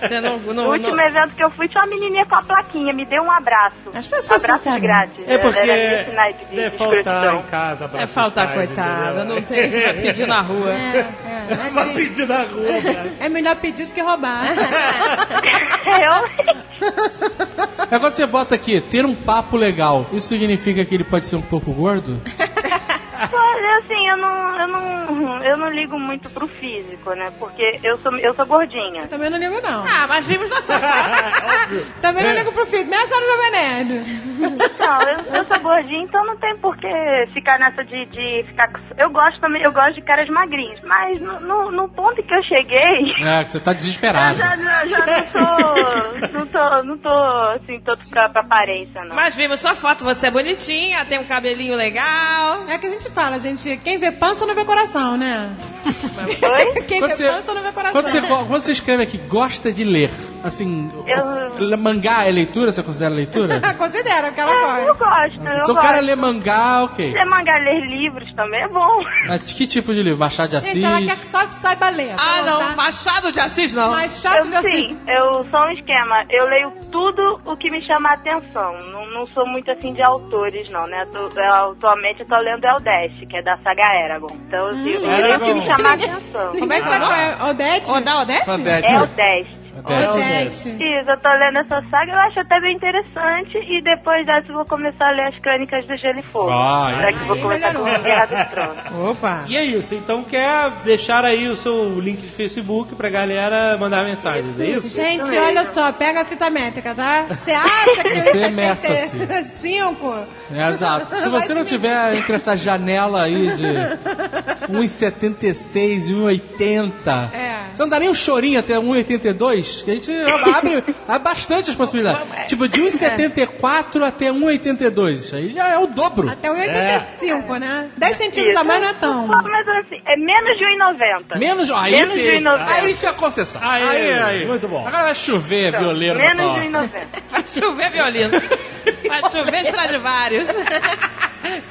[SPEAKER 4] Você não,
[SPEAKER 9] No
[SPEAKER 4] não,
[SPEAKER 9] último
[SPEAKER 4] não...
[SPEAKER 9] evento que eu fui, tinha uma menininha com a plaquinha, me deu um abraço.
[SPEAKER 4] As pessoas
[SPEAKER 9] abraço
[SPEAKER 4] são
[SPEAKER 9] de grátis.
[SPEAKER 3] É porque
[SPEAKER 9] Era nesse night de
[SPEAKER 3] é faltar
[SPEAKER 9] escrotidão.
[SPEAKER 3] em casa, abraçar
[SPEAKER 4] É
[SPEAKER 3] os
[SPEAKER 4] faltar,
[SPEAKER 3] pais,
[SPEAKER 4] coitada.
[SPEAKER 3] entendeu?
[SPEAKER 4] Não tem pra pedir na rua.
[SPEAKER 5] É, é,
[SPEAKER 3] Vai
[SPEAKER 5] mas ele-
[SPEAKER 3] pedir na rua, abraço.
[SPEAKER 5] é melhor pedir do que roubar.
[SPEAKER 9] Eu-
[SPEAKER 6] Agora É, você bota aqui, ter um papo legal. Isso significa que ele pode ser um pouco gordo?
[SPEAKER 9] Mas assim, eu não, eu não, eu não ligo muito pro físico, né? Porque eu sou, eu sou gordinha.
[SPEAKER 5] Também não ligo, não.
[SPEAKER 4] Ah, mas vimos na sua
[SPEAKER 5] Também não ligo pro físico, nem a senhora Jovem Nerd.
[SPEAKER 9] Então, eu, eu sou gordinha, então não tem por que ficar nessa de, de ficar. com- Eu gosto também, eu gosto de caras magrinhos, mas no, no, no ponto que eu cheguei.
[SPEAKER 6] É, que você tá
[SPEAKER 9] Eu
[SPEAKER 6] desesperado.
[SPEAKER 9] já, já, já não tô, não tô, não tô assim, tanto pra, pra aparência, não.
[SPEAKER 4] Mas vimos sua foto, você é bonitinha, tem um cabelinho legal.
[SPEAKER 5] É que a gente fala, gente, quem vê pança não vê coração, né? Quem vê
[SPEAKER 6] Quando
[SPEAKER 4] é
[SPEAKER 6] você,
[SPEAKER 5] pança não vê coração.
[SPEAKER 6] quando, você, go- quando você escreve aqui, gosta de ler, assim,
[SPEAKER 9] Eu-
[SPEAKER 6] o- mangá é leitura? Você considera leitura?
[SPEAKER 5] Ah, considera, porque
[SPEAKER 9] Eu,
[SPEAKER 5] ela
[SPEAKER 9] É, eu
[SPEAKER 5] gosta.
[SPEAKER 9] gosto, né? eu
[SPEAKER 6] Se o
[SPEAKER 9] gosto. É
[SPEAKER 6] cara lê mangá, ok.
[SPEAKER 9] Ser mangá, ler livros também é bom.
[SPEAKER 6] Mas que tipo de livro? Machado de Assis?
[SPEAKER 5] Gente, ela quer que só saiba ler.
[SPEAKER 4] Ah,
[SPEAKER 5] pronto,
[SPEAKER 4] não,
[SPEAKER 5] tá?
[SPEAKER 4] Machado de Assis não.
[SPEAKER 5] Mais
[SPEAKER 9] Eu,
[SPEAKER 5] chato de assim.
[SPEAKER 9] sim, eu sou um esquema. Eu leio tudo o que me chama a atenção. Não, não sou muito assim de autores, não, né? Eu tô- eu- atualmente eu tô lendo Eldest, que é da saga Eragon. Então eu digo isso é o que me chama a atenção.
[SPEAKER 5] Como é que você fala? Odete?
[SPEAKER 4] Ou da Odessa?
[SPEAKER 6] Odete.
[SPEAKER 9] Eldest.
[SPEAKER 5] Odete.
[SPEAKER 9] Isso, eu tô lendo essa saga, eu acho até bem interessante. E depois dessa eu vou começar a ler as Crônicas do Gelo e Fogo.
[SPEAKER 6] Ah,
[SPEAKER 9] Já que eu vou começar com a Guerra dos Tronos.
[SPEAKER 5] Opa.
[SPEAKER 3] E é isso, então quer deixar aí o seu link de Facebook pra galera mandar mensagens, é isso?
[SPEAKER 5] Gente, olha só, pega a fita métrica, tá? Você acha que
[SPEAKER 6] Você
[SPEAKER 5] tem
[SPEAKER 6] meça,
[SPEAKER 5] que ter
[SPEAKER 6] assim.
[SPEAKER 5] Cinco?
[SPEAKER 6] É, exato. Se você não tiver entre essa janela aí de 1,76 e 1,80,
[SPEAKER 5] É.
[SPEAKER 6] você não dá nem um chorinho até 1,82, que a gente abre, abre bastante as possibilidades. Tipo, de 1,74 até 1,82. Aí já é o dobro.
[SPEAKER 9] um
[SPEAKER 5] Até 1,85, né? 10 centímetros a mais não é tão.
[SPEAKER 9] Pô, Mas assim, é menos de 1,90.
[SPEAKER 6] Menos, aí
[SPEAKER 9] Menos
[SPEAKER 6] sim.
[SPEAKER 9] de 1,90.
[SPEAKER 6] Aí isso é concessão.
[SPEAKER 3] Aí,
[SPEAKER 6] aí,
[SPEAKER 3] muito bom.
[SPEAKER 6] Agora vai chover violeiro na
[SPEAKER 9] Menos
[SPEAKER 6] tua
[SPEAKER 9] de
[SPEAKER 6] horta.
[SPEAKER 9] 1,90.
[SPEAKER 4] Vai chover violino. Vai chover Stradivarius.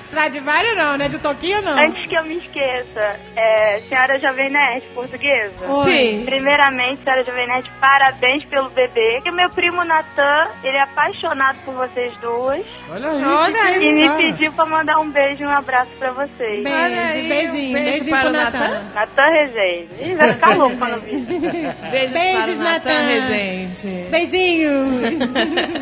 [SPEAKER 5] Stradivário não, né? De toquinho não.
[SPEAKER 9] Antes que eu me esqueça, é, senhora Jovem Nerd portuguesa.
[SPEAKER 5] Oi.
[SPEAKER 4] Sim.
[SPEAKER 9] Primeiramente, senhora Jovem Nerd, parabéns pelo bebê. E meu primo Natan, ele é apaixonado por vocês duas.
[SPEAKER 6] Olha aí. que
[SPEAKER 4] Olha
[SPEAKER 6] que é
[SPEAKER 9] E
[SPEAKER 6] isso,
[SPEAKER 9] me
[SPEAKER 6] cara?
[SPEAKER 9] pediu pra mandar um beijo e um abraço pra vocês.
[SPEAKER 5] Beijo,
[SPEAKER 4] Olha aí, um
[SPEAKER 5] beijinho,
[SPEAKER 4] beijo
[SPEAKER 5] beijinho
[SPEAKER 4] para
[SPEAKER 5] pro
[SPEAKER 4] o
[SPEAKER 5] Natan.
[SPEAKER 4] Natan.
[SPEAKER 9] Natan Rezende. Ih, vai ficar louco quando vir.
[SPEAKER 4] Beijos, para o
[SPEAKER 5] Beijos,
[SPEAKER 4] Natan
[SPEAKER 5] Natan.
[SPEAKER 4] Rezende.
[SPEAKER 5] Beijinho.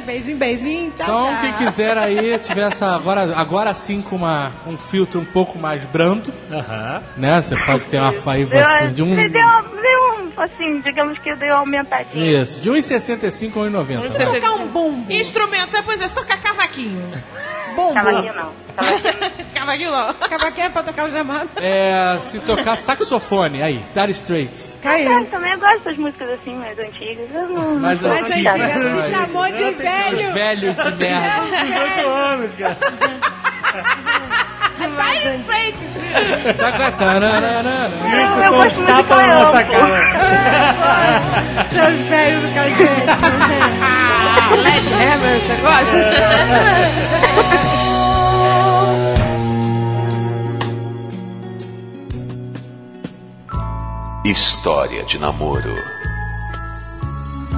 [SPEAKER 5] beijinho, beijinho. Tchau,
[SPEAKER 6] Então,
[SPEAKER 5] tchau.
[SPEAKER 6] quem quiser aí, tiver essa agora, agora sim com uma, um filtro um pouco mais brando,
[SPEAKER 3] Aham.
[SPEAKER 6] né? Você pode ter uma faiva de um.
[SPEAKER 9] Me deu, uma- deu um, assim, digamos que eu dei uma aumentadinha.
[SPEAKER 6] Isso, de 1,65 a 1,90.
[SPEAKER 5] Tocar um bumbo.
[SPEAKER 4] Instrumento, é, pois é, se tocar cavaquinho.
[SPEAKER 9] Cavaquinho não. Cavaquinho
[SPEAKER 4] cavaquinho não.
[SPEAKER 5] Cavaquinho é pra tocar o chamado.
[SPEAKER 6] É, se tocar saxofone, aí, Dire Straits.
[SPEAKER 5] Caiu.
[SPEAKER 9] não. Também eu gosto das músicas assim, mais antigas. Eu não...
[SPEAKER 6] Mas
[SPEAKER 9] não sou
[SPEAKER 5] Mas,
[SPEAKER 6] antigas,
[SPEAKER 5] gente,
[SPEAKER 9] chata.
[SPEAKER 5] ela te
[SPEAKER 6] Ai.
[SPEAKER 5] chamou de velho.
[SPEAKER 6] Velho de merda.
[SPEAKER 3] 18 tá anos, cara.
[SPEAKER 4] É Dire Straits.
[SPEAKER 6] Tá Tacatananana.
[SPEAKER 3] Isso
[SPEAKER 9] eu
[SPEAKER 3] foi
[SPEAKER 9] gosto
[SPEAKER 3] um
[SPEAKER 9] muito de
[SPEAKER 3] tapa na nossa
[SPEAKER 9] baiano, pô.
[SPEAKER 3] cara.
[SPEAKER 5] Seu velho do cacete.
[SPEAKER 4] Ah, Hammer, você gosta?
[SPEAKER 11] História de namoro.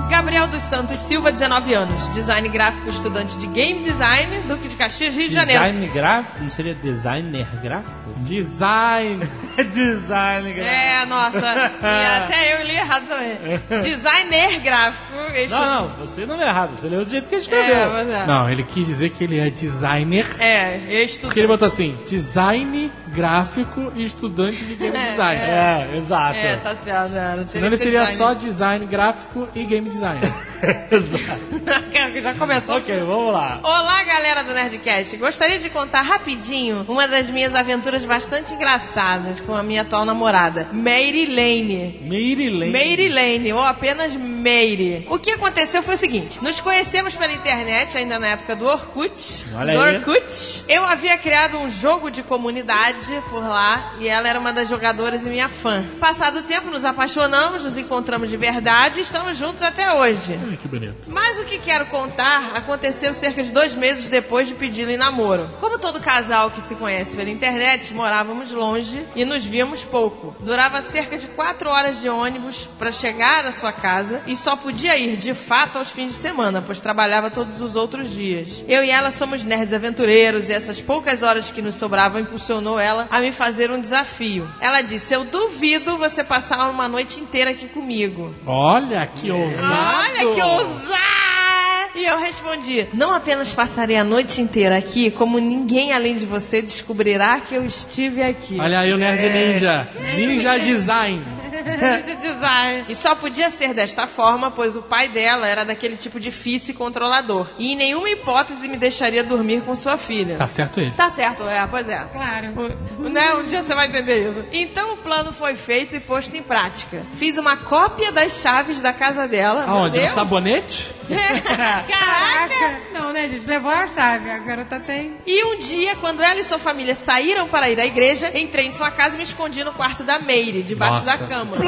[SPEAKER 4] Gabriel dos Santos Silva, 19 anos. Design gráfico, estudante de game design, Duque de Caxias, Rio de Janeiro.
[SPEAKER 3] Design gráfico? Não seria designer gráfico?
[SPEAKER 6] Design.
[SPEAKER 3] Design gráfico.
[SPEAKER 4] É, nossa. E até eu li errado também. Designer gráfico. estu-
[SPEAKER 3] Não, não, você não é errado. Você leu do jeito que ele escreveu.
[SPEAKER 4] É, mas é.
[SPEAKER 6] Não, ele quis dizer que ele é designer.
[SPEAKER 4] É, eu
[SPEAKER 6] Porque
[SPEAKER 4] estudei.
[SPEAKER 6] ele botou assim, design gráfico e estudante de game design.
[SPEAKER 3] É, exato.
[SPEAKER 4] É, tá certo. É,
[SPEAKER 6] Senão
[SPEAKER 4] não teria
[SPEAKER 6] ele
[SPEAKER 4] que
[SPEAKER 6] seria
[SPEAKER 4] design.
[SPEAKER 6] só design gráfico e game design.
[SPEAKER 4] Já começou.
[SPEAKER 3] Ok, vamos lá.
[SPEAKER 4] Olá, galera do Nerdcast. Gostaria de contar rapidinho uma das minhas aventuras bastante engraçadas com a minha atual namorada, Mary Lane.
[SPEAKER 3] Meirelane.
[SPEAKER 4] Meire Lane, ou apenas Meire. O que aconteceu foi o seguinte: nos conhecemos pela internet, ainda na época do Orkut.
[SPEAKER 3] Olha
[SPEAKER 4] do
[SPEAKER 3] aí.
[SPEAKER 4] Orkut. Eu havia criado um jogo de comunidade por lá e ela era uma das jogadoras e minha fã. Passado o tempo, nos apaixonamos, nos encontramos de verdade e estamos juntos até hoje.
[SPEAKER 3] Que bonito.
[SPEAKER 4] Mas o que quero contar aconteceu cerca de dois meses depois de pedi-lo em namoro. Como todo casal que se conhece pela internet, morávamos longe e nos víamos pouco. Durava cerca de quatro horas de ônibus para chegar à sua casa e só podia ir de fato aos fins de semana, pois trabalhava todos os outros dias. Eu e ela somos nerds aventureiros e essas poucas horas que nos sobravam impulsionou ela a me fazer um desafio. Ela disse: Eu duvido você passar uma noite inteira aqui comigo.
[SPEAKER 6] Olha que ousado.
[SPEAKER 4] Olha que ousado! E eu respondi: Não apenas passarei a noite inteira aqui, como ninguém além de você descobrirá que eu estive aqui.
[SPEAKER 6] Olha aí o Nerd
[SPEAKER 4] É.
[SPEAKER 6] Ninja. Ninja Design.
[SPEAKER 4] De design. E só podia ser desta forma, pois o pai dela era daquele tipo difícil e controlador. E em nenhuma hipótese me deixaria dormir com sua filha.
[SPEAKER 6] Tá certo ele.
[SPEAKER 4] Tá certo, é, pois é.
[SPEAKER 5] Claro.
[SPEAKER 4] O- né, um dia você vai entender isso. Então o plano foi feito e posto em prática. Fiz uma cópia das chaves da casa dela. meu
[SPEAKER 6] Aonde? No
[SPEAKER 4] Deus.
[SPEAKER 6] sabonete?
[SPEAKER 4] Caraca!
[SPEAKER 5] Caraca! Não, né, gente? Levou a chave, a garota tem.
[SPEAKER 4] E um dia, quando ela e sua família saíram para ir à igreja, entrei em sua casa e me escondi no quarto da Meire, debaixo
[SPEAKER 6] Nossa.
[SPEAKER 4] da cama.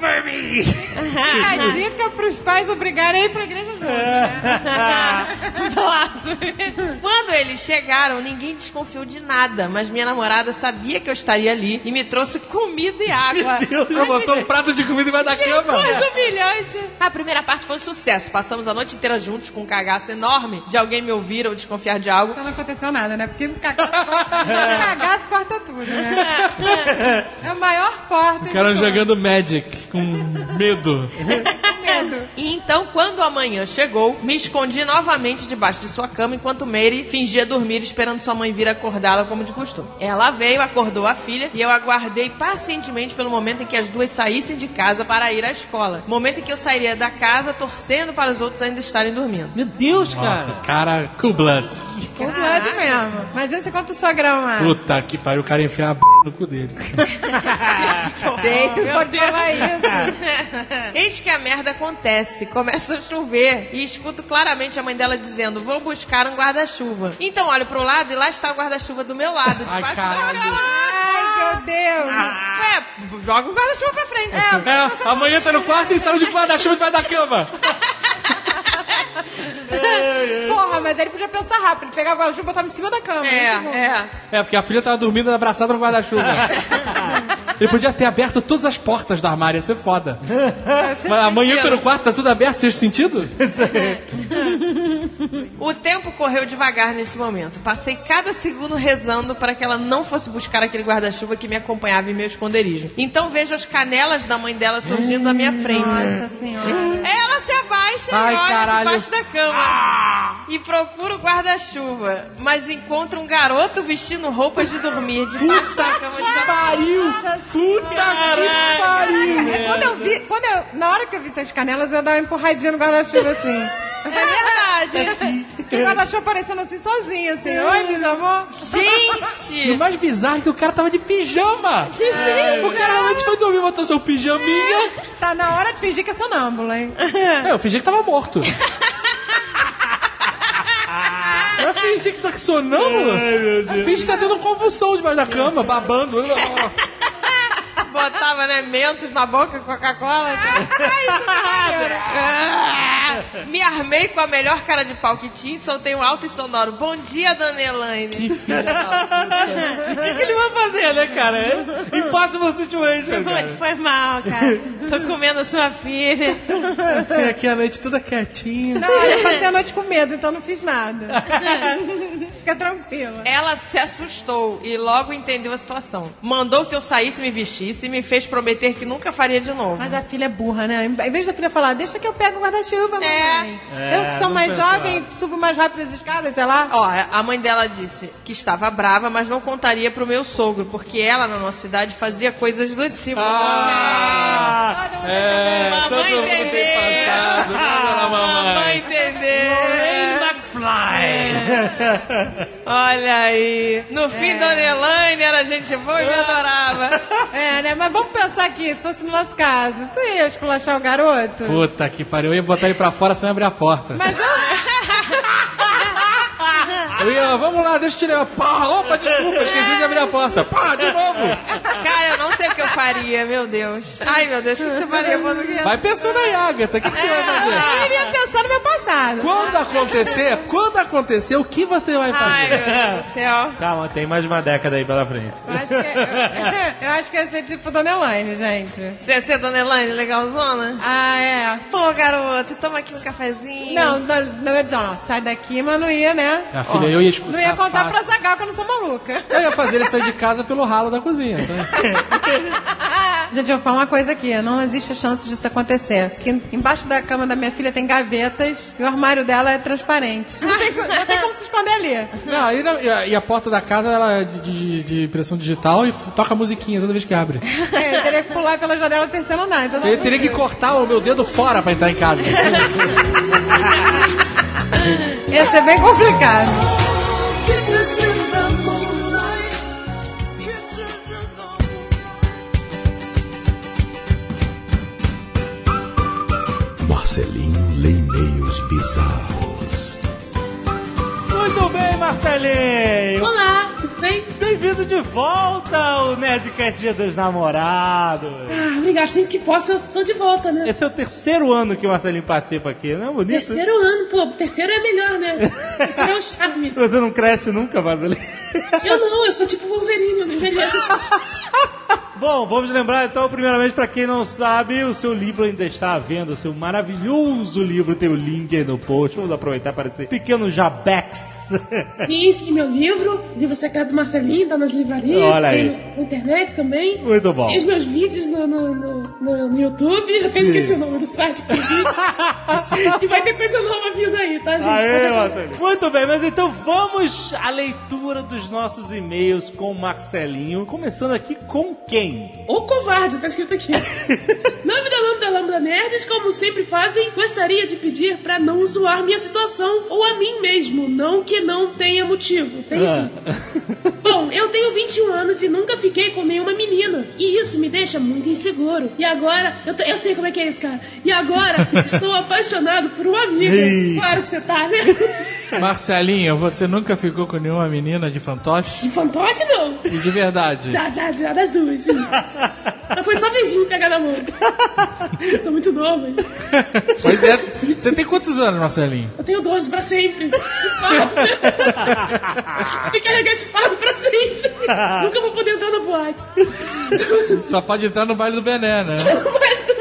[SPEAKER 5] A dica pros pais obrigarem a ir pra igreja juntos, né?
[SPEAKER 4] Quando eles chegaram, ninguém desconfiou de nada, mas minha namorada sabia que eu estaria ali e me trouxe comida e água.
[SPEAKER 6] Ela botou um prato de comida embaixo da cama. É.
[SPEAKER 4] Coisa humilhante. É. A primeira parte foi um sucesso. Passamos a noite inteira juntos com um cagaço enorme de alguém me ouvir ou desconfiar de algo.
[SPEAKER 5] Então não aconteceu nada, né? Porque cagaço corta tudo, né? É o maior corte.
[SPEAKER 6] Ficaram jogando Magic com medo.
[SPEAKER 5] medo.
[SPEAKER 4] E então, quando a manhã chegou, me escondi novamente debaixo de sua cama enquanto Mary fingia dormir esperando sua mãe vir acordá-la como de costume. Ela veio, acordou a filha e eu aguardei pacientemente pelo momento em que as duas saíssem de casa para ir à escola. Momento em que eu sairia da casa torcendo para os outros ainda estarem dormindo.
[SPEAKER 3] Meu Deus,
[SPEAKER 6] Nossa,
[SPEAKER 3] cara.
[SPEAKER 6] cara, cool blood.
[SPEAKER 5] Com blood é mesmo. Imagina se conta o sogrão
[SPEAKER 4] Ah.
[SPEAKER 5] lá.
[SPEAKER 6] Puta que pariu, o cara enfiar a b no cu dele.
[SPEAKER 4] Gente, que horror. Meu
[SPEAKER 5] Pode falar isso.
[SPEAKER 6] Ah.
[SPEAKER 4] Eis que a merda acontece. Começa a chover e escuto claramente a mãe dela dizendo: Vou buscar um guarda-chuva. Então olho pro lado e lá está o guarda-chuva do meu lado.
[SPEAKER 6] Ai,
[SPEAKER 4] debaixo da
[SPEAKER 6] caralho.
[SPEAKER 4] cama.
[SPEAKER 5] Ai, meu Deus.
[SPEAKER 4] É, joga o guarda-chuva pra frente.
[SPEAKER 6] É, amanhã tá no quarto e saiu de fora da chuva debaixo da cama.
[SPEAKER 5] Porra, mas ele podia pensar rápido. Ele pegava o guarda-chuva e botava em cima da cama.
[SPEAKER 4] É,
[SPEAKER 5] um segundo.
[SPEAKER 4] é.
[SPEAKER 6] É, porque a filha tava dormindo abraçada no guarda-chuva. Ele podia ter aberto todas as portas do armário, ia ser foda. Mas amanhã entra no quarto, tá tudo aberto, sexto sentido?
[SPEAKER 4] O tempo correu devagar nesse momento. Passei cada segundo rezando para que ela não fosse buscar aquele guarda-chuva que me acompanhava em meu esconderijo. Então vejo as canelas da mãe dela surgindo à minha frente.
[SPEAKER 5] Nossa senhora.
[SPEAKER 4] Ela se abaixa
[SPEAKER 6] Hum, Ai,
[SPEAKER 4] e olha
[SPEAKER 6] caralho. Ah!
[SPEAKER 4] debaixo da cama. E procura o guarda-chuva. Mas encontra um garoto vestindo roupas de dormir debaixo da cama de janela.
[SPEAKER 6] Pariu! Puta É. que pariu!
[SPEAKER 5] Quando eu vi, quando eu, na hora que eu vi essas canelas, eu dava uma empurradinha no guarda-chuva assim.
[SPEAKER 4] É verdade.
[SPEAKER 5] Que o guarda-chuva aparecendo assim sozinho, assim.
[SPEAKER 6] É.
[SPEAKER 5] Oi, me chamou?
[SPEAKER 6] E o
[SPEAKER 4] Gente!
[SPEAKER 6] mais bizarro é que o cara tava de pijama! O cara realmente foi dormir, botou seu pijaminha.
[SPEAKER 5] Tá na hora de fingir que é sonâmbula, hein?
[SPEAKER 6] É, eu fingi que tava morto. Eu fingi que tá sonando. Fingi que tá tendo convulsão debaixo da cama, babando.
[SPEAKER 4] Botava, né, mentos na boca, Coca-Cola. É. Ah, Me armei com a melhor cara de pau que tinha e soltei um alto e sonoro. Bom dia, dona Elaine. Que
[SPEAKER 3] O que, que ele vai fazer, né, cara? É Impossible situation, cara.
[SPEAKER 4] Foi mal, cara. Tô comendo a sua filha.
[SPEAKER 6] Assim, aqui a noite toda quietinha.
[SPEAKER 5] Não, eu passei a noite com medo, então não fiz nada. Fica tranquila.
[SPEAKER 4] Ela se assustou e logo entendeu a situação. Mandou que eu saísse, me vestisse e me fez prometer que nunca faria de novo.
[SPEAKER 5] Mas a filha é burra, né? Em vez da filha falar, deixa que eu pego o guarda-chuva,
[SPEAKER 4] É.
[SPEAKER 5] mamãe. eu que sou mais jovem, subo mais rápido as escadas, sei lá.
[SPEAKER 4] Ó, a mãe dela disse que estava brava, mas não contaria pro meu sogro, porque ela, na nossa idade, fazia coisas do tipo.
[SPEAKER 6] Ah, é,
[SPEAKER 4] Mamãe
[SPEAKER 6] todo mundo
[SPEAKER 4] entendeu.
[SPEAKER 6] tem passado, manda na
[SPEAKER 4] Mamãe
[SPEAKER 6] mamãe.
[SPEAKER 4] entendeu.
[SPEAKER 3] McFly.
[SPEAKER 4] Olha aí. No fim, Dona Elaine era gente boa e
[SPEAKER 5] Ah.
[SPEAKER 4] me adorava.
[SPEAKER 5] É, né? Mas vamos pensar aqui, se fosse no nosso caso, tu ia esculachar o garoto?
[SPEAKER 6] Puta que pariu, eu ia botar ele pra fora sem abrir a porta.
[SPEAKER 5] Mas eu,
[SPEAKER 6] Eu ia, vamos lá, deixa eu te levar. Pá, opa, desculpa, esqueci de abrir a porta. Pá, de novo.
[SPEAKER 4] Cara, eu não sei o que eu faria, meu Deus. Ai, meu Deus, o que você faria, Bonuguinha?
[SPEAKER 6] Vai pensando aí, Agatha, o que, que você vai
[SPEAKER 4] É.
[SPEAKER 6] fazer?
[SPEAKER 5] eu iria pensar no meu passado.
[SPEAKER 6] Quando acontecer, quando acontecer, o que você vai
[SPEAKER 4] Ai,
[SPEAKER 6] fazer?
[SPEAKER 4] meu Deus do céu.
[SPEAKER 3] Calma, tem mais uma década aí pela frente.
[SPEAKER 5] Eu acho, que, eu, eu acho que ia ser tipo Dona Elaine, gente.
[SPEAKER 4] Você ia ser Dona Elaine, legalzona?
[SPEAKER 5] Ah, é.
[SPEAKER 4] Pô, garoto, toma aqui um cafezinho.
[SPEAKER 5] Não, não, não ia dizer, ó, sai daqui, mas não ia, né?
[SPEAKER 6] Minha filha, eu ia escutar.
[SPEAKER 5] Não ia contar
[SPEAKER 6] fácil.
[SPEAKER 5] pra Zagal que eu não sou maluca.
[SPEAKER 6] Eu ia fazer ele sair de casa pelo ralo da cozinha, sabe?
[SPEAKER 5] Gente, eu vou falar uma coisa aqui. Não existe chance disso acontecer. Porque embaixo da cama da minha filha tem gavetas e o armário dela é transparente. Não tem, co- não tem como se esconder ali.
[SPEAKER 6] Não, aí na- e a- e a porta da casa ela é de, de, de impressão digital e f- toca a musiquinha toda vez que abre.
[SPEAKER 5] É, eu teria que pular pela janela do terceiro andar. Então não
[SPEAKER 6] Eu teria que cortar o meu dedo fora pra entrar em casa.
[SPEAKER 5] Ia ser bem complicado.
[SPEAKER 11] Marcelinho lê e-mails bizarros.
[SPEAKER 3] Muito bem, Marcelinho!
[SPEAKER 4] Olá, tudo bem?
[SPEAKER 3] Bem-vindo de volta ao Nerdcast Dia dos Namorados!
[SPEAKER 8] Ah, obrigado. Assim que posso, eu tô de volta, né?
[SPEAKER 3] Esse é o terceiro ano que o Marcelinho participa aqui, não é bonito?
[SPEAKER 8] Terceiro ano, pô. Terceiro é melhor, né? Terceiro é um charme.
[SPEAKER 3] Você não cresce nunca, Marcelinho.
[SPEAKER 8] Eu não, eu sou tipo Wolverine, eu não envelheço.
[SPEAKER 3] Bom, vamos lembrar então, primeiramente, para quem não sabe, o seu livro ainda está à venda, o seu maravilhoso livro, tem o link aí no post. Vamos aproveitar para esse pequeno jabex.
[SPEAKER 8] Sim, sim, meu livro, livro secreto do Marcelinho, tá nas livrarias,
[SPEAKER 3] Olha
[SPEAKER 8] tem
[SPEAKER 3] aí.
[SPEAKER 8] no- na internet também.
[SPEAKER 3] Muito bom.
[SPEAKER 8] Tem os meus vídeos no, no, no, no- no YouTube, eu até esqueci o nome do site que eu vi. e vai ter coisa nova vindo aí, tá, gente? Pode
[SPEAKER 3] Aê,
[SPEAKER 8] aguardar.
[SPEAKER 3] Marcelinho. Muito bem, mas então vamos à leitura dos nossos e-mails com o Marcelinho. Começando aqui com quem?
[SPEAKER 8] O covarde, tá escrito aqui. Nome da Lambda Lambda Nerds, como sempre fazem, gostaria de pedir pra não zoar minha situação ou a mim mesmo. Não que não tenha motivo. Tem sim.
[SPEAKER 3] É.
[SPEAKER 8] Bom, eu tenho 21 anos e nunca fiquei com nenhuma menina. E isso me deixa muito inseguro. E agora, eu, tô- eu sei como é que é isso, cara. E agora, estou apaixonado por uma amiga.
[SPEAKER 6] Ih.
[SPEAKER 8] Claro que você tá, né?
[SPEAKER 6] Marcelinho, você nunca ficou com nenhuma menina de fantoche?
[SPEAKER 8] De fantoche, não.
[SPEAKER 6] E de verdade?
[SPEAKER 8] Já, já, já das duas, sim. Mas foi só beijinho pegar na mão. São muito novas.
[SPEAKER 6] Pois é. Você tem quantos anos, Marcelinho?
[SPEAKER 8] Eu tenho 12 pra sempre. Que fardo. Tem que carregar esse fardo pra sempre. Nunca vou poder entrar na boate.
[SPEAKER 6] Só pode entrar no baile do Bené, né?
[SPEAKER 8] Mas também-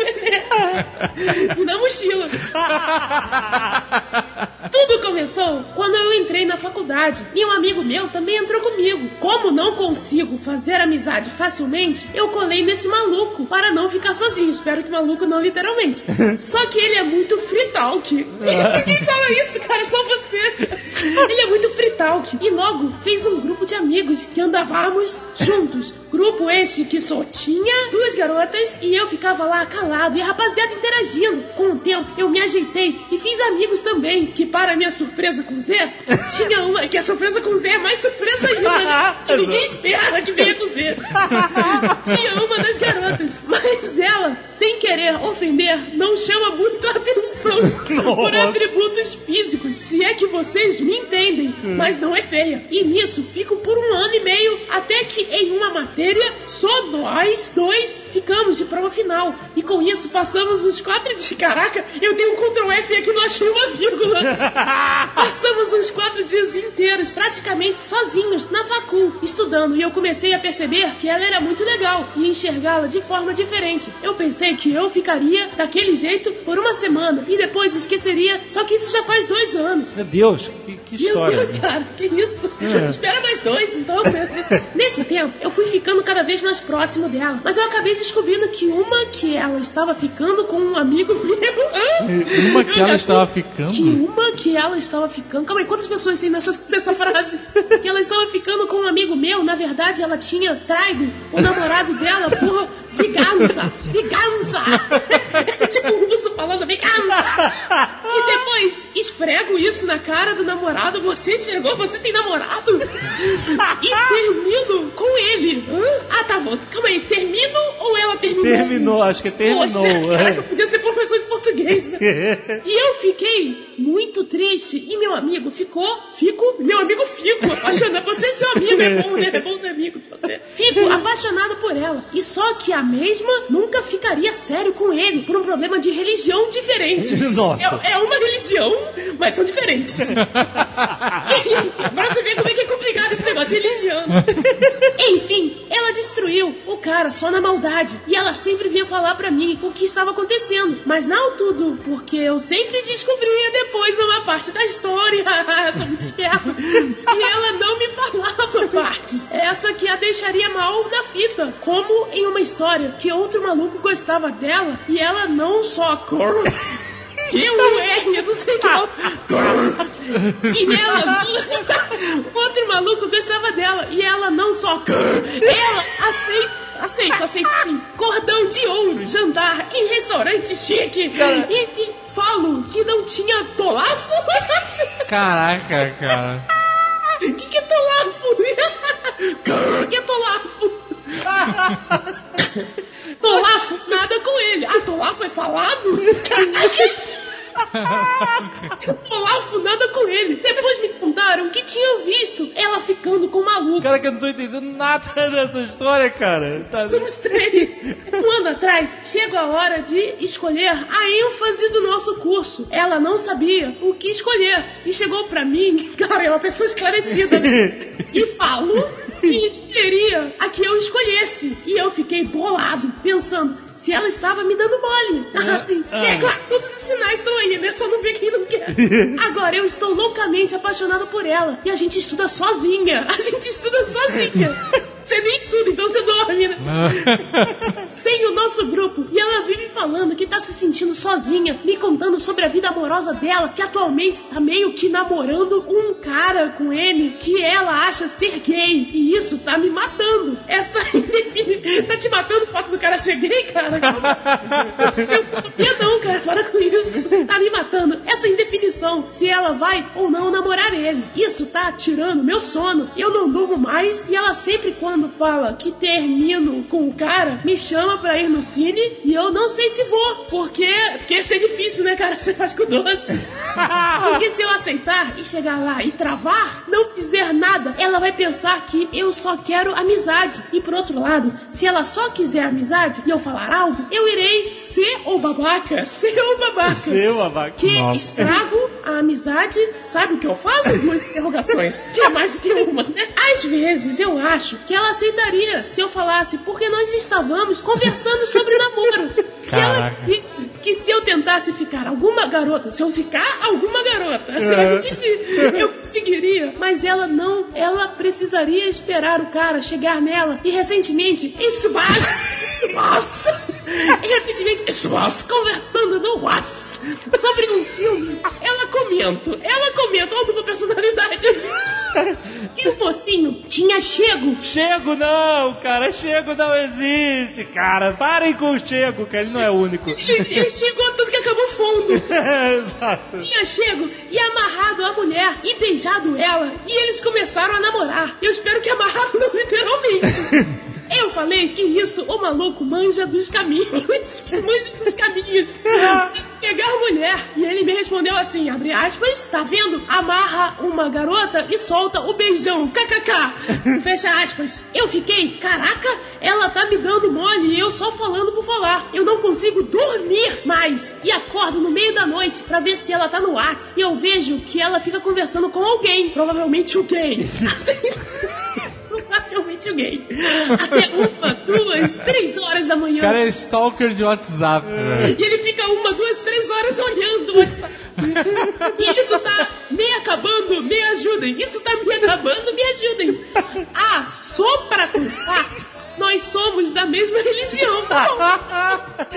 [SPEAKER 8] E na mochila. Tudo começou quando eu entrei na faculdade e um amigo meu também entrou comigo. Como não consigo fazer amizade facilmente, eu colei nesse maluco para não ficar sozinho. Espero que maluco não literalmente. Só que ele é muito fritalk. Ninguém fala isso, cara, só você. Ele é muito fritalk. E logo fez um grupo de amigos que andávamos juntos. Grupo esse que só tinha duas garotas e eu ficava lá calado e a rapaziada interagindo. Com o tempo eu me ajeitei e fiz amigos também, que para minha surpresa com o Zé, tinha uma que a surpresa com o Zé é mais surpresa ainda, né? que ninguém espera que venha com o Zé. tinha uma das garotas, mas ela, sem querer ofender, não chama muito a atenção por atributos físicos, se é que vocês me entendem, mas não é feia. E nisso fico por um ano e meio, até que em uma matéria, só nós dois ficamos de prova final. E com isso passamos os quatro dias. Caraca, eu dei um Ctrl F aqui e não achei uma vírgula. Passamos uns quatro dias inteiros, praticamente sozinhos, na facul, estudando, e eu comecei a perceber que ela era muito legal e enxergá-la de forma diferente. Eu pensei que eu ficaria daquele jeito por uma semana e depois esqueceria, só que isso já faz dois anos.
[SPEAKER 3] Meu Deus, que, que história. É.
[SPEAKER 8] Meu Deus, cara, que isso? Espera mais dois, então. né? Nesse tempo, eu fui ficando cada vez mais próximo dela. Mas eu acabei descobrindo que uma que ela estava ficando com um amigo meu.
[SPEAKER 6] Uma que ela
[SPEAKER 8] Eu
[SPEAKER 6] estava
[SPEAKER 8] gastei- Que
[SPEAKER 6] ficando?
[SPEAKER 8] uma que ela estava ficando. Calma aí, quantas pessoas tem nessa, nessa frase? Que ela estava ficando com um amigo meu, na verdade ela tinha traído o namorado dela por vingança. Vingança! É tipo um russo falando vingança! E depois esfrego isso na cara do namorado. Você esfregou? Você tem namorado? E termino com ele. Ah, tá bom. Calma aí, termino ou ela terminou?
[SPEAKER 3] Terminou, acho que terminou. é.
[SPEAKER 8] Poxa, caraca, podia ser professor de português, né? E eu fiquei muito triste. E meu amigo ficou, fico, meu amigo fico, apaixonado. Você é seu amigo, é bom, né? É bom ser amigo de você. Fico apaixonado por ela. E só que a mesma nunca ficaria sério com ele por um problema de religião diferente.
[SPEAKER 3] Nossa.
[SPEAKER 8] É, é uma religião, mas são diferentes. pra você ver como é que é complicado esse negócio de religião. Enfim, ela destruiu o cara só na maldade. E ela sempre vinha falar pra mim o que estava acontecendo. Mas não tudo, porque eu sempre descobria depois uma parte da história. Eu Sou muito esperto. E ela não me falava partes. Essa que a deixaria mal na fita. Como em uma história que outro maluco gostava dela e ela não só. Q-U-R, não sei qual. E ela, outro maluco gostava dela. E ela não só. Ela aceita. Aceito, aceito. Cordão de ouro, jantar em restaurante chique. E, e falo que não tinha tolafo.
[SPEAKER 6] Caraca, cara.
[SPEAKER 8] O que, que é tolafo? O que é tolafo? tolafo, nada com ele. Ah, tolafo é falado? Tolafo nada com ele. Depois me contaram que tinham visto ela ficando com o maluco.
[SPEAKER 3] Cara, que eu não tô entendendo nada dessa história, cara. Tá...
[SPEAKER 8] Somos três. Um ano atrás, chega a hora de escolher a ênfase do nosso curso. Ela não sabia o que escolher. E chegou pra mim, cara, é uma pessoa esclarecida. né? e falo que escolheria a que eu escolhesse. E eu fiquei bolado, pensando, se ela estava me dando mole. assim,
[SPEAKER 6] ah.
[SPEAKER 8] é claro, todos os sinais estão aí, né? Só não vê quem não quer. Agora, eu estou loucamente apaixonada por ela. E a gente estuda sozinha. A gente estuda sozinha. Você nem estuda, então você dorme, né? Sem o nosso grupo. E ela vive falando que tá se sentindo sozinha, me contando sobre a vida amorosa dela, que atualmente tá meio que namorando um cara com ele que ela acha ser gay. E isso tá me matando. Essa indefini- Tá te matando o fato do cara ser gay, cara? Eu não, cara, para com isso. Tá me matando. Essa indefinição, se ela vai ou não namorar ele. Isso tá tirando meu sono. Eu não durmo mais e ela sempre quando fala que termino com o cara, me chama pra ir no cine e eu não sei se vou. Porque, porque isso é difícil, né, cara? Você faz com doce. porque se eu aceitar e chegar lá e travar, não fizer nada, ela vai pensar que eu só quero amizade. E por outro lado, se ela só quiser amizade e eu falar algo, eu irei ser ou babaca, ser ou babaca.
[SPEAKER 3] Ser ou babaca.
[SPEAKER 8] Que
[SPEAKER 3] Nossa.
[SPEAKER 8] estrago a amizade, sabe o que eu faço? Duas interrogações. Que é mais que uma, né? Às vezes eu acho que ela aceitaria se eu falasse, porque nós estávamos conversando sobre namoro. E ela
[SPEAKER 6] Caraca.
[SPEAKER 8] disse que se eu tentasse ficar alguma garota, se eu ficar alguma garota, você vai repetir, eu conseguiria. Mas ela não, ela precisaria esperar o cara chegar nela. E recentemente, isso vai, nossa! E recentemente, isso nós conversando no Whats sobre um filme. Ela comenta, ela comenta, ó, dupla personalidade. Que o mocinho tinha chego.
[SPEAKER 3] Chego não, cara, Chego não existe, cara. Parem com o Chego, que ele não é o único.
[SPEAKER 8] Ele, ele chegou tanto que acabou fundo.
[SPEAKER 3] Exato.
[SPEAKER 8] Tinha chego e amarrado a mulher e beijado ela. E eles começaram a namorar. Eu espero que amarrado não literalmente. Eu falei que isso, o maluco manja dos caminhos. manja dos caminhos. Pegar mulher. E ele me respondeu assim, abre aspas, tá vendo? Amarra uma garota e solta o beijão. KKK. Fecha aspas. Eu fiquei, caraca, ela tá me dando mole e eu só falando por falar. Eu não consigo dormir mais. E acordo no meio da noite pra ver se ela tá no WhatsApp. E eu vejo que ela fica conversando com alguém. Provavelmente o gay. Provavelmente o gay. Até uma, duas, três horas da
[SPEAKER 6] O
[SPEAKER 8] manhã.
[SPEAKER 6] cara é stalker de WhatsApp, né?
[SPEAKER 8] E ele fica uma, duas, três horas olhando o WhatsApp. E isso tá me acabando, me ajudem. Isso tá me acabando, me ajudem. Ah, só pra constar, nós somos da mesma religião.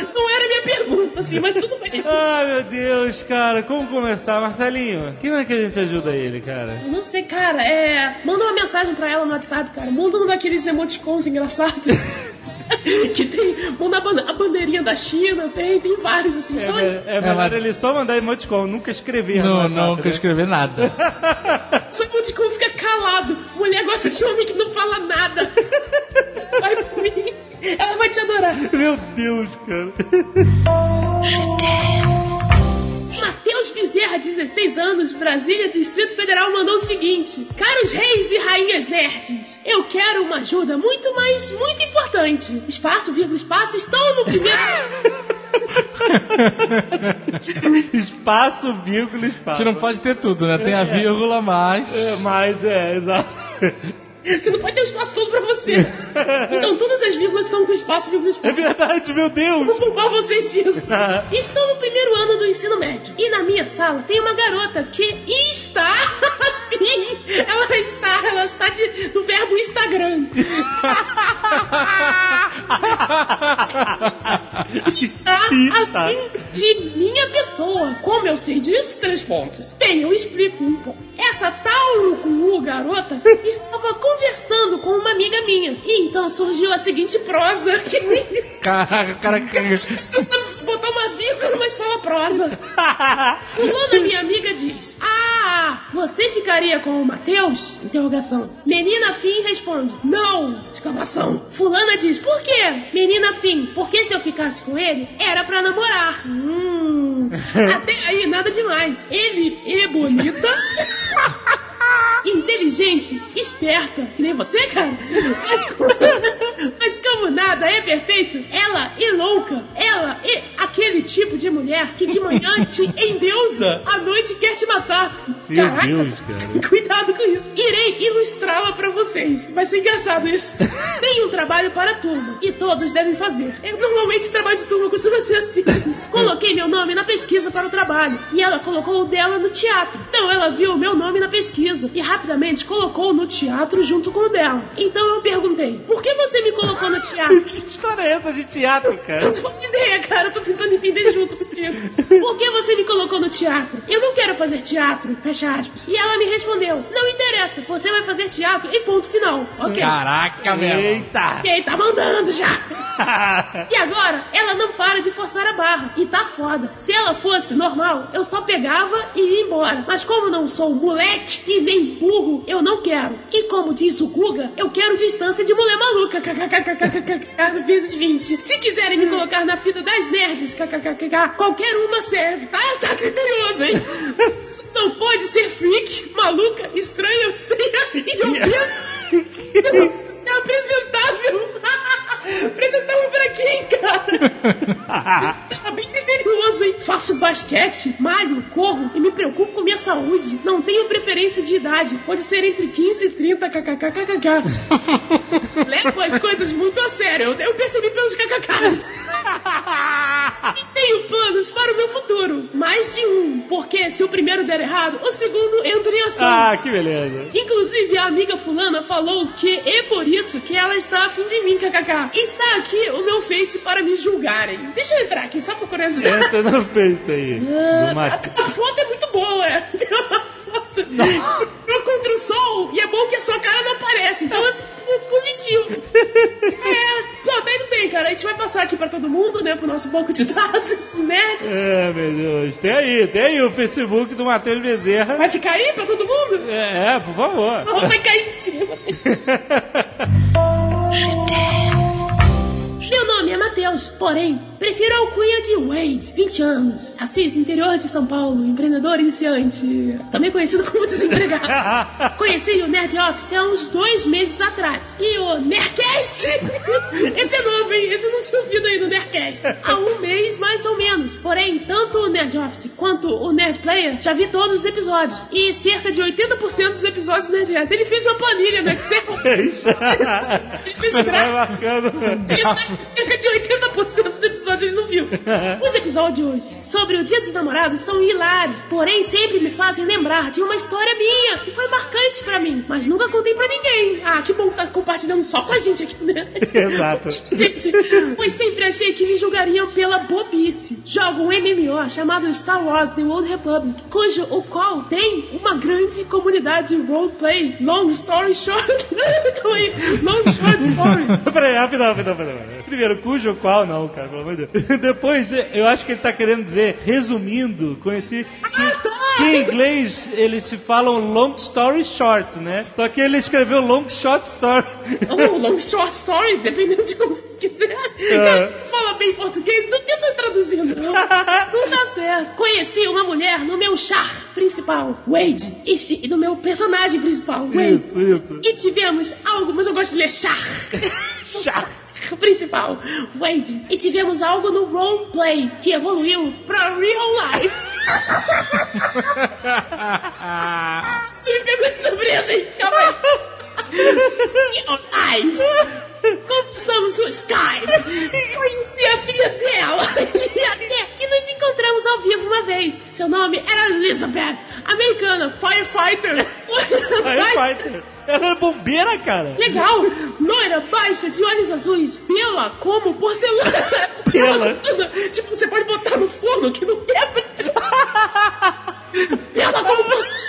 [SPEAKER 8] Não, não era minha pergunta, assim, mas tudo bem.
[SPEAKER 3] Ai, meu Deus, cara, como começar? Marcelinho, quem é que a gente ajuda ele, cara?
[SPEAKER 8] Eu Não sei, cara, é. Manda uma mensagem pra ela no WhatsApp, cara. Manda um daqueles emoticons engraçados. que tem. Manda a, ban- a bandeirinha da China, tem, tem vários, assim,
[SPEAKER 3] É,
[SPEAKER 8] só
[SPEAKER 3] me- é melhor ele só mandar emoticon, nunca escrever. no
[SPEAKER 6] Não, não
[SPEAKER 3] WhatsApp,
[SPEAKER 6] quer
[SPEAKER 3] né?
[SPEAKER 6] escrever nada.
[SPEAKER 8] Só que o Ticum fica calado. Mulher gosta de homem que não fala nada. Vai por mim. Ela vai te adorar.
[SPEAKER 3] Meu Deus, cara.
[SPEAKER 8] Matheus Bezerra, 16 anos, Brasília, Distrito Federal, mandou o seguinte: Caros reis e rainhas nerds, eu quero uma ajuda muito, mas muito importante. Espaço, vírgula, espaço, estou no primeiro.
[SPEAKER 3] Espaço, vírgula,
[SPEAKER 6] A
[SPEAKER 3] espaço.
[SPEAKER 6] gente não pode ter tudo, né? Tem a vírgula, mas.
[SPEAKER 3] É, mas é, exato.
[SPEAKER 8] Você não pode ter o espaço todo pra você. Então todas as vírgulas estão com espaço, vírgula, espaço.
[SPEAKER 3] É verdade, meu
[SPEAKER 8] Vou
[SPEAKER 3] Deus. Ah.
[SPEAKER 8] poupar vocês disso. Estou no primeiro ano do ensino médio e na minha sala tem uma garota que está afim mim, ela está, ela está de, do verbo Instagram. está além Assim de minha pessoa. Como eu sei disso? Três pontos. Bem, eu explico um ponto. Essa tal Luculu, garota, estava conversando com uma amiga minha. E então surgiu a seguinte prosa.
[SPEAKER 6] Caraca, caraca.
[SPEAKER 8] Se você botar uma vírgula, mas fala prosa. Fulana, minha amiga, diz: Ah, você ficaria com o Matheus? Interrogação. Menina Fim responde: Não! Exclamação. Fulana diz: Por quê? Menina Fim, porque se eu ficasse com ele, era pra namorar. Hum. Até aí, nada demais. Ele é bonita. Inteligente, esperta, que nem você, cara. Mas, mas como nada é perfeito, ela é louca. Ela é aquele tipo de mulher que de manhã te endeusa, à noite quer te matar.
[SPEAKER 3] Meu
[SPEAKER 8] Caraca,
[SPEAKER 3] Deus, cara.
[SPEAKER 8] Cuidado com isso. Irei ilustrá-la pra vocês. Vai ser engraçado isso. Tem um trabalho para a turma e todos devem fazer. Eu normalmente trabalho de turma costuma ser assim. Coloquei meu nome na pesquisa para o trabalho e ela colocou o dela no teatro. Então ela viu o meu nome na pesquisa e rapidamente colocou no teatro junto com o dela. Então eu perguntei: "Por que você me colocou no teatro?"
[SPEAKER 3] que história é essa de teatro, cara?
[SPEAKER 8] Eu não faço ideia, cara. Eu tô tentando entender junto contigo. Por que você me colocou no teatro? Eu não quero fazer teatro. Fecha aspas. E ela me respondeu: Não interessa, você vai fazer teatro e ponto final. Ok.
[SPEAKER 6] Caraca, velho.
[SPEAKER 3] Eita.
[SPEAKER 8] Quem tá mandando já? e agora, ela não para de forçar a barra. E tá foda. Se ela fosse normal, eu só pegava e ia embora. Mas como não sou um moleque e nem burro, eu não quero. E como diz o Guga, eu quero distância de mulher maluca. KKKKKKK vezes 20. Se quiserem me colocar na fita das nerds, kkkk, qualquer uma serve, tá? Tá curioso, hein? Não pode ser freak, maluca, estranha, fria e obesa. É apresentável. apresentável pra quem, cara? tá bem criterioso, hein? Faço basquete, malho, corro e me preocupo com minha saúde. Não tenho preferência de idade. Pode ser entre 15 e 30, kkkkkk. Levo as coisas muito a sério. Eu- Eu percebi pelos kkks. e tenho planos para o meu futuro. Mais de um. Porque se o primeiro der errado, o segundo entra em ação.
[SPEAKER 3] Ah, que beleza.
[SPEAKER 8] Inclusive, a amiga fulana falou que é por isso que ela está afim de mim, kkk. Está aqui o meu face para me julgarem. Deixa eu entrar aqui, só por curiosidade. Ah,
[SPEAKER 3] Entra no peito aí. Do
[SPEAKER 8] A,
[SPEAKER 3] Mat-
[SPEAKER 8] a foto é muito boa, é. Tem uma foto eu contra o sol e é bom que a sua cara não aparece. Então, assim, é positivo. É, não, tá indo bem, cara. A gente vai passar aqui pra todo mundo, né? Pro nosso banco de dados, né?
[SPEAKER 3] É, meu Deus. Tem aí, tem aí o Facebook do Matheus Bezerra.
[SPEAKER 8] Vai ficar aí pra todo mundo?
[SPEAKER 3] É, é, por favor.
[SPEAKER 8] Não, vai cair de cima. Meu nome é Matheus, porém, prefiro a alcunha de Wade, 20 anos. Assis, interior de São Paulo, empreendedor iniciante. Também conhecido como desempregado. Conheci o Nerd Office há uns dois meses atrás. E o Nerdcast! Esse é novo, hein? Esse eu não tinha ouvido ainda, o Nerdcast. Há um mês, mais ou menos. Porém, tanto o Nerd Office quanto o Nerd Player, já vi todos os episódios. E cerca de 80% dos episódios do Nerdcast. Ele fez uma planilha né? no Excel. Ele fez um gráfico. Ele sabe que cerca de 80% dos episódios ele não viu. Os episódios sobre o Dia dos Namorados são hilários, porém sempre me fazem lembrar de uma história minha que foi marcante pra mim, mas nunca contei pra ninguém. Ah, que bom que tá compartilhando só com a gente aqui, né?
[SPEAKER 3] Exato.
[SPEAKER 8] Gente, pois sempre achei que me julgariam pela bobice. Jogo um MMO chamado Star Wars The Old Republic, cujo o qual tem uma grande comunidade roleplay. Long story short. Calma aí. Long short story.
[SPEAKER 3] Peraí, rapidão, rapidão, rapidão. Primeiro, cujo qual não, cara, pelo amor de Deus. Depois, eu acho que ele tá querendo dizer, resumindo, conheci que, que em inglês eles se falam long story short, né? Só que ele escreveu long short story.
[SPEAKER 8] Ou Oh, long short story, dependendo de como você quiser. Cara,
[SPEAKER 3] É,
[SPEAKER 8] Fala bem português, não tenta traduzir, não. Não dá certo. Conheci uma mulher no meu char principal, Wade. Este, e do meu personagem principal, Wade.
[SPEAKER 3] Isso, isso.
[SPEAKER 8] E tivemos algo, mas eu gosto de ler char.
[SPEAKER 3] Char.
[SPEAKER 8] Principal, Wade. E tivemos algo no roleplay que evoluiu pra real life. Você me pegou de surpresa, hein? Calma aí. Real life. Começamos no Skype. Conheci a filha dela. E até aqui nós encontramos encontramos ao vivo uma vez. Seu nome era Elizabeth, americana, firefighter.
[SPEAKER 3] Firefighter. Ela é bombeira, cara.
[SPEAKER 8] Legal! Loira, baixa, de olhos azuis, pela como porcelana.
[SPEAKER 3] Pela.
[SPEAKER 8] tipo, você pode botar no forno que não pega. pela como porcelana.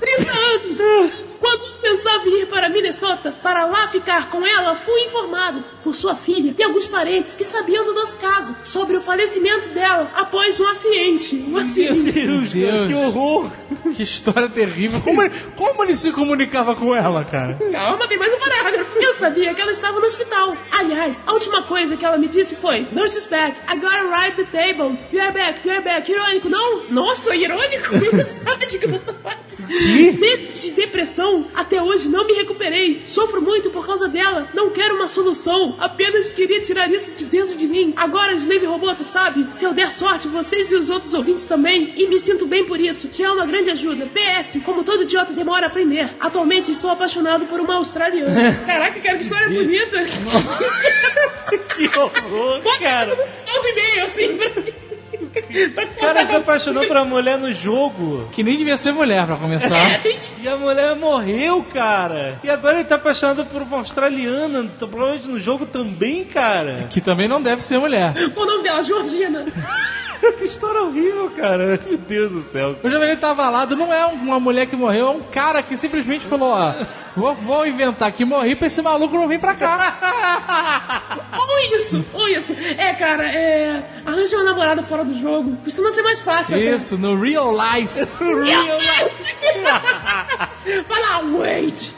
[SPEAKER 8] 30 anos! Quando pensava em ir para Minnesota para lá ficar com ela, fui informado por sua filha e alguns parentes que sabiam do nosso caso sobre o falecimento dela após um acidente. Um acidente.
[SPEAKER 6] Deus.
[SPEAKER 3] que horror!
[SPEAKER 6] Que história terrível. Como ele, como ele se comunicava com ela, cara?
[SPEAKER 8] Calma, tem mais um parágrafo. Eu sabia que ela estava no hospital. Aliás, a última coisa que ela me disse foi: Nurse's back, I gotta ride the table. You're back, you're back. Irônico, não? Nossa, irônico? Ele sabe de que eu tô falando. De, de depressão, até hoje não me recuperei. Sofro muito por causa dela. Não quero uma solução. Apenas queria tirar isso de dentro de mim. Agora, Slave Roboto, sabe? Se eu der sorte, vocês e os outros ouvintes também. E me sinto bem por isso. Já é uma grande ajuda. PS, como todo idiota demora a aprender. Atualmente estou apaixonado por uma australiana. Caraca, cara, que história bonita.
[SPEAKER 3] que horror,
[SPEAKER 8] Bota
[SPEAKER 3] cara.
[SPEAKER 8] isso no final do e-mail, assim, pra mim.
[SPEAKER 3] O cara se apaixonou pra mulher no jogo.
[SPEAKER 6] Que nem devia ser mulher pra começar.
[SPEAKER 3] E a mulher morreu, cara. E agora ele tá apaixonado por uma australiana, t- provavelmente no jogo também, cara.
[SPEAKER 6] Que também não deve ser mulher.
[SPEAKER 8] Qual o nome dela? Georgina.
[SPEAKER 3] que história horrível, cara. Meu Deus do céu.
[SPEAKER 6] O Jovem Nerd tá avalado, não é uma mulher que morreu, é um cara que simplesmente falou, ó, vou, vou inventar que morri pra esse maluco não vir pra cá.
[SPEAKER 8] Ou isso, ou isso. É, cara, é. Arranja uma namorada fora do jogo. Costuma ser mais fácil. até.
[SPEAKER 6] Isso, no real life.
[SPEAKER 8] Real life. Vai lá, wait.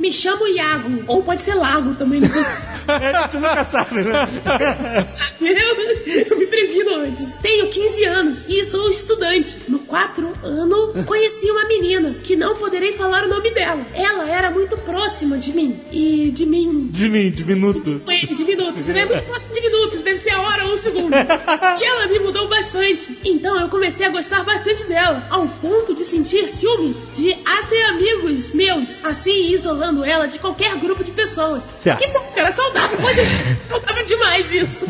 [SPEAKER 8] Me chamo Iago, ou pode ser Lago também, não sei se...
[SPEAKER 3] É, A gente nunca sabe, né?
[SPEAKER 8] Eu, eu me previno antes. Tenho 15 anos e sou estudante. No 4 ano, conheci uma menina que não poderei falar o nome dela. Ela era muito próxima de mim. E de mim.
[SPEAKER 3] De mim, de minuto.
[SPEAKER 8] Foi de minutos. Ela é muito próximo de minutos. Deve ser a hora ou o segundo. Que ela me mudou bastante. Então eu comecei a gostar bastante dela. Ao ponto de sentir ciúmes de até amigos meus. Assim, isolando ela de qualquer grupo de pessoas.
[SPEAKER 3] Certo.
[SPEAKER 8] Que bom, cara, saudável. Pode... Saudável demais isso.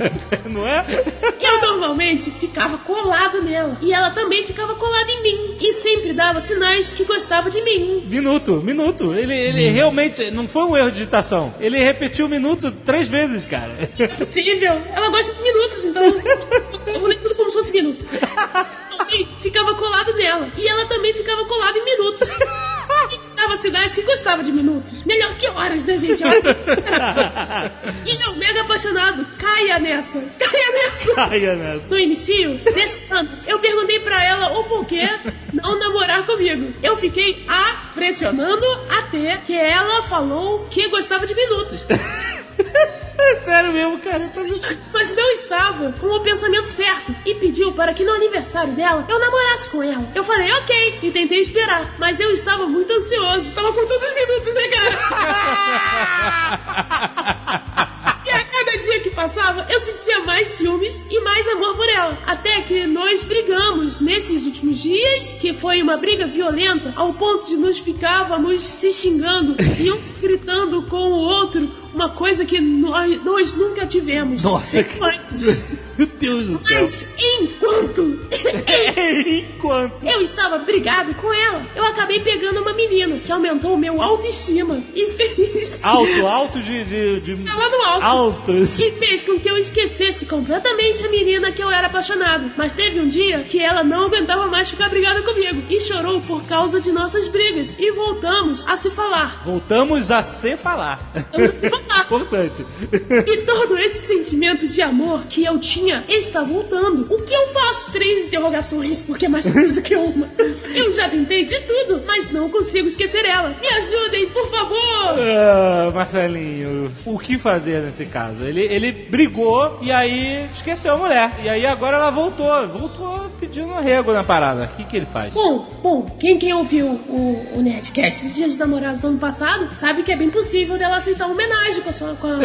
[SPEAKER 3] Não é?
[SPEAKER 8] Eu normalmente ficava colado nela. E ela também ficava colada em mim. E sempre dava sinais que gostava de mim.
[SPEAKER 3] Minuto, minuto. Ele, ele realmente. Não foi um erro de digitação. Ele repetiu o minuto três vezes, cara.
[SPEAKER 8] Possível. Ela gosta de minutos, então. Eu vou ler tudo como se fosse minutos. Alguém ficava colado nela. E ela também ficava colada em minutos. E dava sinais que gostava de minutos. Melhor que horas, né, gente? Olha. E eu, mega apaixonado, caia nessa. Caia nessa.
[SPEAKER 3] Caia nessa.
[SPEAKER 8] No início desse ano, eu perguntei pra ela o porquê não namorar comigo. Eu fiquei a pressionando até que ela falou que gostava de minutos.
[SPEAKER 3] Sério mesmo, cara. é
[SPEAKER 8] Mas não estava com o pensamento certo e pediu para que no aniversário dela eu namorasse com ela. Eu falei, ok, e tentei esperar, mas eu estava muito ansioso, estava com todos os minutos, né, cara? E a cada dia que passava, eu sentia mais ciúmes e mais amor por ela. Até que nós brigamos nesses últimos dias, que foi uma briga violenta, ao ponto de nos ficávamos se xingando e um gritando com o outro uma coisa que nós, nós nunca tivemos.
[SPEAKER 3] Nossa, que-
[SPEAKER 8] Antes,
[SPEAKER 3] Meu Deus do céu.
[SPEAKER 8] antes, enquanto
[SPEAKER 3] Enquanto.
[SPEAKER 8] eu estava brigado com ela, eu acabei pegando uma menina que aumentou o meu autoestima e fez.
[SPEAKER 3] Alto, alto de. de, de...
[SPEAKER 8] Tá lá no alto.
[SPEAKER 3] Altos.
[SPEAKER 8] Que fez com que eu esquecesse completamente a menina que eu era apaixonado. Mas teve um dia que ela não aguentava mais ficar brigada comigo e chorou por causa de nossas brigas. E voltamos a se falar.
[SPEAKER 3] Voltamos a se falar.
[SPEAKER 8] Voltamos a se falar.
[SPEAKER 3] Importante.
[SPEAKER 8] E todo esse sentimento de amor que eu tinha está voltando. O que eu faço? Três interrogações, porque é mais coisa que uma. Eu já tentei de tudo, mas não consigo esquecer ela. Me ajudem, por favor!
[SPEAKER 3] Ah, Marcelinho, o que fazer nesse caso? Ele, ele brigou e aí esqueceu a mulher. E aí agora ela voltou. Voltou pedindo arrego na parada. O que, que ele faz?
[SPEAKER 8] Bom, bom, quem, quem ouviu o, o Nerdcast de Dias dos Namorados do ano passado sabe que é bem possível dela aceitar uma homenagem com a sua. Com a...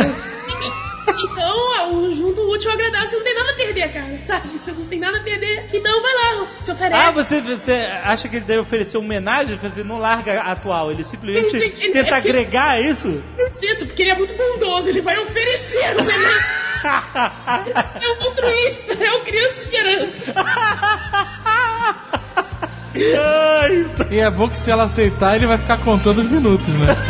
[SPEAKER 8] Então, ah, o junto o útil ao agradável, você não tem nada a perder, cara, sabe? Você não tem nada a perder. Então vai lá, se oferece.
[SPEAKER 3] Ah, você, você acha que ele deve oferecer homenagem? Você não larga a atual, ele simplesmente
[SPEAKER 8] Ele- ele-
[SPEAKER 3] tenta
[SPEAKER 8] é que-
[SPEAKER 3] agregar isso?
[SPEAKER 8] Isso, porque ele é muito bondoso, ele vai oferecer, É não é nada. Eu altruísta, eu é um criança esperança.
[SPEAKER 6] E é bom que se ela aceitar, ele vai ficar contando os minutos, né?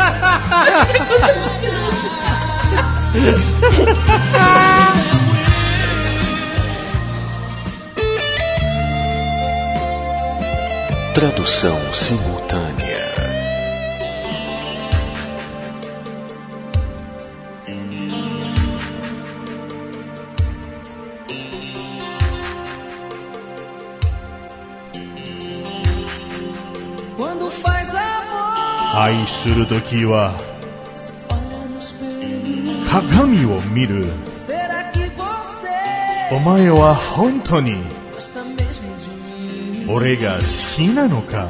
[SPEAKER 1] Tradução simultânea.
[SPEAKER 2] Quando faz amor,
[SPEAKER 13] 愛するときは
[SPEAKER 2] se olha no espelho,
[SPEAKER 13] 鏡を見る
[SPEAKER 2] será que você
[SPEAKER 13] お前は本当に
[SPEAKER 2] gosta mesmo de mim?
[SPEAKER 13] 俺が好きなのか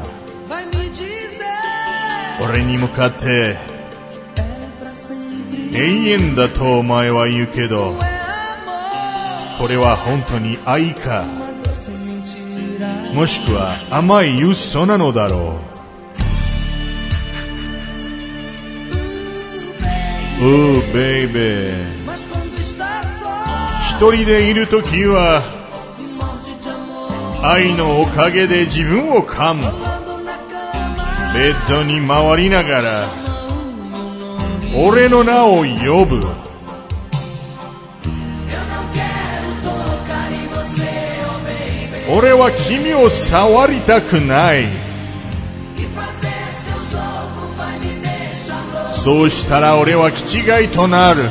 [SPEAKER 2] Vai me dizer
[SPEAKER 13] 俺に向かって
[SPEAKER 2] pra sempre
[SPEAKER 13] 永遠だとお前は言うけど
[SPEAKER 2] amor,
[SPEAKER 13] これは本当に愛か
[SPEAKER 2] uma doce mentira.
[SPEAKER 13] もしくは甘い嘘なのだろう Oh baby
[SPEAKER 2] Mas quando está só,
[SPEAKER 13] 一人でいるときは
[SPEAKER 2] se morde de amor.
[SPEAKER 13] 愛のおかげで自分を噛む
[SPEAKER 2] Rolando na cama,
[SPEAKER 13] ベッドに回りながら俺の名を呼ぶ
[SPEAKER 2] eu não quero tocar em você, oh baby.
[SPEAKER 13] 俺は君を触りたくない
[SPEAKER 2] E fazer seu jogo vai me deixar louco.
[SPEAKER 13] そうしたら俺は気違いとなる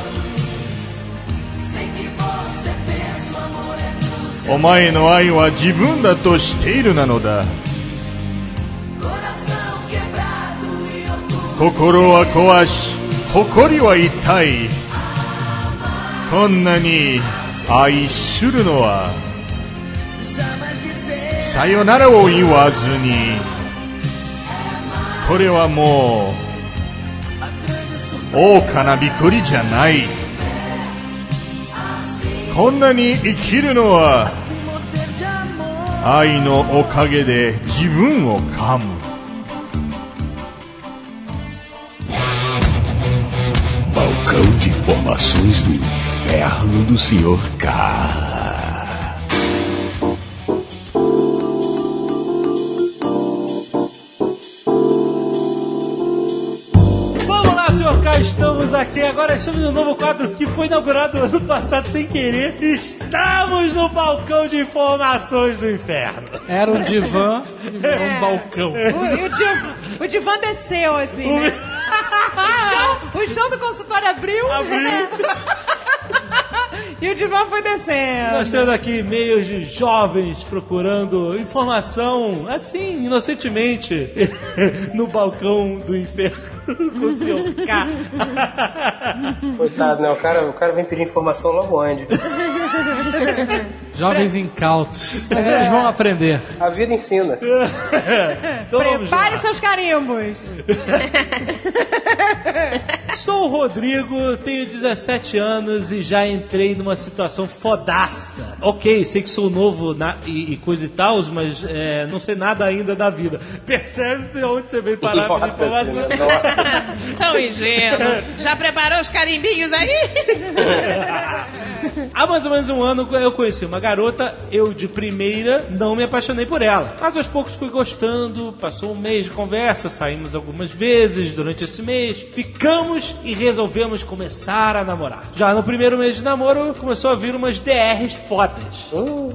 [SPEAKER 2] Sei que você pensa, o amor é do seu
[SPEAKER 13] お前の愛は自分だとしているなのだ
[SPEAKER 2] coração quebrado e orgulho.
[SPEAKER 13] 心は壊し誇りは痛いこんなに愛するのは
[SPEAKER 2] Jamais dizer
[SPEAKER 13] さよならを言わずにこれはも
[SPEAKER 2] a grande surpresa.
[SPEAKER 13] う大かなびっくりじゃないこんなに生きるのは
[SPEAKER 2] Se morder de amor,
[SPEAKER 13] 愛のおかげで自分を噛む
[SPEAKER 11] Balcão de informações do inferno do Sr. K.
[SPEAKER 3] Vamos lá, senhor K, estamos aqui agora, estamos no novo quadro que foi inaugurado ano passado sem querer. Estamos no balcão de informações do inferno. É.
[SPEAKER 6] Era um divã e virou um balcão.
[SPEAKER 5] O, e o, div- o divã desceu, assim, né? O chão, o chão do consultório abriu. né? e o divã foi descendo.
[SPEAKER 3] Nós temos aqui e-mails de jovens procurando informação, assim, inocentemente, no balcão do inferno com o senhor K.
[SPEAKER 14] Coitado, né? O cara, o cara vem pedir informação logo onde.
[SPEAKER 6] Jovens incautos. Mas eles vão aprender.
[SPEAKER 14] É. A vida ensina.
[SPEAKER 3] Então vamos lá.
[SPEAKER 5] Prepare seus carimbos.
[SPEAKER 3] Sou o Rodrigo, tenho 17 anos e já entrei numa situação fodaça. Ok, sei que sou novo na- e, e coisa e tal, mas é, não sei nada ainda da vida. Percebe-se onde você veio parar a minha
[SPEAKER 14] Nota-se,
[SPEAKER 3] informação.
[SPEAKER 14] né? Nota.
[SPEAKER 4] Tão ingênuo. Já preparou os carimbinhos aí?
[SPEAKER 3] Há mais ou menos um ano eu conheci uma garota, eu de primeira não me apaixonei por ela. Mas aos poucos fui gostando, passou um mês de conversa, saímos algumas vezes durante esse mês, ficamos e resolvemos começar a namorar. Já no primeiro mês de namoro começou a vir umas DRs fodas.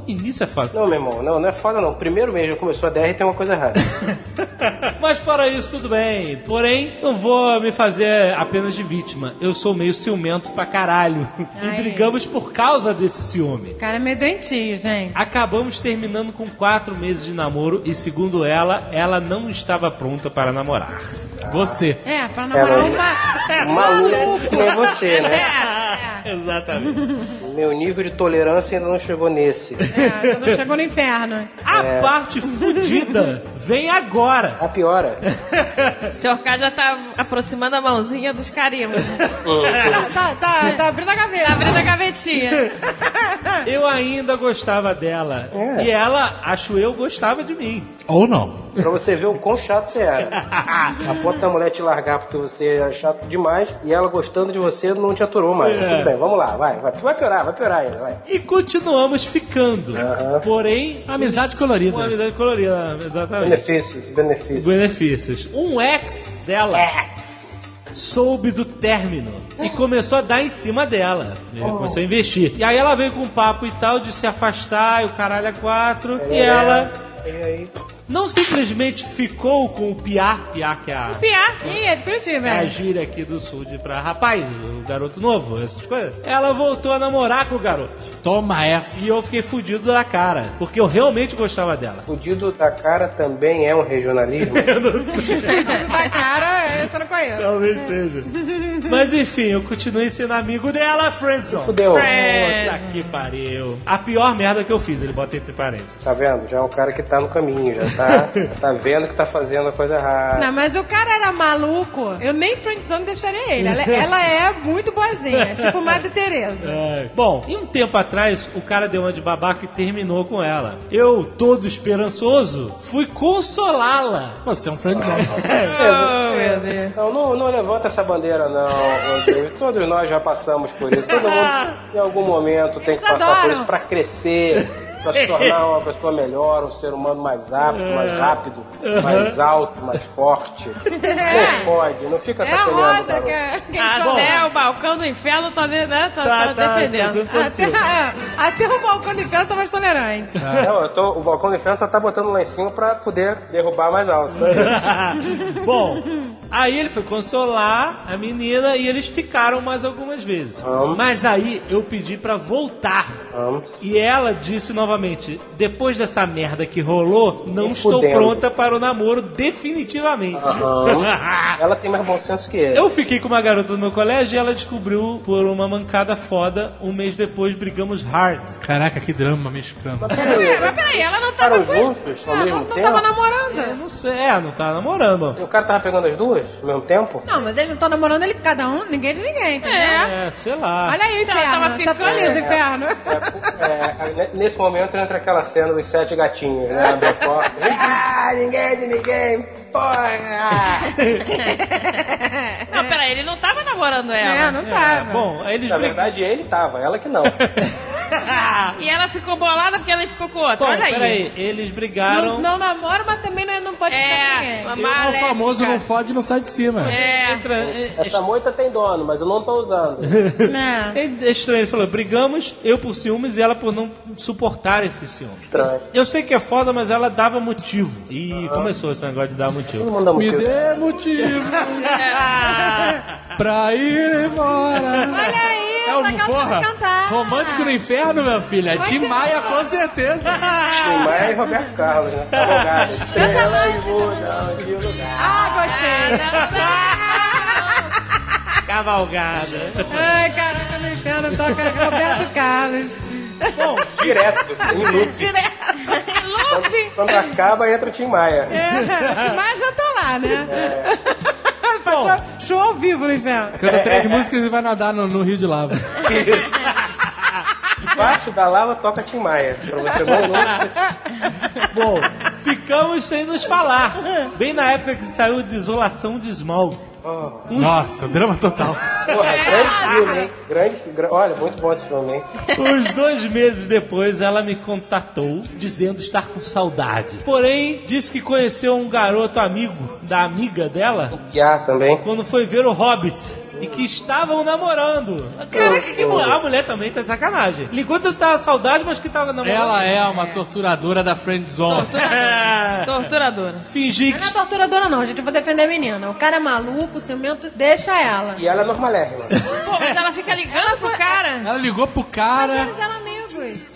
[SPEAKER 3] E isso é foda.
[SPEAKER 14] Hum. Não, meu irmão, não, não é foda não. Primeiro mês já começou a DR e tem uma coisa errada.
[SPEAKER 3] Mas fora isso, tudo bem. Porém, não vou me fazer apenas de vítima. Eu sou meio ciumento pra caralho. E brigamos por causa desse ciúme.
[SPEAKER 5] O cara é meio doentio, gente.
[SPEAKER 3] Acabamos terminando com quatro meses de namoro e, segundo ela, ela não estava pronta para namorar.
[SPEAKER 6] Você.
[SPEAKER 5] É, pra namorar
[SPEAKER 14] mas-
[SPEAKER 5] uma...
[SPEAKER 14] O maluco é você, né?
[SPEAKER 3] Exatamente.
[SPEAKER 14] Meu nível de tolerância ainda não chegou nesse. É.
[SPEAKER 5] É, ainda não chegou no inferno.
[SPEAKER 3] A parte fudida vem agora.
[SPEAKER 14] A piora.
[SPEAKER 4] O senhor K já tá aproximando a mãozinha dos carimbos.
[SPEAKER 5] Tá, tá, tá, tá abrindo a
[SPEAKER 4] Tá
[SPEAKER 5] gaveta.
[SPEAKER 4] abrindo a gavetinha.
[SPEAKER 3] Eu ainda gostava dela. E ela, acho eu, gostava de mim.
[SPEAKER 6] É. Ou não.
[SPEAKER 14] Pra você ver o quão chato você era. A ponto da mulher te largar é
[SPEAKER 3] É.
[SPEAKER 14] porque você era chato demais e ela gostando de você não te aturou mais. Tudo bem, vamos lá, vai, vai. Vai piorar, vai piorar ainda, vai.
[SPEAKER 3] E continuamos ficando. Porém.
[SPEAKER 6] Amizade colorida.
[SPEAKER 3] Uma amizade colorida, exatamente.
[SPEAKER 14] Benefícios, benefícios.
[SPEAKER 3] Benefícios. Um ex dela. Soube do término e começou a dar em cima dela. Ele
[SPEAKER 2] Oh.
[SPEAKER 3] Começou a investir. E aí ela veio com um papo e tal de se afastar e o caralho é quatro. E ela não simplesmente ficou com o Piá, Piá que é a,
[SPEAKER 5] Piá, ih, é de Curitiba.
[SPEAKER 3] é a gíria aqui do sul de pra rapaz, o garoto novo, essas coisas. Ela voltou a namorar com o garoto.
[SPEAKER 6] Toma essa.
[SPEAKER 3] E eu fiquei fudido da cara, porque eu realmente gostava dela.
[SPEAKER 14] Fudido da cara também é um regionalismo.
[SPEAKER 5] Da cara, eu só não conheço.
[SPEAKER 3] Talvez seja. Mas enfim, eu continuei sendo amigo dela, Friendzone.
[SPEAKER 14] Fudeu.
[SPEAKER 3] É. Puta que pariu. A pior merda que eu fiz, ele bota entre parênteses.
[SPEAKER 14] Tá vendo? Já é um cara que tá no caminho, já tá, já tá vendo que tá fazendo a coisa errada.
[SPEAKER 5] Não, mas o cara era maluco. Eu nem friendzone deixaria ele. Ela, ela é muito boazinha. tipo Madre Teresa.
[SPEAKER 3] É. Bom, e um tempo atrás, o cara deu uma de babaca e terminou com ela. Eu, todo esperançoso, fui consolá-la.
[SPEAKER 6] Você é um friendzone.
[SPEAKER 14] É, você- Não, não, não levanta essa bandeira, não, Rodrigo. Todos nós já passamos por isso. Todo mundo, em algum momento, tem que passar por
[SPEAKER 2] adoram.
[SPEAKER 14] isso pra crescer, pra se tornar uma pessoa melhor, um ser humano mais apto, mais rápido,
[SPEAKER 2] Uhum.
[SPEAKER 14] mais alto, mais forte. Não fode, não
[SPEAKER 5] É
[SPEAKER 14] fica
[SPEAKER 4] É. a
[SPEAKER 14] sacaneando,
[SPEAKER 4] roda
[SPEAKER 14] garoto.
[SPEAKER 4] que, que
[SPEAKER 5] bom.
[SPEAKER 4] Até Ah, É, o balcão do inferno tá, né, tá,
[SPEAKER 14] Tá,
[SPEAKER 4] tá,
[SPEAKER 14] tá,
[SPEAKER 4] defendendo.
[SPEAKER 14] tá sendo possível.
[SPEAKER 5] Até, é, até o balcão de pedra tá mais tolerante.
[SPEAKER 14] Não, eu tô, o balcão do inferno só tá botando lá em cima pra poder derrubar mais alto. Só isso.
[SPEAKER 3] Bom, aí ele foi consolar a menina e eles ficaram mais algumas vezes. Mas aí eu pedi pra voltar. E ela disse novamente: depois dessa merda que rolou, não
[SPEAKER 14] Nem
[SPEAKER 3] estou
[SPEAKER 14] fudendo.
[SPEAKER 3] pronta para o namoro definitivamente.
[SPEAKER 14] Aham. Ela tem mais bom senso que ele.
[SPEAKER 3] Eu fiquei com uma garota do meu colégio e ela descobriu por uma mancada foda. Um mês depois brigamos hard.
[SPEAKER 6] Caraca, que drama mexicano.
[SPEAKER 5] Ué, É, mas peraí, ela não tava.
[SPEAKER 14] Ficaram juntos ao mesmo
[SPEAKER 5] Não
[SPEAKER 14] tempo?
[SPEAKER 5] tava namorando.
[SPEAKER 3] não sei. É, não tava namorando.
[SPEAKER 14] O cara tava pegando as duas ao mesmo tempo?
[SPEAKER 5] Não, mas eles não estão namorando ele cada um, ninguém de ninguém, entendeu?
[SPEAKER 3] É, sei lá.
[SPEAKER 5] Olha aí,
[SPEAKER 4] Então, ela
[SPEAKER 5] inferno.
[SPEAKER 4] tava
[SPEAKER 5] Se atualiza,
[SPEAKER 14] ficando.
[SPEAKER 5] inferno.
[SPEAKER 14] É, nesse momento entra aquela cena dos sete gatinhos, né? Abre a porta. Ah, ninguém de ninguém, porra!
[SPEAKER 4] Não, peraí, ele não tava namorando ela.
[SPEAKER 5] É, não tava.
[SPEAKER 3] bom, aí eles
[SPEAKER 14] Na verdade, ele tava, ela que não.
[SPEAKER 4] E ela ficou bolada porque ela ficou com outra.
[SPEAKER 3] Bom,
[SPEAKER 4] Olha aí.
[SPEAKER 3] peraí, eles brigaram.
[SPEAKER 5] Não, não namora, mas também não, não
[SPEAKER 4] É,
[SPEAKER 5] pode ficar com ninguém.
[SPEAKER 6] O famoso não fode não sai de cima.
[SPEAKER 5] É.
[SPEAKER 14] É. Essa moita tem dono, mas eu não tô usando.
[SPEAKER 3] É estranho, ele falou, brigamos, eu por ciúmes e ela por não suportar esses ciúmes.
[SPEAKER 14] Estranho.
[SPEAKER 3] Eu sei que é foda, mas ela dava motivo. E começou esse negócio de dar motivo.
[SPEAKER 14] Todo mundo dá motivo.
[SPEAKER 6] Me dê motivo pra ir embora.
[SPEAKER 5] Olha aí,
[SPEAKER 6] é um porra. Romântico no inferno, meu filho. É Tim Maia, com certeza.
[SPEAKER 14] Tim Maia e Roberto Carlos, né? Tá bugado. Estrelas mudam de lugar.
[SPEAKER 5] Ah, gostei.
[SPEAKER 3] Cavalgada.
[SPEAKER 5] Ai, caraca, no inferno toca Roberto Carlos.
[SPEAKER 14] Direto, em
[SPEAKER 6] um
[SPEAKER 14] loop.
[SPEAKER 4] Loop.
[SPEAKER 14] Quando acaba, entra o Tim Maia.
[SPEAKER 5] É, mas já tá lá, né?
[SPEAKER 6] É.
[SPEAKER 5] Faz show, show ao vivo no inferno.
[SPEAKER 6] Canta três músicas e vai nadar no, no rio de lava.
[SPEAKER 14] Embaixo da lava toca Tim Maia. Pra você não
[SPEAKER 3] Bom, ficamos sem nos falar. Bem na época que saiu Desolação de Smog.
[SPEAKER 14] Ah.
[SPEAKER 3] Um
[SPEAKER 6] Nossa, drama total.
[SPEAKER 14] Porra, grande filme, hein? Grande fi- gra- Olha, muito bom esse filme, hein?
[SPEAKER 3] Uns dois meses depois, ela me contatou dizendo estar com saudade. Porém, disse que conheceu um garoto amigo da amiga dela
[SPEAKER 14] Piá também.
[SPEAKER 3] quando foi ver o Hobbit. E que estavam namorando. Caraca, que mulher. A mulher também tá de sacanagem. Ligou que tava saudade, mas que tava namorando.
[SPEAKER 6] Ela é uma torturadora da friend zone.
[SPEAKER 3] É.
[SPEAKER 4] Torturadora.
[SPEAKER 3] Fingir
[SPEAKER 5] Não é torturadora, não, gente. Eu vou defender a menina. O cara é maluco, o ciumento, deixa ela.
[SPEAKER 14] E ela é normalérrima.
[SPEAKER 4] Pô, mas ela fica ligando é pro cara.
[SPEAKER 6] Ela ligou pro cara.
[SPEAKER 5] Eles eram amigos.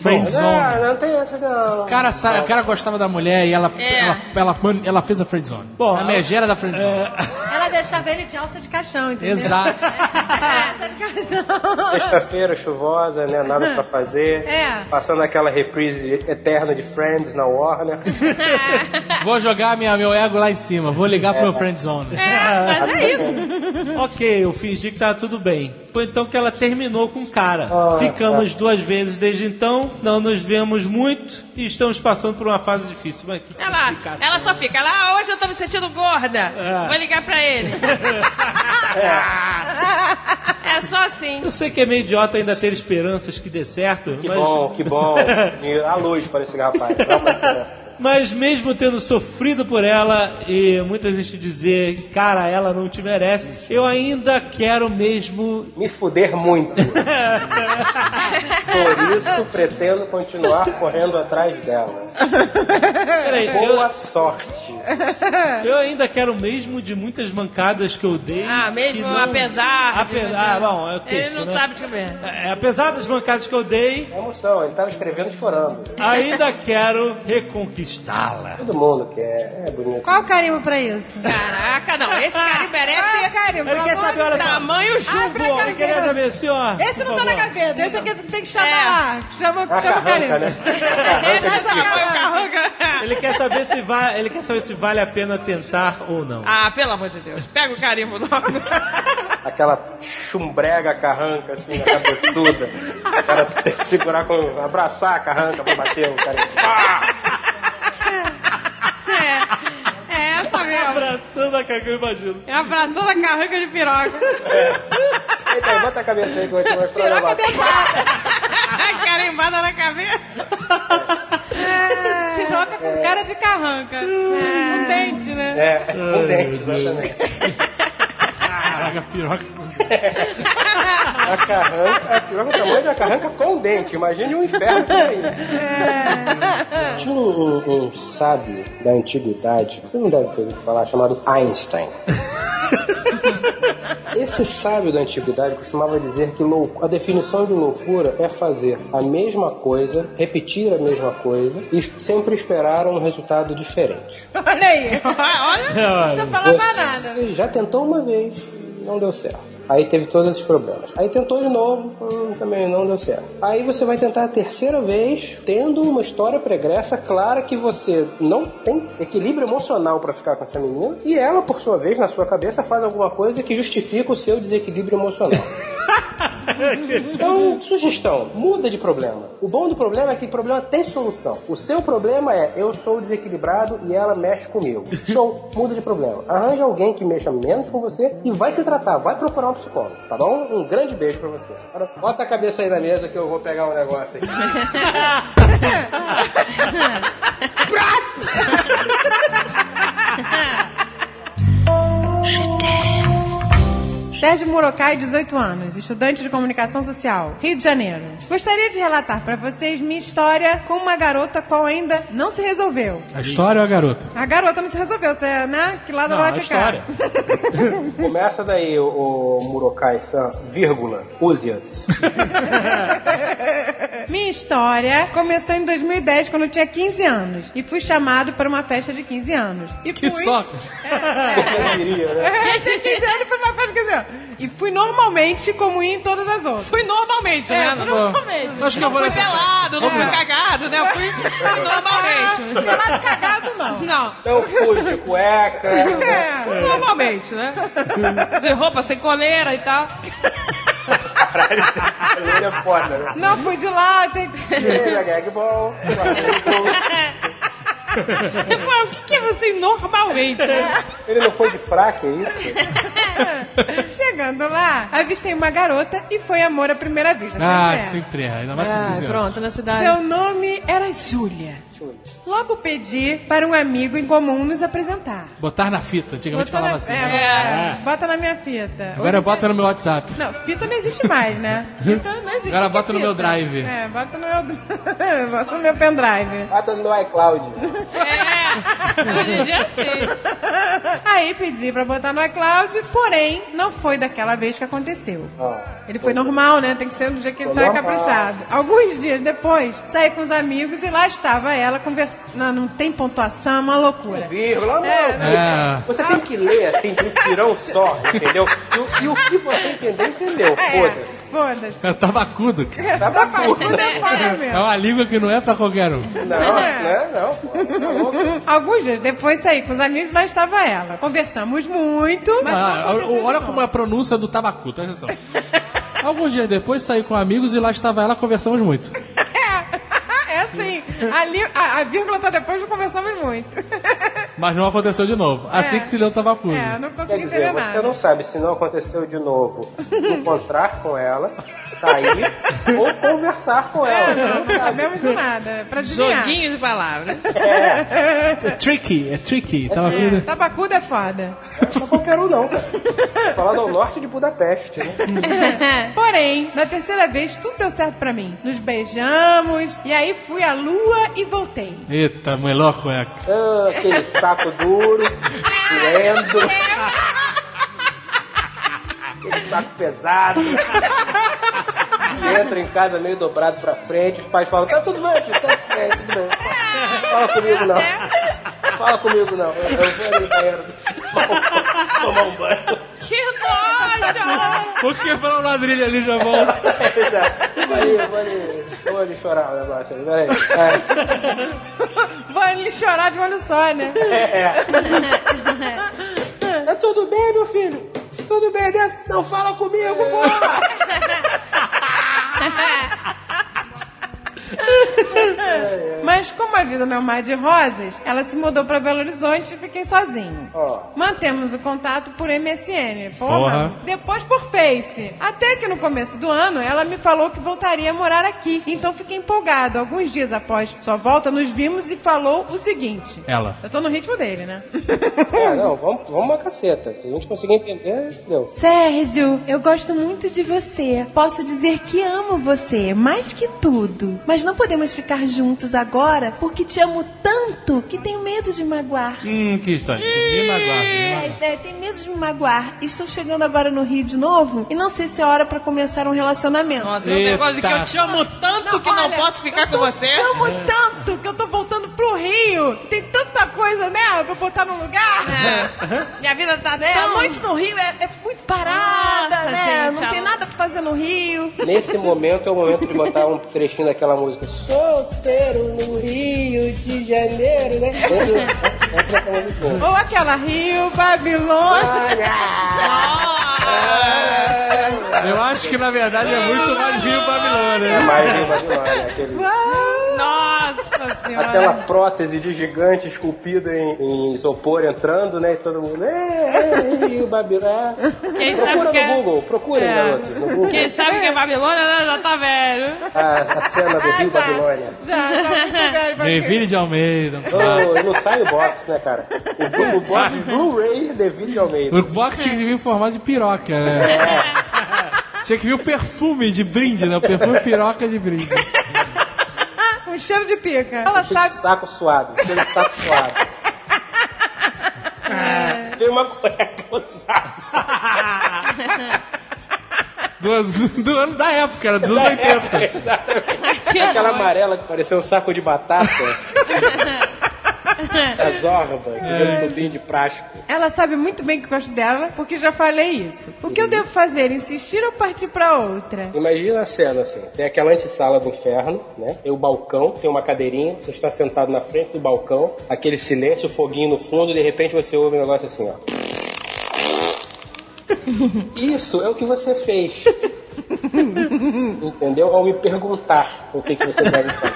[SPEAKER 6] Friend zone.
[SPEAKER 14] Não, não tem essa, não.
[SPEAKER 6] O cara, sa- o cara gostava da mulher e ela,
[SPEAKER 5] É.
[SPEAKER 6] ela, ela, man- ela fez a friendzone.
[SPEAKER 3] Bom,
[SPEAKER 6] a megera da
[SPEAKER 14] é,
[SPEAKER 6] friendzone.
[SPEAKER 5] Ela deixava ele de alça de caixão, entendeu?
[SPEAKER 6] Exato.
[SPEAKER 5] É, alça de caixão.
[SPEAKER 14] Sexta-feira chuvosa, né? Nada pra fazer.
[SPEAKER 5] É.
[SPEAKER 14] Passando aquela reprise eterna de Friends na Warner.
[SPEAKER 6] Vou jogar minha, meu ego lá em cima. Vou ligar pro meu friendzone.
[SPEAKER 4] É, mas é isso.
[SPEAKER 3] Ok, eu fingi que tava tudo bem. Foi então que ela terminou com o cara.
[SPEAKER 14] Ah, é.
[SPEAKER 3] Ficamos duas vezes desde então, não nos vemos muito e estamos passando por uma fase difícil. Mas que
[SPEAKER 4] Ela,
[SPEAKER 3] assim.
[SPEAKER 4] ela só fica lá, "Ah, hoje eu tô
[SPEAKER 3] É.
[SPEAKER 4] me sentindo gorda. Vou ligar pra ele. É só assim.
[SPEAKER 3] Eu sei que é meio idiota ainda ter esperanças que dê certo.
[SPEAKER 14] Que
[SPEAKER 3] mas...
[SPEAKER 14] bom, que bom. E A luz para esse rapaz.
[SPEAKER 3] Mas mesmo tendo sofrido por ela e muita gente dizer, cara, ela não te merece, eu ainda quero mesmo.
[SPEAKER 14] Me fuder muito. Por isso pretendo continuar correndo atrás dela.
[SPEAKER 3] Peraí,
[SPEAKER 14] Boa sorte.
[SPEAKER 3] Eu ainda quero mesmo de muitas mancadas que eu dei.
[SPEAKER 4] Ah, mesmo
[SPEAKER 3] que não-
[SPEAKER 4] apesar. de-
[SPEAKER 3] Apesar. bom, é o texto,
[SPEAKER 4] Ele não
[SPEAKER 3] né?
[SPEAKER 4] sabe te ver.
[SPEAKER 3] É, apesar das mancadas que eu dei,
[SPEAKER 14] É emoção, ele tava escrevendo chorando.
[SPEAKER 3] ainda quero reconquistá-la.
[SPEAKER 14] Todo mundo quer, é bonito.
[SPEAKER 5] Qual o carimbo pra isso?
[SPEAKER 4] Caraca, não. Esse cara merece.
[SPEAKER 5] Ah,
[SPEAKER 4] esse
[SPEAKER 5] carimbo,
[SPEAKER 3] Ele quer
[SPEAKER 5] pelo amor
[SPEAKER 3] saber, olha
[SPEAKER 5] de
[SPEAKER 3] só.
[SPEAKER 5] Deus.
[SPEAKER 4] Tamanho
[SPEAKER 5] Abre a
[SPEAKER 4] jumbo.
[SPEAKER 5] gaveta.
[SPEAKER 3] Ele quer saber, senhor.
[SPEAKER 5] Esse não tá na gaveta, esse aqui tem que chamar
[SPEAKER 4] É.
[SPEAKER 5] lá. Chama,
[SPEAKER 14] A
[SPEAKER 5] chama o carimbo.
[SPEAKER 14] carranca, né?
[SPEAKER 4] é
[SPEAKER 3] Ele quer saber se vai, ele quer saber se vale a pena tentar ou não.
[SPEAKER 4] Ah, pelo amor de Deus. Pega o carimbo logo.
[SPEAKER 14] Aquela chumbrega carranca, assim, na cabeçuda. O cara tem que segurar com. abraçar a carranca pra bater o cara.
[SPEAKER 4] É. É essa mesmo.
[SPEAKER 3] Abraçando a cagão, eu imagino.
[SPEAKER 4] É abraçando a carranca de piroca.
[SPEAKER 14] É. Então, bota a cabeça aí que eu vou te mostrar o negócio.
[SPEAKER 4] Carimbada na cabeça.
[SPEAKER 5] É. Se troca com cara de carranca.
[SPEAKER 4] É.
[SPEAKER 5] Um dente, né?
[SPEAKER 14] É, com dente, exatamente.
[SPEAKER 6] Caraca, piroca.
[SPEAKER 14] A carranca, a piroca é o tamanho da carranca com dente. Imagine o inferno que é isso. Tinha um, um sábio da antiguidade, você não deve ter ouvido falar, chamado Einstein. Esse sábio da antiguidade costumava dizer que louco, a definição de loucura é fazer a mesma coisa, repetir a mesma coisa e sempre esperar um resultado diferente.
[SPEAKER 5] Olha aí.
[SPEAKER 4] Olha.
[SPEAKER 5] Não precisa falar mais nada.
[SPEAKER 14] Você já tentou uma vez, não deu certo. Aí teve todos esses problemas. Aí tentou de novo, hum, também não deu certo. Aí você vai tentar a terceira vez, tendo uma história pregressa clara que você não tem equilíbrio emocional pra ficar com essa menina. E ela, por sua vez, na sua cabeça, faz alguma coisa que justifica o seu desequilíbrio emocional. Então, sugestão, muda de problema. O bom do problema é que o problema tem solução. O seu problema é eu sou desequilibrado e ela mexe comigo. Show, muda de problema. Arranja alguém que mexa menos com você e vai se tratar, vai procurar um psicólogo, tá bom? Um grande beijo pra você. Agora, bota a cabeça aí na mesa que eu vou pegar um negócio aqui.
[SPEAKER 5] Sérgio Murokai, 18 anos, estudante de comunicação social, Rio de Janeiro. Gostaria de relatar pra vocês minha história com uma garota qual ainda não se resolveu.
[SPEAKER 6] A história ou a garota?
[SPEAKER 5] A garota não se resolveu, você, né? Que lado
[SPEAKER 6] é
[SPEAKER 5] ela vai ficar?
[SPEAKER 14] Começa daí, o, Murokai-san, vírgula, use-as.
[SPEAKER 5] É, Minha história começou em 2010, quando eu tinha 15 anos. E fui chamado para uma festa de 15 anos. É, E
[SPEAKER 6] Que
[SPEAKER 5] fui...
[SPEAKER 6] soca!
[SPEAKER 14] Como eu diria, né?
[SPEAKER 5] Eu tinha 15 anos e fui pra uma festa de 15 anos. E fui normalmente, como ia em todas as outras.
[SPEAKER 4] Fui normalmente,
[SPEAKER 5] É,
[SPEAKER 4] né?
[SPEAKER 5] fui
[SPEAKER 4] Não
[SPEAKER 5] normalmente.
[SPEAKER 6] Acho que eu vou
[SPEAKER 4] fui
[SPEAKER 6] nessa.
[SPEAKER 4] pelado, não fui cagado, né? Eu fui, fui normalmente.
[SPEAKER 5] Não é mais cagado, não.
[SPEAKER 4] Não,
[SPEAKER 14] Então fui de
[SPEAKER 5] É.
[SPEAKER 14] cueca.
[SPEAKER 3] É.
[SPEAKER 4] fui normalmente, né? De roupa sem coleira e tal.
[SPEAKER 14] Ele é foda, né?
[SPEAKER 5] Não fui de lá, tem que...
[SPEAKER 14] Ele é gag bom.
[SPEAKER 4] Ué, o que, que é você normalmente?
[SPEAKER 5] né?
[SPEAKER 14] Ele não foi de fraque, é isso?
[SPEAKER 5] Chegando lá, avistei uma garota e foi amor à primeira vista.
[SPEAKER 6] Ah,
[SPEAKER 5] sempre é.
[SPEAKER 6] sempre erra. Ainda mais com 15 anos.
[SPEAKER 4] Pronto, na cidade.
[SPEAKER 5] Seu nome era Júlia. Logo pedi para um amigo em comum nos apresentar.
[SPEAKER 6] Botar na fita. Antigamente
[SPEAKER 5] na,
[SPEAKER 6] falava assim.
[SPEAKER 5] é,
[SPEAKER 6] né? É.
[SPEAKER 5] bota- bota na minha fita. Hoje
[SPEAKER 6] Agora
[SPEAKER 5] em
[SPEAKER 6] bota no meu WhatsApp.
[SPEAKER 5] Não, fita não existe mais, né? Fita não
[SPEAKER 6] Agora
[SPEAKER 5] existe. O que é
[SPEAKER 6] bota no meu
[SPEAKER 5] fita?
[SPEAKER 6] drive.
[SPEAKER 5] É, bota no meu, bota no meu pendrive.
[SPEAKER 14] Bota no iCloud.
[SPEAKER 4] É, hoje em dia sim.
[SPEAKER 5] Aí pedi pra botar no iCloud, porém, não foi daquela vez que aconteceu.
[SPEAKER 14] Ah,
[SPEAKER 5] Ele foi normal, né? Tem que ser no dia que ele
[SPEAKER 14] Foi
[SPEAKER 5] tá
[SPEAKER 14] normal.
[SPEAKER 5] caprichado. Alguns dias depois, saí com os amigos e lá estava ela conversando. Não, não tem pontuação, é uma loucura.
[SPEAKER 14] Vírgula, não.
[SPEAKER 5] né?
[SPEAKER 6] É.
[SPEAKER 14] Você tem que ler assim, de um tirão só, entendeu? E, o- e o que você entender, entendeu?
[SPEAKER 5] É,
[SPEAKER 14] Foda-se.
[SPEAKER 5] foda-se.
[SPEAKER 6] É tabacudo, cara.
[SPEAKER 14] Tá
[SPEAKER 5] Tá
[SPEAKER 14] pra tudo.
[SPEAKER 5] parrudo é fora
[SPEAKER 6] É
[SPEAKER 5] mesmo. É.
[SPEAKER 6] uma língua que não é pra qualquer um.
[SPEAKER 14] Não, né? Não, pô. Tá louco.
[SPEAKER 5] Alguns dias depois saí com os amigos, lá estava ela. Conversamos muito, mas não
[SPEAKER 6] Ah,
[SPEAKER 5] aconteceu
[SPEAKER 6] olha
[SPEAKER 5] nada.
[SPEAKER 6] como é a pronúncia do tabacu, presta atenção. Alguns dias depois saí com amigos e lá estava ela, conversamos muito.
[SPEAKER 5] É assim, ali, a, a vírgula tá depois, não conversamos muito.
[SPEAKER 6] Mas não aconteceu de novo.
[SPEAKER 5] É.
[SPEAKER 6] Assim que se leu Tabacudo.
[SPEAKER 14] Quer dizer, você não sabe se não aconteceu de novo, encontrar com ela, sair ou conversar com ela.
[SPEAKER 5] não, não sabemos de nada. é Pra adivinhar.
[SPEAKER 4] Joguinho de palavras.
[SPEAKER 6] É tricky, é tricky. Tabacudo.
[SPEAKER 5] É, tabacuda é foda.
[SPEAKER 14] Não qualquer um não, cara. Falando ao norte de Budapeste, né?
[SPEAKER 5] Porém, na terceira vez, tudo deu certo pra mim. Nos beijamos, e aí fui à lua e voltei.
[SPEAKER 6] Eita, melhor cueca.
[SPEAKER 14] Ah, aquele saco duro, lendo. Aquele saco pesado. Que entra em casa meio dobrado pra frente, os pais falam, tá tudo bem, filho, tá tudo bem, tudo bem. Fala comigo não. Fala comigo não. Eu, eu vou ali no banheiro tomar um banho.
[SPEAKER 4] Que nojo!
[SPEAKER 6] Porque pelo ladrilho ali já volta.
[SPEAKER 14] é. Vou ali, vou ali, vou ali chorar o negócio É. ali, peraí.
[SPEAKER 5] Vou ele chorar de olho só, né?
[SPEAKER 14] É. Tá tudo bem, meu filho? Tudo bem, né? Não fala comigo,
[SPEAKER 5] É.
[SPEAKER 14] porra!
[SPEAKER 5] Mas como a vida não é um mar de rosas, ela se mudou pra Belo Horizonte e fiquei sozinho. Mantemos o contato por MSN, porra.
[SPEAKER 2] Porra.
[SPEAKER 5] Depois por Face. Até que no começo do ano, ela me falou que voltaria a morar aqui. Então fiquei empolgado. Alguns dias após sua volta, nos vimos e falou o seguinte.
[SPEAKER 6] Ela.
[SPEAKER 5] Eu tô no ritmo dele, né?
[SPEAKER 14] É, não, vamos, vamos uma caceta. Se a gente conseguir entender, deu.
[SPEAKER 5] Sérgio, eu gosto muito de você. Posso dizer que amo você, mais que tudo. Mas não podemos ficar juntos agora porque te amo tanto que tenho medo de magoar.
[SPEAKER 6] Hum, que história. Me magoar, me magoar.
[SPEAKER 5] É, é, tem medo de me magoar. Estou chegando agora no Rio de novo e não sei se é hora pra começar um relacionamento.
[SPEAKER 4] Tem um negócio de que eu te amo tanto que não
[SPEAKER 5] olha,
[SPEAKER 4] posso ficar Tá com você.
[SPEAKER 5] Te amo tanto que eu tô voltando pro Rio. Tem tanta coisa, né, pra botar no lugar.
[SPEAKER 4] Minha vida tá
[SPEAKER 5] É, a
[SPEAKER 4] tão...
[SPEAKER 5] noite no Rio é, é muito parada,
[SPEAKER 4] Nossa,
[SPEAKER 5] né?
[SPEAKER 4] gente,
[SPEAKER 5] não tem
[SPEAKER 4] a-
[SPEAKER 5] nada pra fazer no Rio.
[SPEAKER 14] Nesse momento é o momento de botar um trechinho daquela música. Solteiro no Rio de Janeiro, né? Entra essa música.
[SPEAKER 5] Ou aquela Rio, Babilônia.
[SPEAKER 6] Eu acho que na verdade é muito mais Rio Babilônia. né?
[SPEAKER 14] É mais Rio Babilônia, aquele-
[SPEAKER 4] Nossa senhora.
[SPEAKER 14] Aquela prótese de gigante esculpida em, em isopor entrando, né? E todo mundo. É, é, Rio Babilônia.
[SPEAKER 4] Quem sabe
[SPEAKER 14] Procura
[SPEAKER 4] que é-
[SPEAKER 14] no Google, procura,
[SPEAKER 4] É.
[SPEAKER 14] garotos, no Google.
[SPEAKER 4] Quem sabe que é Babilônia né, já tá velho.
[SPEAKER 14] A, a cena do Rio Babilônia.
[SPEAKER 5] Já, tá muito velho pra
[SPEAKER 6] Devine de Almeida. um
[SPEAKER 14] Oh, e não sai o box, né, cara? O, o box Blu-ray Devine de Almeida.
[SPEAKER 6] O box tinha que vir em formato de piroca, né?
[SPEAKER 14] É.
[SPEAKER 6] Tinha que vir o perfume de brinde, né? O perfume piroca de brinde.
[SPEAKER 5] Com cheiro de pica. Ela
[SPEAKER 14] Cheio de
[SPEAKER 5] sabe.
[SPEAKER 14] saco suado, cheio de saco suado. Tem uma cueca um usada.
[SPEAKER 6] Do, ano- do ano da época, era dos anos 80.
[SPEAKER 14] Aquela amarela que parecia um saco de batata. A zorba, que deu
[SPEAKER 6] É.
[SPEAKER 14] um tubinho de prástico.
[SPEAKER 5] Ela sabe muito bem que eu gosto dela, porque já falei isso. O que eu devo fazer? Insistir ou partir pra outra?
[SPEAKER 14] Imagina a cena assim: tem aquela antessala do inferno, né? Tem o balcão, tem uma cadeirinha, você está sentado na frente do balcão, aquele silêncio, o foguinho no fundo, de repente você ouve um negócio assim, ó. Isso é o que você fez. Entendeu? Ao me perguntar o que, que você deve fazer.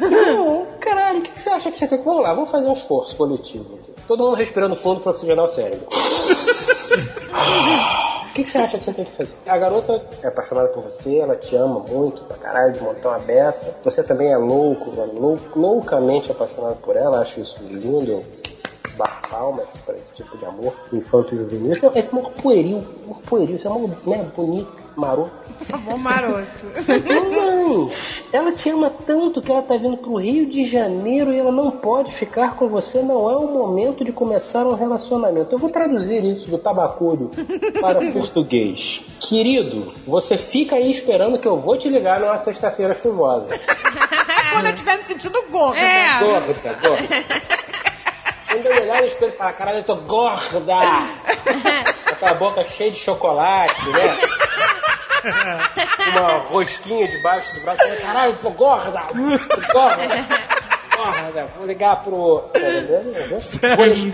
[SPEAKER 14] Não, caralho, o que, que você acha que você quer? Vamos lá, vamos fazer um esforço coletivo aqui. Todo mundo respirando fundo para oxigenar o cérebro. O que, que você acha que você tem que fazer? A garota é apaixonada por você, ela te ama muito pra caralho, de montão a beça. Você também é louco, é lou- loucamente apaixonado por ela, acho isso lindo. Eu bato palmas pra esse tipo de amor infanto juvenil. Isso é esse amor pueril, amor pueril, esse amor né, bonito, maroto.
[SPEAKER 5] Tá Bom maroto.
[SPEAKER 14] Mas ela te ama tanto que ela tá vindo pro Rio de Janeiro e ela não pode ficar com você. Não é o momento de começar um relacionamento. Eu vou traduzir isso do tabacudo para o português. Querido, você fica aí esperando que eu vou te ligar numa sexta-feira chuvosa.
[SPEAKER 5] É quando eu estiver me sentindo gorda.
[SPEAKER 4] É.
[SPEAKER 5] né?
[SPEAKER 14] Gorda, gorda. Quando eu olhar no espelho e falar, caralho, eu tô gorda. Aquela boca cheia de chocolate, né? Uma rosquinha debaixo do braço. Caralho, eu tô gorda. Tô gorda. Gorda. Vou ligar pro...
[SPEAKER 6] Sérgio.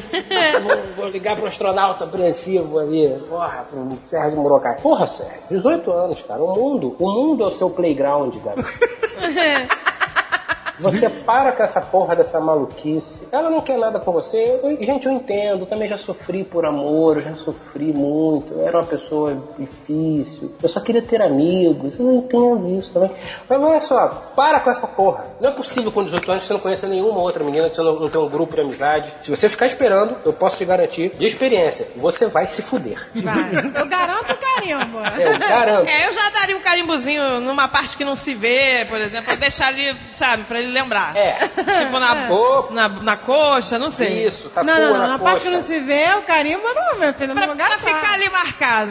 [SPEAKER 14] Vou, vou ligar pro astronauta apreensivo ali. Porra, pro Sérgio Murokai. Porra, Sérgio, 18 anos, cara. O mundo, o mundo é o seu playground, cara. Você para com essa porra dessa maluquice. Ela não quer nada com você. Eu- eu- gente, eu entendo. Eu também já sofri por amor, eu já sofri muito. Eu era uma pessoa difícil. Eu só queria ter amigos. Eu não entendo isso também. Mas olha só, para com essa porra. Não é possível com 18 anos você não conheça nenhuma outra menina, que você não, não tem um grupo de amizade. Se você ficar esperando, eu posso te garantir, de experiência, você vai se fuder.
[SPEAKER 5] Eu garanto o carimbo.
[SPEAKER 14] Eu garanto.
[SPEAKER 4] É, eu já daria um carimbozinho numa parte que não se vê, por exemplo, pra deixar ali, sabe, pra ele lembrar.
[SPEAKER 14] É.
[SPEAKER 4] Tipo na, na, na coxa, não sei.
[SPEAKER 14] Isso, tá
[SPEAKER 5] não, não, não, na parte que não se vê, o carimbo não, meu filho,
[SPEAKER 4] Pra,
[SPEAKER 5] não
[SPEAKER 4] pra ficar ali marcado.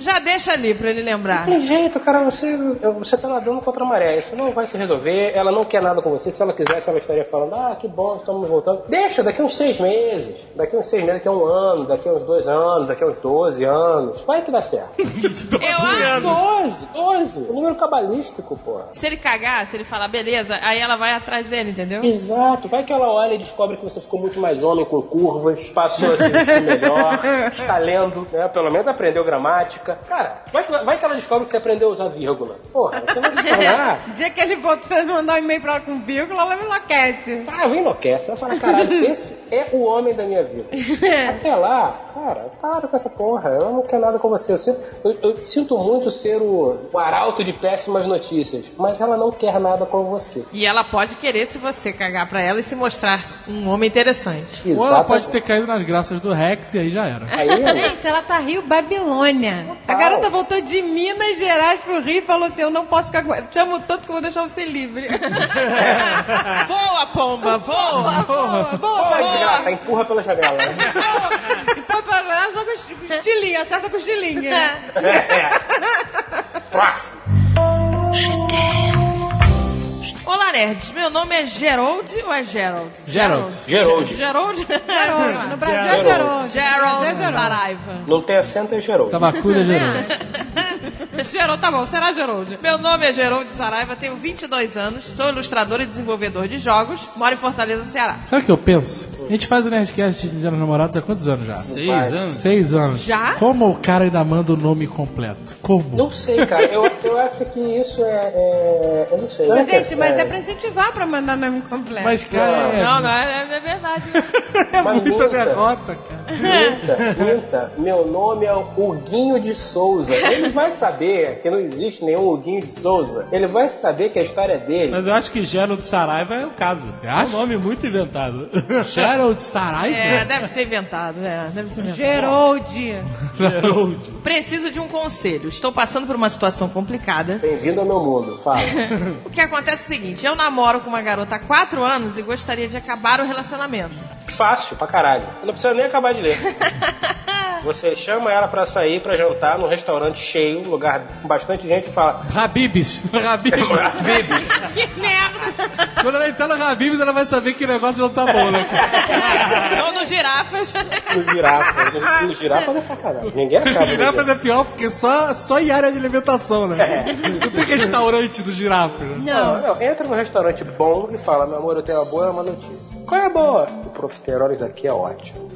[SPEAKER 4] Já deixa ali pra ele lembrar.
[SPEAKER 14] Não tem jeito, cara, você, você tá nadando contra a maré, isso não vai se resolver, ela não quer nada com você, se ela quisesse ela estaria falando, ah, que bom, estamos voltando. Deixa, daqui uns seis meses, daqui uns seis meses, daqui a um ano, daqui a uns dois anos, daqui a uns 12 anos, vai que dá certo. Eu 12, 12, o número cabalístico, porra.
[SPEAKER 4] Se ele cagar, se ele falar beleza, aí ela vai atrás dele, entendeu?
[SPEAKER 14] Exato, vai que ela olha e descobre que você ficou muito mais homem com curvas, passou a se vestir melhor, está lendo, né? Pelo menos aprendeu gramática. Cara, vai que, vai que ela descobre que você aprendeu a usar vírgula. Porra, você vai se tornar
[SPEAKER 5] Dia que ele volta pra mandar um e-mail pra ela com vírgula, ela me enlouquece.
[SPEAKER 14] Ah, vem enlouquece. Ela fala, caralho, esse é o homem da minha vida.
[SPEAKER 5] É.
[SPEAKER 14] Até lá, cara, para com essa porra. Eu não quero nada com você. Eu sinto, eu- eu sinto muito ser o, o arauto de péssimas notícias. Mas ela não quer nada com você.
[SPEAKER 4] E ela pode querer se você cagar pra ela e se mostrar um homem interessante.
[SPEAKER 6] Ou ela pode ter caído nas graças do Rex e aí já era.
[SPEAKER 5] Gente, ela tá Rio Babilônia. A garota voltou de Minas Gerais pro Rio e falou assim: Eu não posso ficar com. Chamo tanto que eu vou deixar você livre.
[SPEAKER 4] voa, pomba, voa!
[SPEAKER 5] Boa,
[SPEAKER 14] Porra,
[SPEAKER 5] boa.
[SPEAKER 14] desgraça, tá, empurra pela janela.
[SPEAKER 5] Foi pra lá, joga o estilinho, acerta com o estilinho. né?
[SPEAKER 14] Próximo.
[SPEAKER 4] Olá, nerds. Meu nome é Gerald ou é Gerald?
[SPEAKER 6] Gerald.
[SPEAKER 4] Gerald. Gerald?
[SPEAKER 5] Gerald. No Brasil é
[SPEAKER 14] Gerald.
[SPEAKER 5] Gerald.
[SPEAKER 4] Gerald Saraiva.
[SPEAKER 14] Não tem acento, é Geraldo.
[SPEAKER 6] Tabacuda, Geraldo.
[SPEAKER 5] É.
[SPEAKER 4] Geraldo, tá bom, será Geraldo? Meu nome é Geraldo Saraiva, tenho 22 anos, sou ilustrador e desenvolvedor de jogos, moro em Fortaleza, Ceará.
[SPEAKER 6] Sabe o que eu penso? A gente faz o Nerdcast de Dia dos Namorados há quantos anos já?
[SPEAKER 14] Seis Faz. anos.
[SPEAKER 6] Seis anos.
[SPEAKER 4] Já?
[SPEAKER 6] Como o cara ainda manda o nome completo? Como?
[SPEAKER 14] Não sei, cara. Eu, eu acho que isso é... é- eu não sei. Eu
[SPEAKER 5] Mas,
[SPEAKER 14] acho que
[SPEAKER 5] gente, mas é pra incentivar pra mandar nome completo.
[SPEAKER 6] Mas, cara, é-
[SPEAKER 4] Não, não, é, é verdade.
[SPEAKER 14] É Mas muita multa.
[SPEAKER 6] derrota, cara.
[SPEAKER 14] Minta, minta, meu nome é Huguinho de Souza. Ele vai saber que não existe nenhum Huguinho de Souza. Ele vai saber que a história dele.
[SPEAKER 3] Mas eu acho que Gerald Saraiva é o caso. É um nome muito inventado.
[SPEAKER 6] Gerald Saraiva?
[SPEAKER 4] É, deve ser inventado, é, deve ser inventado.
[SPEAKER 5] Geraldi.
[SPEAKER 6] Gerald.
[SPEAKER 4] Preciso de um conselho. Estou passando por uma situação complicada.
[SPEAKER 14] é Bem-vindo ao meu mundo, fala.
[SPEAKER 4] O que acontece é o seguinte: eu namoro com uma garota há 4 anos e gostaria de acabar o relacionamento.
[SPEAKER 14] Fácil pra caralho. Eu não precisa nem acabar de ler. Você chama ela pra sair pra jantar num restaurante cheio, um lugar com bastante gente, e fala:
[SPEAKER 6] Rabibis. Rabibis.
[SPEAKER 4] Ah, que merda!
[SPEAKER 6] Quando ela entrar no Rabibis, ela vai saber que o negócio não tá bom, né? cara?
[SPEAKER 4] Ou no girafas.
[SPEAKER 14] No girafa. No, no girafa é sacanagem. Ninguém acaba.
[SPEAKER 6] O
[SPEAKER 14] de ler.
[SPEAKER 6] girafas é pior porque só, só em área de alimentação, né? Não tem restaurante do girafa, né?
[SPEAKER 14] Não, não, entra num restaurante bom e fala: meu amor, eu tenho uma boa e uma notícia. Qual é a boa? O profiterole daqui é ótimo.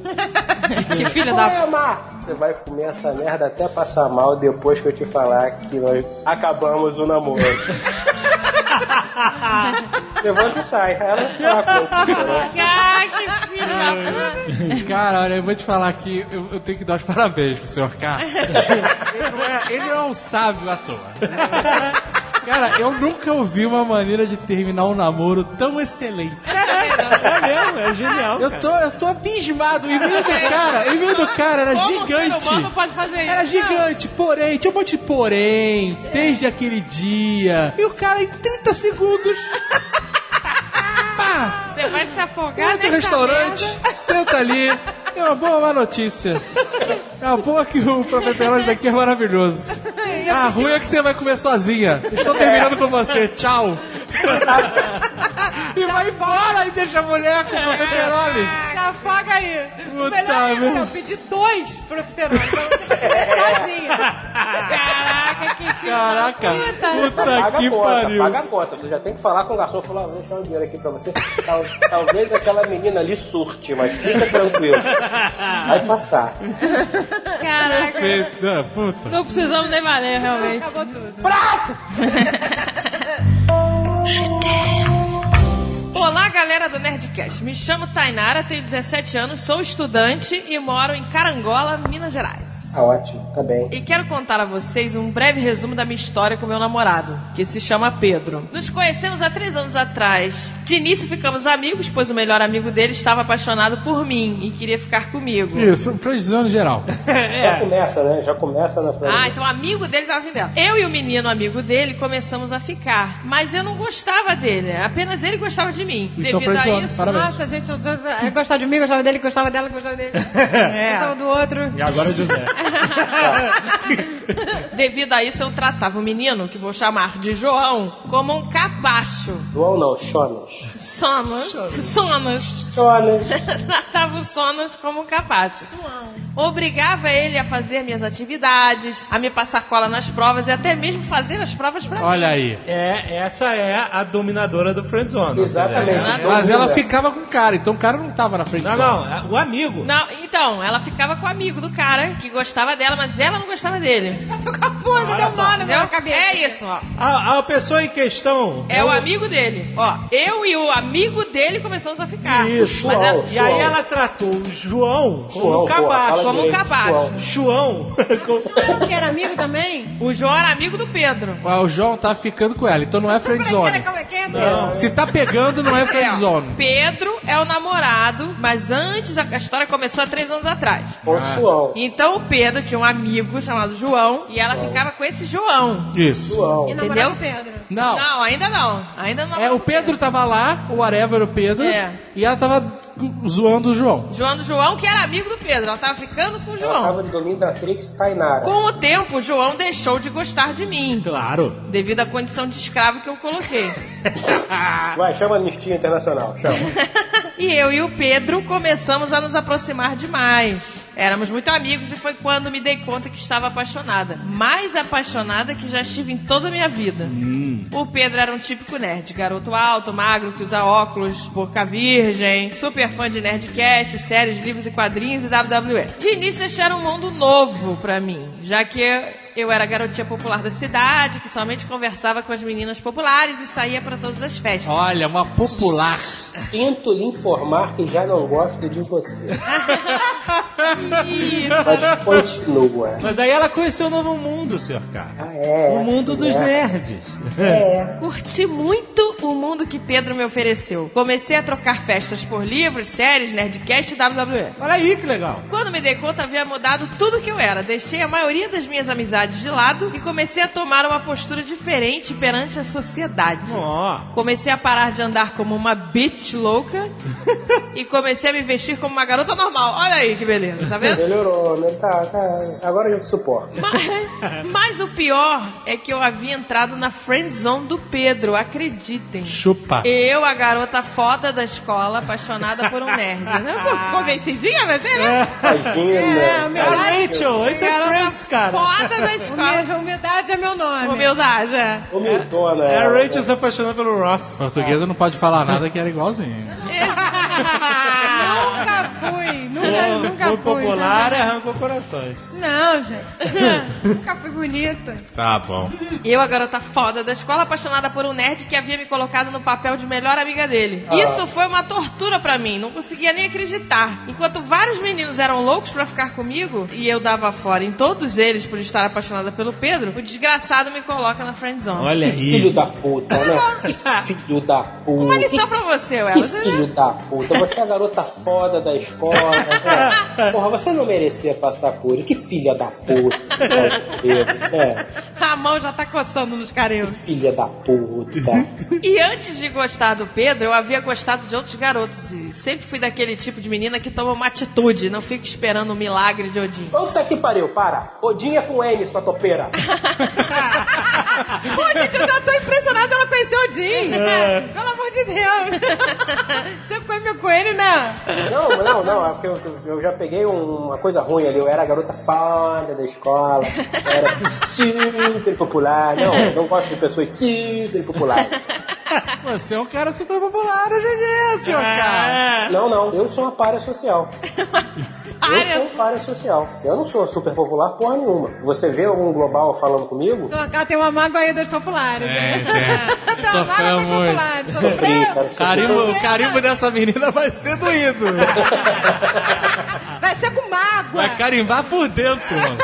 [SPEAKER 4] que filha
[SPEAKER 14] Qual
[SPEAKER 4] da.
[SPEAKER 14] é, Mar? Você vai comer essa merda até passar mal depois que eu te falar que nós acabamos o namoro.
[SPEAKER 5] Ah.
[SPEAKER 14] Levanta e sai. Ela não fica com
[SPEAKER 4] Ah, que filha da.
[SPEAKER 6] Cara, olha, eu vou te falar que eu, eu tenho que dar os parabéns pro senhor K. ele, não é, ele não é um sábio à toa. Cara, eu nunca ouvi uma maneira de terminar um namoro tão excelente.
[SPEAKER 3] É mesmo, é genial.
[SPEAKER 6] Eu tô, eu tô abismado. O e-mail do cara, o e-mail do cara era
[SPEAKER 4] Como o
[SPEAKER 6] gigante.
[SPEAKER 4] ser humano pode fazer isso?
[SPEAKER 6] Era gigante, porém, tinha um monte de porém, desde aquele dia. E o cara em 30 segundos. Pá!
[SPEAKER 4] Não, Você vai se afogar
[SPEAKER 6] Entra
[SPEAKER 4] nessa
[SPEAKER 6] no restaurante,
[SPEAKER 4] merda.
[SPEAKER 6] senta ali. É uma boa ou má notícia. É uma boa que o profiterole daqui é maravilhoso. A ruim é que você vai comer sozinha. Estou terminando com você. Tchau. E vai embora e deixa a mulher com o
[SPEAKER 4] Eh,
[SPEAKER 6] profiterole.
[SPEAKER 5] Se afoga aí.
[SPEAKER 6] Puta
[SPEAKER 5] o melhor ainda,
[SPEAKER 6] merda.
[SPEAKER 5] eu pedi dois profiteroles pra você comer sozinha.
[SPEAKER 4] Caraca, que filho
[SPEAKER 6] Caraca,
[SPEAKER 4] da puta.
[SPEAKER 6] puta
[SPEAKER 14] Paga
[SPEAKER 6] que
[SPEAKER 14] a conta,
[SPEAKER 6] pariu.
[SPEAKER 14] paga a conta. Você já tem que falar com o garçom e falar, vou deixar o dinheiro aqui pra você. Tal- talvez aquela menina ali surte, mas fica tranquilo. Vai passar.
[SPEAKER 4] Caraca.
[SPEAKER 6] Eita, puta.
[SPEAKER 4] Não precisamos nem valer, realmente.
[SPEAKER 5] Acabou tudo.
[SPEAKER 4] podcast. Me chamo Tainara, tenho 17 anos, sou estudante e moro em Carangola, Minas Gerais.
[SPEAKER 14] Ah, ótimo, tá bem.
[SPEAKER 4] E quero contar a vocês um breve resumo da minha história com meu namorado, que se chama Pedro. Nos conhecemos há três anos atrás. De início ficamos amigos, pois o melhor amigo dele estava apaixonado por mim e queria ficar comigo.
[SPEAKER 6] Isso, precisando geral.
[SPEAKER 14] Já começa, né? Já começa na frente.
[SPEAKER 4] Ah, então amigo dele tava vendendo. Eu e o menino amigo dele começamos a ficar, mas eu não gostava dele, apenas ele gostava de mim.
[SPEAKER 5] E
[SPEAKER 4] Devido a isso,
[SPEAKER 5] Nossa, gente, eu, Ah, eu gostava de mim, gostava dele, gostava dela, gostava dele. Gostava do outro.
[SPEAKER 6] É. E agora de
[SPEAKER 4] então- Devido a isso, eu tratava o menino, que vou chamar de João, como um capacho.
[SPEAKER 14] João não, Chonas.
[SPEAKER 4] Sonas. Sonas. Tratava o Sonas como um capacho. Obrigava ele a fazer minhas atividades, a me passar cola nas provas e até mesmo fazer as provas pra mim.
[SPEAKER 6] Olha aí.
[SPEAKER 3] É, essa é a dominadora do Friendzone.
[SPEAKER 6] Exatamente. Mas ela ficava com o cara, então o cara não tava na frente
[SPEAKER 3] Não,
[SPEAKER 6] dela.
[SPEAKER 3] não, é o amigo.
[SPEAKER 4] Não, então, ela ficava com o amigo do cara que gostava dela, mas ela não gostava dele. Tô
[SPEAKER 5] confusa,
[SPEAKER 3] deu nó na minha
[SPEAKER 4] cabeça. É isso, ó.
[SPEAKER 3] A, a pessoa em questão.
[SPEAKER 4] É o amigo dele. Ó, eu e o amigo dele começamos a ficar.
[SPEAKER 3] Isso.
[SPEAKER 4] Mas é- ela-
[SPEAKER 3] e aí ela tratou o João como
[SPEAKER 4] João,
[SPEAKER 3] um cabaço.
[SPEAKER 4] pô, fala Como um direito, cabaço.
[SPEAKER 3] João.
[SPEAKER 5] Que era amigo também?
[SPEAKER 4] O João era amigo do Pedro.
[SPEAKER 6] Ah, O João tá ficando com ela, então não é friendzone.
[SPEAKER 5] Como é que é,
[SPEAKER 6] Não. Se tá pegando, não é friendzone.
[SPEAKER 4] Pedro é o namorado, mas antes a a história começou há três anos atrás.
[SPEAKER 6] Com o João.
[SPEAKER 4] Então o Pedro tinha um amigo chamado João e ela ficava com esse João.
[SPEAKER 6] Isso.
[SPEAKER 4] Entendeu?
[SPEAKER 6] Não.
[SPEAKER 4] Não, ainda não. Ainda não.
[SPEAKER 6] É, o Pedro tava lá, o Areva era o Pedro,
[SPEAKER 4] É.
[SPEAKER 6] e ela tava zoando o João.
[SPEAKER 4] João do João, que era amigo do Pedro. Ela tava ficando com o
[SPEAKER 14] Ela
[SPEAKER 4] João.
[SPEAKER 14] tava no domínio da Trix Tainara.
[SPEAKER 4] Com o tempo, o João deixou de gostar de mim.
[SPEAKER 3] Claro.
[SPEAKER 4] Devido à condição de escravo que eu coloquei. Ah.
[SPEAKER 14] Vai, chama a Anistia Internacional, chama.
[SPEAKER 4] E eu e o Pedro começamos a nos aproximar demais. Éramos muito amigos e foi quando me dei conta que estava apaixonada. Mais apaixonada que já estive em toda a minha vida.
[SPEAKER 3] Hum.
[SPEAKER 4] O Pedro era um típico nerd. Garoto alto, magro, que usa óculos, boca virgem, super fã de Nerdcast, séries, livros e quadrinhos e WWE. De início, este era um mundo novo pra mim, já que eu era a garotinha popular da cidade, que somente conversava com as meninas populares e saía pra todas as festas.
[SPEAKER 6] Olha, uma popular.
[SPEAKER 14] Sinto lhe informar que já não gosto de você.
[SPEAKER 4] Ih,
[SPEAKER 14] Mas continua.
[SPEAKER 3] Mas aí ela conheceu o novo mundo, senhor cara.
[SPEAKER 14] É,
[SPEAKER 3] o mundo dos
[SPEAKER 14] é.
[SPEAKER 3] nerds. É.
[SPEAKER 4] Curti muito o mundo que Pedro me ofereceu. Comecei a trocar festas por livros, séries, Nerdcast e WWE.
[SPEAKER 3] Olha aí que legal.
[SPEAKER 4] Quando me dei conta, havia mudado tudo que eu era. Deixei a maioria das minhas amizades de lado e comecei a tomar uma postura diferente perante a sociedade.
[SPEAKER 3] Ó.
[SPEAKER 4] Comecei a parar de andar como uma bitch louca e comecei a me vestir como uma garota normal. Olha aí que beleza, tá vendo?
[SPEAKER 14] Melhorou, né? Tá, tá. Agora eu suporto.
[SPEAKER 4] Mas o pior é que eu havia entrado na friend zone do Pedro, acreditem.
[SPEAKER 6] Chupa.
[SPEAKER 4] Eu, a garota foda da escola, apaixonada por um nerd. Não, convencidinha, mas é, né?
[SPEAKER 14] Imagina.
[SPEAKER 4] É,
[SPEAKER 3] Ah, Rachel, esse é
[SPEAKER 4] Garota
[SPEAKER 3] Friends, cara.
[SPEAKER 4] tá Foda da escola.
[SPEAKER 5] Humildade é meu nome.
[SPEAKER 4] Humildade, é.
[SPEAKER 14] Humildona.
[SPEAKER 3] É a
[SPEAKER 14] ela,
[SPEAKER 3] Rachel se apaixonando pelo Ross.
[SPEAKER 6] Portuguesa não pode falar nada que era igualzinho.
[SPEAKER 5] nunca fui. Nunca,
[SPEAKER 3] Foi-
[SPEAKER 5] nunca
[SPEAKER 3] foi
[SPEAKER 5] fui.
[SPEAKER 3] popular é.
[SPEAKER 5] né?
[SPEAKER 3] arrancou corações.
[SPEAKER 5] Não, gente. nunca fui bonita.
[SPEAKER 6] Tá bom.
[SPEAKER 4] Eu, a garota foda da escola, apaixonada por um nerd que havia me colocado no papel de melhor amiga dele.
[SPEAKER 5] Ah.
[SPEAKER 4] Isso foi uma tortura pra mim, não conseguia nem acreditar. Enquanto vários meninos eram loucos pra ficar comigo, e eu dava fora em todos eles por estar apaixonada pelo Pedro, o desgraçado me coloca na friendzone.
[SPEAKER 14] Que Filho da puta, né? Que filho da puta.
[SPEAKER 4] Uma lição pra você, Ela.
[SPEAKER 14] Que filho da puta. Você é a garota foda da escola. né? Porra, você não merecia passar por isso. Que filha da puta. é. esse cara de Pedro, né?
[SPEAKER 4] A mão já tá coçando nos carinhos.
[SPEAKER 14] Filha da puta.
[SPEAKER 4] E antes de gostar do Pedro, eu havia gostado de outros garotos. E sempre fui daquele tipo de menina que toma uma atitude, não fica esperando o milagre de Odin.
[SPEAKER 14] Puta que pariu, para. Odinha com N, sua topeira.
[SPEAKER 5] Pô, gente, eu já tô impressionada ela conheceu o Jim.
[SPEAKER 6] É.
[SPEAKER 5] Pelo amor de Deus. Você come meu coelho, né?
[SPEAKER 14] Não, não, não. É porque eu, eu já peguei um- uma coisa ruim ali. Eu era a garota foda da escola. Eu era super popular. Não, eu não gosto de pessoas super populares.
[SPEAKER 6] Você é um cara
[SPEAKER 3] É.
[SPEAKER 6] super popular hoje em dia, senhor cara.
[SPEAKER 14] Não, não. um Eu sou uma para social.
[SPEAKER 4] pária.
[SPEAKER 14] Eu sou um párea social. Eu não sou super popular porra nenhuma. Você vê algum global falando comigo?
[SPEAKER 5] Sua cara tem uma mágoa aí dos populares. né?
[SPEAKER 14] É,
[SPEAKER 4] Tá,
[SPEAKER 5] tem.
[SPEAKER 6] Sofreu
[SPEAKER 5] muito.
[SPEAKER 14] Sofri, cara,
[SPEAKER 6] Carimbo, o carimbo dessa menina vai ser doído. é.
[SPEAKER 5] Vai ser com mágoa.
[SPEAKER 6] Vai carimbar por dentro, mano.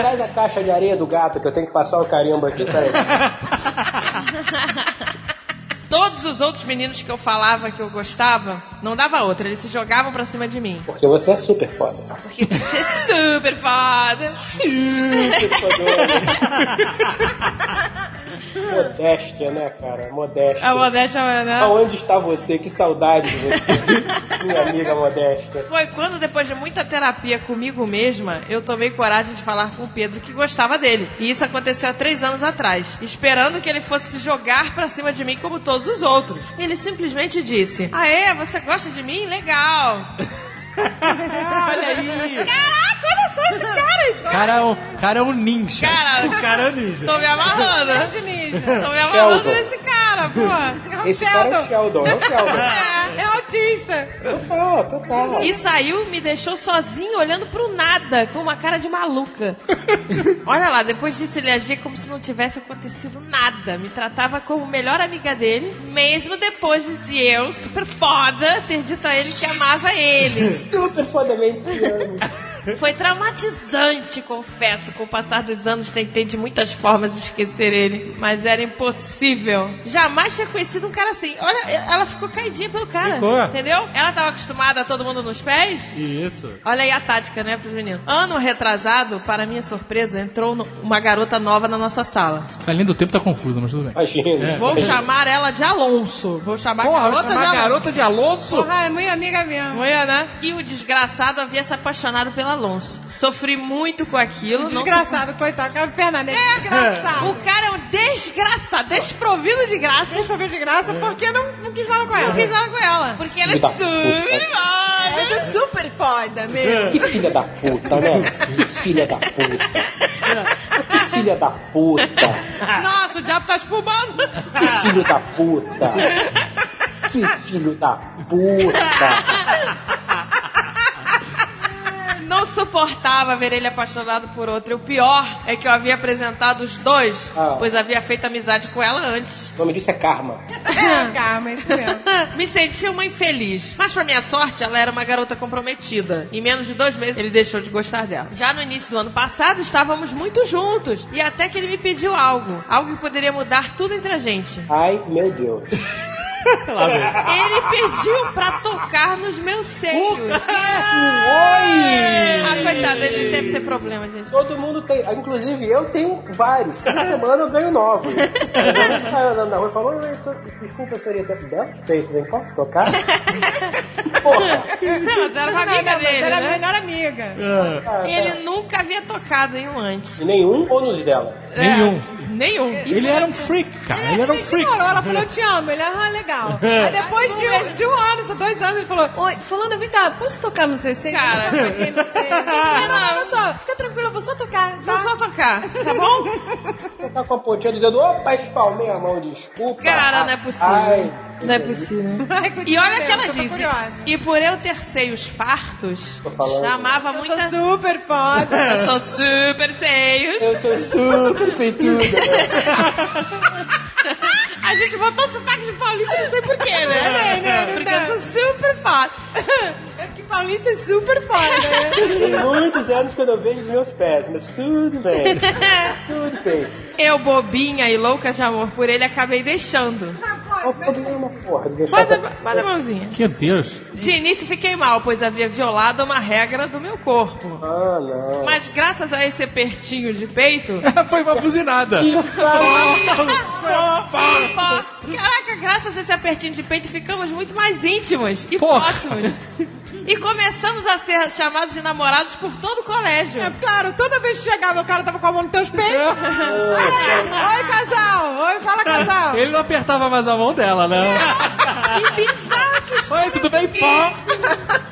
[SPEAKER 14] Traz a caixa de areia do gato que eu tenho que passar o carimbo aqui. Peraí.
[SPEAKER 4] Todos os outros meninos que eu falava que eu gostava, não dava outra. Eles se jogavam pra cima de mim.
[SPEAKER 14] Porque você é super foda.
[SPEAKER 4] Super foda.
[SPEAKER 14] Super Modéstia, né, cara? Modéstia.
[SPEAKER 4] A modéstia, né?
[SPEAKER 14] Onde está você? Que saudade de você. Minha amiga modéstia.
[SPEAKER 4] Foi quando, depois de muita terapia comigo mesma, eu tomei coragem de falar com o Pedro que gostava dele. E isso aconteceu há três anos atrás, esperando que ele fosse se jogar pra cima de mim como todos os outros. Ele simplesmente disse: Aê, você gosta de mim? Legal.
[SPEAKER 6] olha aí!
[SPEAKER 4] Caraca, olha só esse cara! Esse
[SPEAKER 6] Cara, é um- cara é um ninja.
[SPEAKER 4] Cara,
[SPEAKER 6] o cara é um ninja.
[SPEAKER 4] Tô me amarrando.
[SPEAKER 6] Grande
[SPEAKER 4] Tô me amarrando
[SPEAKER 6] Sheldon.
[SPEAKER 4] nesse cara, pô. É o
[SPEAKER 14] Esse cara é o Sheldon, é o Sheldon.
[SPEAKER 4] É, é autista.
[SPEAKER 14] Total, total.
[SPEAKER 4] E saiu, me deixou sozinho olhando pro nada, com uma cara de maluca. Olha lá, depois disso ele agia como se não tivesse acontecido nada. Me tratava como melhor amiga dele, mesmo depois de eu, super foda, ter dito a ele que amava ele.
[SPEAKER 14] Super fodamente te amo.
[SPEAKER 4] Foi traumatizante, confesso. Com o passar dos anos, tentei de muitas formas esquecer ele, mas era impossível. Jamais tinha conhecido um cara assim. Olha, ela ficou caidinha pelo cara,
[SPEAKER 3] Ficou.
[SPEAKER 4] entendeu? Ela tava acostumada a todo mundo nos pés.
[SPEAKER 3] Isso.
[SPEAKER 4] Olha aí a tática, né, pros meninos. Ano retrasado, para minha surpresa, entrou no- uma garota nova na nossa sala.
[SPEAKER 6] Essa linha do tempo tá confusa, mas tudo bem.
[SPEAKER 14] Imagina.
[SPEAKER 4] Vou chamar ela de Alonso. Vou chamar a
[SPEAKER 6] É, tá Porra,
[SPEAKER 4] garota
[SPEAKER 6] vai chamar
[SPEAKER 4] de Alonso.
[SPEAKER 6] garota de Alonso?
[SPEAKER 5] Porra, é muito amiga mesmo.
[SPEAKER 4] Mulher, né? E o desgraçado havia se apaixonado pelo Alonso. Sofri muito com aquilo. não
[SPEAKER 5] Desgraçado, coitado. Cara, perna dele.
[SPEAKER 4] É,
[SPEAKER 5] desgraçado.
[SPEAKER 4] O cara é um desgraçado, desprovido de graça.
[SPEAKER 5] Desprovido de graça porque não, não quis nada com ela.
[SPEAKER 4] Não quis nada com ela. Porque ela é
[SPEAKER 14] É. Filho da puta.
[SPEAKER 5] Ela é super
[SPEAKER 4] super foda.
[SPEAKER 5] foda mesmo.
[SPEAKER 14] Que filha da puta, né? Que filha da puta. Que filha da puta.
[SPEAKER 4] Nossa, o diabo tá te pulmando.
[SPEAKER 14] Que filho da puta. Que filho da puta.
[SPEAKER 4] Não suportava ver ele apaixonado por outra. E o pior é que eu havia apresentado os dois,
[SPEAKER 14] Ah.
[SPEAKER 4] pois havia feito amizade com ela antes.
[SPEAKER 14] O nome disso é karma.
[SPEAKER 5] É, Carmen, isso mesmo.
[SPEAKER 4] Ah. Me sentia uma infeliz. Mas, pra minha sorte, ela era uma garota comprometida. Em menos de dois meses, ele deixou de gostar dela. Já no início do ano passado, estávamos muito juntos. E até que ele me pediu algo. Algo que poderia mudar tudo entre a gente.
[SPEAKER 14] Ai, meu Deus.
[SPEAKER 4] Ele pediu pra tocar nos meus seios.
[SPEAKER 14] Oi!
[SPEAKER 4] Ah, coitado, ele deve ter problema, gente.
[SPEAKER 14] Todo mundo tem, inclusive eu tenho vários. Toda semana eu ganho novos. Eu saio andando na rua e falo, "Oi, oi, tô- desculpa, senhorita, belos peitos, hein? Posso tocar?
[SPEAKER 4] Não, mas era uma
[SPEAKER 5] Não,
[SPEAKER 4] amiga
[SPEAKER 5] não, mas
[SPEAKER 4] dele,
[SPEAKER 5] era a
[SPEAKER 4] né?
[SPEAKER 5] melhor amiga.
[SPEAKER 14] Ah,
[SPEAKER 4] Ele nunca havia tocado em um antes.
[SPEAKER 14] tá. Nenhum ou nos dela?
[SPEAKER 6] É. Nenhum.
[SPEAKER 4] Nenhum.
[SPEAKER 6] Ele era um freak, cara. Ele era um freak.
[SPEAKER 5] ignorou, ela falou, eu te amo. Ele, ah, legal.
[SPEAKER 4] É.
[SPEAKER 5] Aí depois de um, de um ano, só dois anos, ele falou, oi, fulano, vem cá, posso tocar no CC?
[SPEAKER 4] Cara.
[SPEAKER 5] não, não, não, não, só, fica tranquila, eu vou só tocar, tá?
[SPEAKER 4] Vou só tocar, tá bom?
[SPEAKER 14] Tá com a pontinha do dedo, opa, espalmei a mão, desculpa.
[SPEAKER 4] Cara, não é possível.
[SPEAKER 14] Ai,
[SPEAKER 4] Não é possível.
[SPEAKER 5] Ai, continua
[SPEAKER 4] E olha o que
[SPEAKER 5] lendo,
[SPEAKER 4] ela
[SPEAKER 5] eu tô
[SPEAKER 4] disse.
[SPEAKER 5] curiosa.
[SPEAKER 4] E por eu ter seios fartos,
[SPEAKER 14] falando.
[SPEAKER 4] chamava
[SPEAKER 5] Eu
[SPEAKER 4] muita...
[SPEAKER 5] sou super foda.
[SPEAKER 4] Eu sou super feio.
[SPEAKER 14] eu sou super peituda.
[SPEAKER 4] A gente botou o sotaque de paulista, não sei porquê, né?
[SPEAKER 5] sei, né? Não
[SPEAKER 4] Porque
[SPEAKER 5] dá.
[SPEAKER 4] eu sou super fácil.
[SPEAKER 5] É que Paulista é super foda, né?
[SPEAKER 14] Tem muitos anos que eu não vejo os meus pés, mas tudo bem. Tudo bem.
[SPEAKER 4] Eu, bobinha e louca de amor por ele, acabei deixando.
[SPEAKER 14] Qual o problema, porra? de deixar
[SPEAKER 4] Bota,
[SPEAKER 14] pra- é-
[SPEAKER 4] bota a mãozinha.
[SPEAKER 6] Que Deus.
[SPEAKER 4] De início fiquei mal, pois havia violado uma regra do meu corpo.
[SPEAKER 14] Ah, não.
[SPEAKER 4] Mas graças a esse apertinho de peito.
[SPEAKER 6] Foi uma buzinada.
[SPEAKER 4] Caraca, graças a esse apertinho de peito ficamos muito mais íntimos e
[SPEAKER 6] Porra.
[SPEAKER 4] próximos. E começamos a ser chamados de namorados por todo o colégio.
[SPEAKER 5] É claro, toda vez que chegava, o cara tava com a mão nos teus peitos. Oi, casal. Oi, fala, casal.
[SPEAKER 6] Ele não apertava mais a mão dela, né?
[SPEAKER 4] Que bizarro que
[SPEAKER 6] Oi, tudo bem? Pó.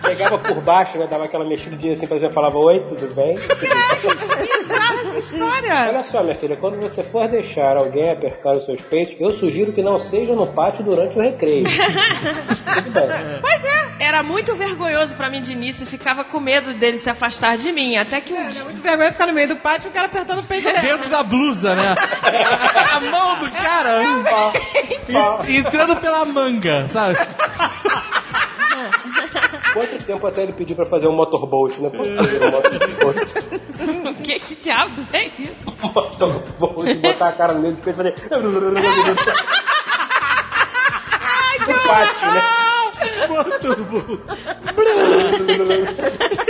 [SPEAKER 14] Chegava por baixo, né? Dava aquela mexidinha assim, por exemplo, falava, oi, tudo bem?
[SPEAKER 4] Bizarra essa história.
[SPEAKER 14] Olha só, minha filha, quando você for deixar alguém apertar os seus peitos, eu sugiro que não seja no pátio durante o recreio.
[SPEAKER 4] Pois é, era muito vergonhoso pra mim de início, ficava com medo dele se afastar de mim, até que um dia... muito
[SPEAKER 5] vergonha ficar no meio do pátio e o cara apertando o peito
[SPEAKER 6] Dentro da blusa, né? A mão do cara en- entrando pela manga, sabe?
[SPEAKER 14] Quanto tempo até ele pedir pra fazer um motorboat, né? Posso fazer
[SPEAKER 6] É.
[SPEAKER 14] um motorboat?
[SPEAKER 4] que, que diabos é isso?
[SPEAKER 14] um motorboat, botar a cara no meio do peito e fazer... No pátio, né?
[SPEAKER 5] Ah,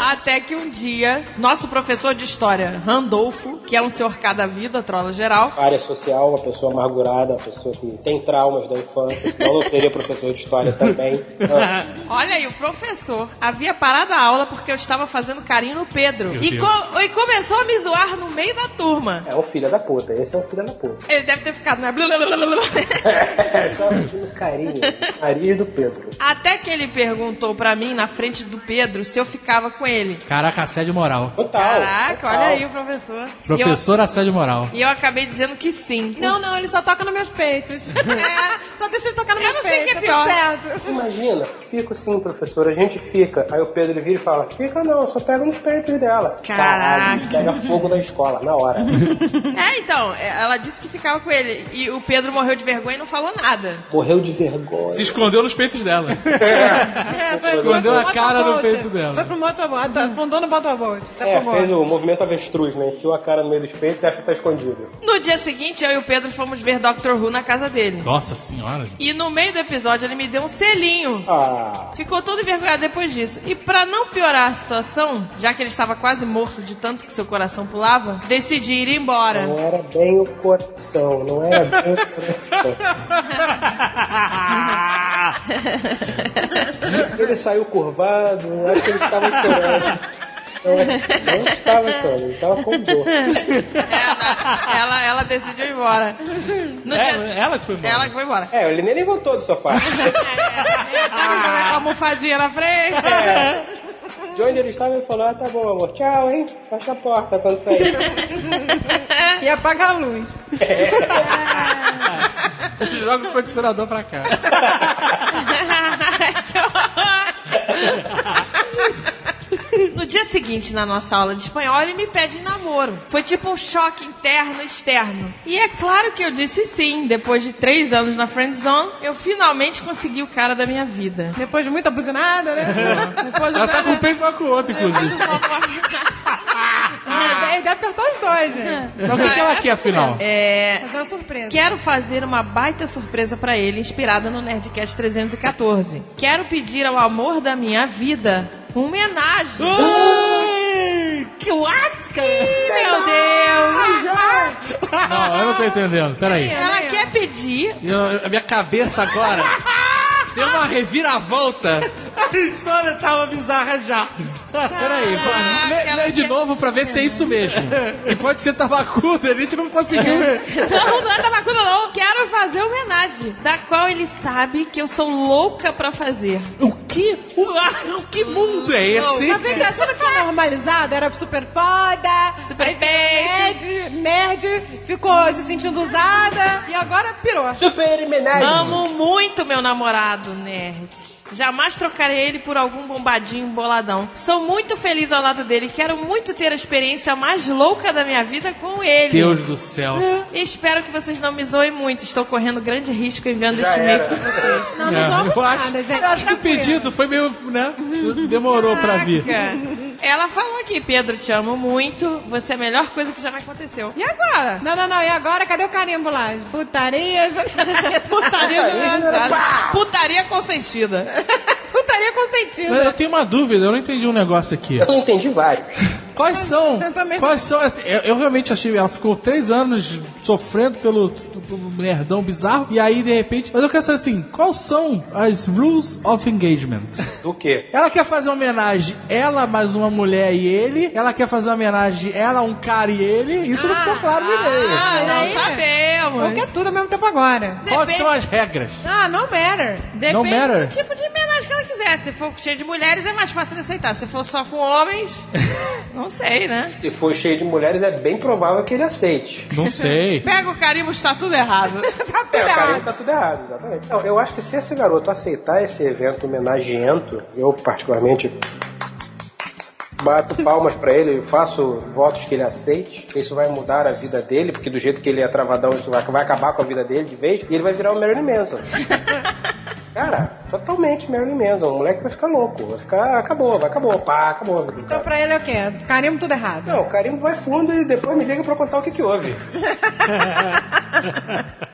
[SPEAKER 4] Até que um dia, nosso professor de história, Randolfo, que é um senhor cada vida, trola geral,
[SPEAKER 14] área social, uma pessoa amargurada, uma pessoa que tem traumas da infância, senão não seria professor de história também. Ah,
[SPEAKER 4] Olha aí, o professor havia parado a aula porque eu estava fazendo carinho no Pedro.
[SPEAKER 14] Meu
[SPEAKER 4] E,
[SPEAKER 14] Deus.
[SPEAKER 4] co- e começou a me zoar no meio da turma.
[SPEAKER 14] É um filho da puta, esse é um filho da puta.
[SPEAKER 4] Ele deve ter ficado, né? Blá, blá, blá, blá, blá.
[SPEAKER 14] É só pedindo carinho, carinho do Pedro.
[SPEAKER 4] Até que ele perguntou pra mim, na frente do Pedro, se eu ficava com ele.
[SPEAKER 6] Caraca, assédio moral.
[SPEAKER 4] Caraca, olha aí o professor.
[SPEAKER 6] Professor assédio moral.
[SPEAKER 4] E eu, e eu acabei dizendo que sim.
[SPEAKER 5] Não, não, ele só toca nos meus peitos. É, só deixa ele tocar nos meus
[SPEAKER 4] sei
[SPEAKER 5] peitos. tá
[SPEAKER 4] o que é pior.
[SPEAKER 5] certo.
[SPEAKER 14] Imagina, fico sim, professor, a gente fica. Aí o Pedro vira e fala: Fica não, eu só pego nos peitos dela.
[SPEAKER 4] Caraca.
[SPEAKER 14] pega fogo na escola, na hora.
[SPEAKER 4] É, então, é, ela disse que ficava com ele. E o Pedro morreu de vergonha e não falou nada.
[SPEAKER 14] Morreu de vergonha.
[SPEAKER 6] Se escondeu nos peitos dela.
[SPEAKER 5] É, foi-
[SPEAKER 6] Escondeu
[SPEAKER 5] foi
[SPEAKER 6] a
[SPEAKER 5] pro
[SPEAKER 6] cara no
[SPEAKER 5] motorboat.
[SPEAKER 6] peito dela.
[SPEAKER 5] Foi pro motorboat, tá- fundou no motorboat. Tá
[SPEAKER 14] É,
[SPEAKER 5] bom.
[SPEAKER 14] fez o movimento avestruz, né? Enfiou a cara no meio dos peitos e acha que tá escondido.
[SPEAKER 4] No dia seguinte, eu e o Pedro fomos ver Doctor Who na casa dele.
[SPEAKER 6] Nossa senhora.
[SPEAKER 4] E no meio do episódio ele me deu um selinho.
[SPEAKER 14] Ah.
[SPEAKER 4] Ficou todo envergonhado depois disso. E pra não piorar a situação, já que ele estava quase morto de tanto que seu coração pulava, decidi ir embora.
[SPEAKER 14] Não era bem o coração, não era bem o coração. Ele saiu curvado, acho que ele estava chorando. Não, não estava chorando, ele estava com dor.
[SPEAKER 4] ela, ela decidiu ir embora. No dia-
[SPEAKER 14] Ela- ela que foi embora.
[SPEAKER 4] Ela que foi embora.
[SPEAKER 14] É, ele nem levantou do sofá.
[SPEAKER 4] Sabe como é com a almofadinha na frente?
[SPEAKER 14] De onde ele estava, ele falou: ah, tá bom, amor, tchau, hein? Fecha a porta quando sair.
[SPEAKER 5] E apaga a luz.
[SPEAKER 6] Joga o condicionador pra cá.
[SPEAKER 4] No dia seguinte, na nossa aula de espanhol, ele me pede em namoro. Foi tipo um choque interno e externo. E é claro que eu disse sim. Depois de três anos na friend zone, eu finalmente consegui o cara da minha vida.
[SPEAKER 5] Depois de muita buzinada, né?
[SPEAKER 4] Depois de
[SPEAKER 6] Ela tá com o
[SPEAKER 4] muita-
[SPEAKER 6] peito pra com o outro, inclusive.
[SPEAKER 5] Ah, Ele deve apertar os dois, né?
[SPEAKER 6] Então o que, que ela quer, afinal?
[SPEAKER 4] É,
[SPEAKER 5] Fazer uma surpresa.
[SPEAKER 4] Quero fazer uma baita surpresa pra ele, inspirada no Nerdcast 314. Quero pedir ao amor da minha vida uma homenagem.
[SPEAKER 6] Que what, cara?
[SPEAKER 4] Meu Deus!
[SPEAKER 6] Não, eu não tô entendendo. Peraí.
[SPEAKER 4] Ela quer pedir.
[SPEAKER 6] Eu- a minha cabeça agora deu uma reviravolta.
[SPEAKER 3] A história tava bizarra já.
[SPEAKER 6] Peraí, vamos- lê, lê de novo pra ver se é isso mesmo. Que pode ser tabacuda, a gente não conseguiu ver.
[SPEAKER 4] Não, não é tabacuda, não. Quero fazer uma homenagem, da qual ele sabe que eu sou louca pra fazer.
[SPEAKER 6] O que? O que mundo é esse?
[SPEAKER 5] Mas vem cá, você não tinha normalizado? Era super foda,
[SPEAKER 4] Super
[SPEAKER 5] aí ficou nerd, nerd, ficou se sentindo usada e agora pirou.
[SPEAKER 14] Super homenagem.
[SPEAKER 4] Amo muito meu namorado, nerd. Jamais trocarei ele por algum bombadinho um boladão. Sou muito feliz ao lado dele. Quero muito ter a experiência mais louca da minha vida com ele.
[SPEAKER 6] Deus do céu.
[SPEAKER 4] Espero que vocês não me zoem muito. Estou correndo grande risco enviando
[SPEAKER 6] Já
[SPEAKER 4] este e-mail
[SPEAKER 6] era.
[SPEAKER 4] pra vocês.
[SPEAKER 5] Não,
[SPEAKER 6] É.
[SPEAKER 5] não somos
[SPEAKER 6] Eu acho-
[SPEAKER 5] nada, gente.
[SPEAKER 6] eu acho que o pedido foi meio, né? Demorou pra vir.
[SPEAKER 4] Caraca. Ela falou aqui, Pedro, te amo muito. Você é a melhor coisa que já me aconteceu. E agora?
[SPEAKER 5] Não, não, não. E agora? Cadê o carimbo lá? Putaria.
[SPEAKER 4] Putaria generalizada.
[SPEAKER 5] Pá!
[SPEAKER 4] Putaria consentida.
[SPEAKER 5] Putaria consentida.
[SPEAKER 6] Eu tenho uma dúvida, eu não entendi um negócio aqui.
[SPEAKER 14] Eu não entendi vários.
[SPEAKER 6] Quais são? Quais são? assim, eu, eu realmente achei. Ela ficou três anos sofrendo pelo, pelo nerdão bizarro. E aí, de repente. Mas eu quero saber assim: quais são as rules of engagement?
[SPEAKER 14] Do quê?
[SPEAKER 6] Ela quer fazer uma homenagem ela mais uma mulher e ele. Ela quer fazer uma homenagem ela, um cara e ele. Isso não ficou claro no e-mail.
[SPEAKER 5] Ah, não sabemos. Eu quero tudo ao mesmo tempo agora.
[SPEAKER 6] Quais são as regras?
[SPEAKER 5] Ah, não matter.
[SPEAKER 4] Depende
[SPEAKER 6] Não matter.
[SPEAKER 4] do tipo de homenagem que ela quiser. Se for cheio de mulheres, é mais fácil de aceitar. Se for só com homens, não sei, né?
[SPEAKER 14] Se for cheio de mulheres, é bem provável que ele aceite.
[SPEAKER 6] Não sei.
[SPEAKER 4] Pega o carimbo, está tudo errado. tá tudo
[SPEAKER 14] É, o carinho tá tudo errado, exatamente. Não, eu acho que se esse garoto aceitar esse evento homenageento, eu particularmente bato palmas pra ele, faço votos que ele aceite, que isso vai mudar a vida dele, porque do jeito que ele é travadão, isso vai, vai acabar com a vida dele de vez, e ele vai virar o Marilyn Manson. Cara, totalmente Marilyn Manson. O moleque vai ficar louco, vai ficar, acabou, vai, acabou, pá, acabou. a vida do cara.
[SPEAKER 5] Então pra ele é o quê? Carimbo tudo errado.
[SPEAKER 14] Não, o carimbo vai fundo e depois me liga pra contar o que que houve.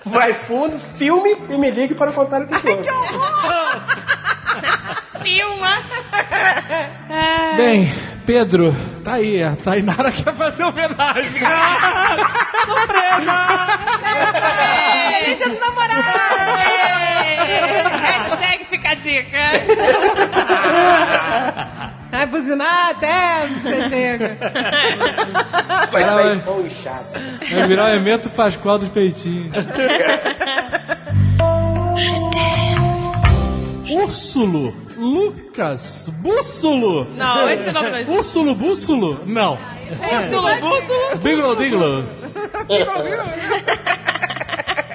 [SPEAKER 14] vai fundo, filme e me ligue para contar o que que houve.
[SPEAKER 4] Filma.
[SPEAKER 6] Bem, Pedro, tá aí. A Tainara quer fazer homenagem.
[SPEAKER 2] Tô presa!
[SPEAKER 4] Feliz dia dos namorados! Ei, É. Hashtag fica a dica.
[SPEAKER 5] Vai buzinar até você chega.
[SPEAKER 14] Vai
[SPEAKER 6] Ela
[SPEAKER 14] sair
[SPEAKER 6] vai- um-
[SPEAKER 14] pão e chato.
[SPEAKER 6] Vai virar o Emento Pascoal dos Peitinhos. Úrsulo Lucas Bússulo.
[SPEAKER 2] Não, esse é nome não existe.
[SPEAKER 6] Úrsulo Bússulo? Não.
[SPEAKER 2] Úrsulo Bússulo?
[SPEAKER 6] Biglow Diglow.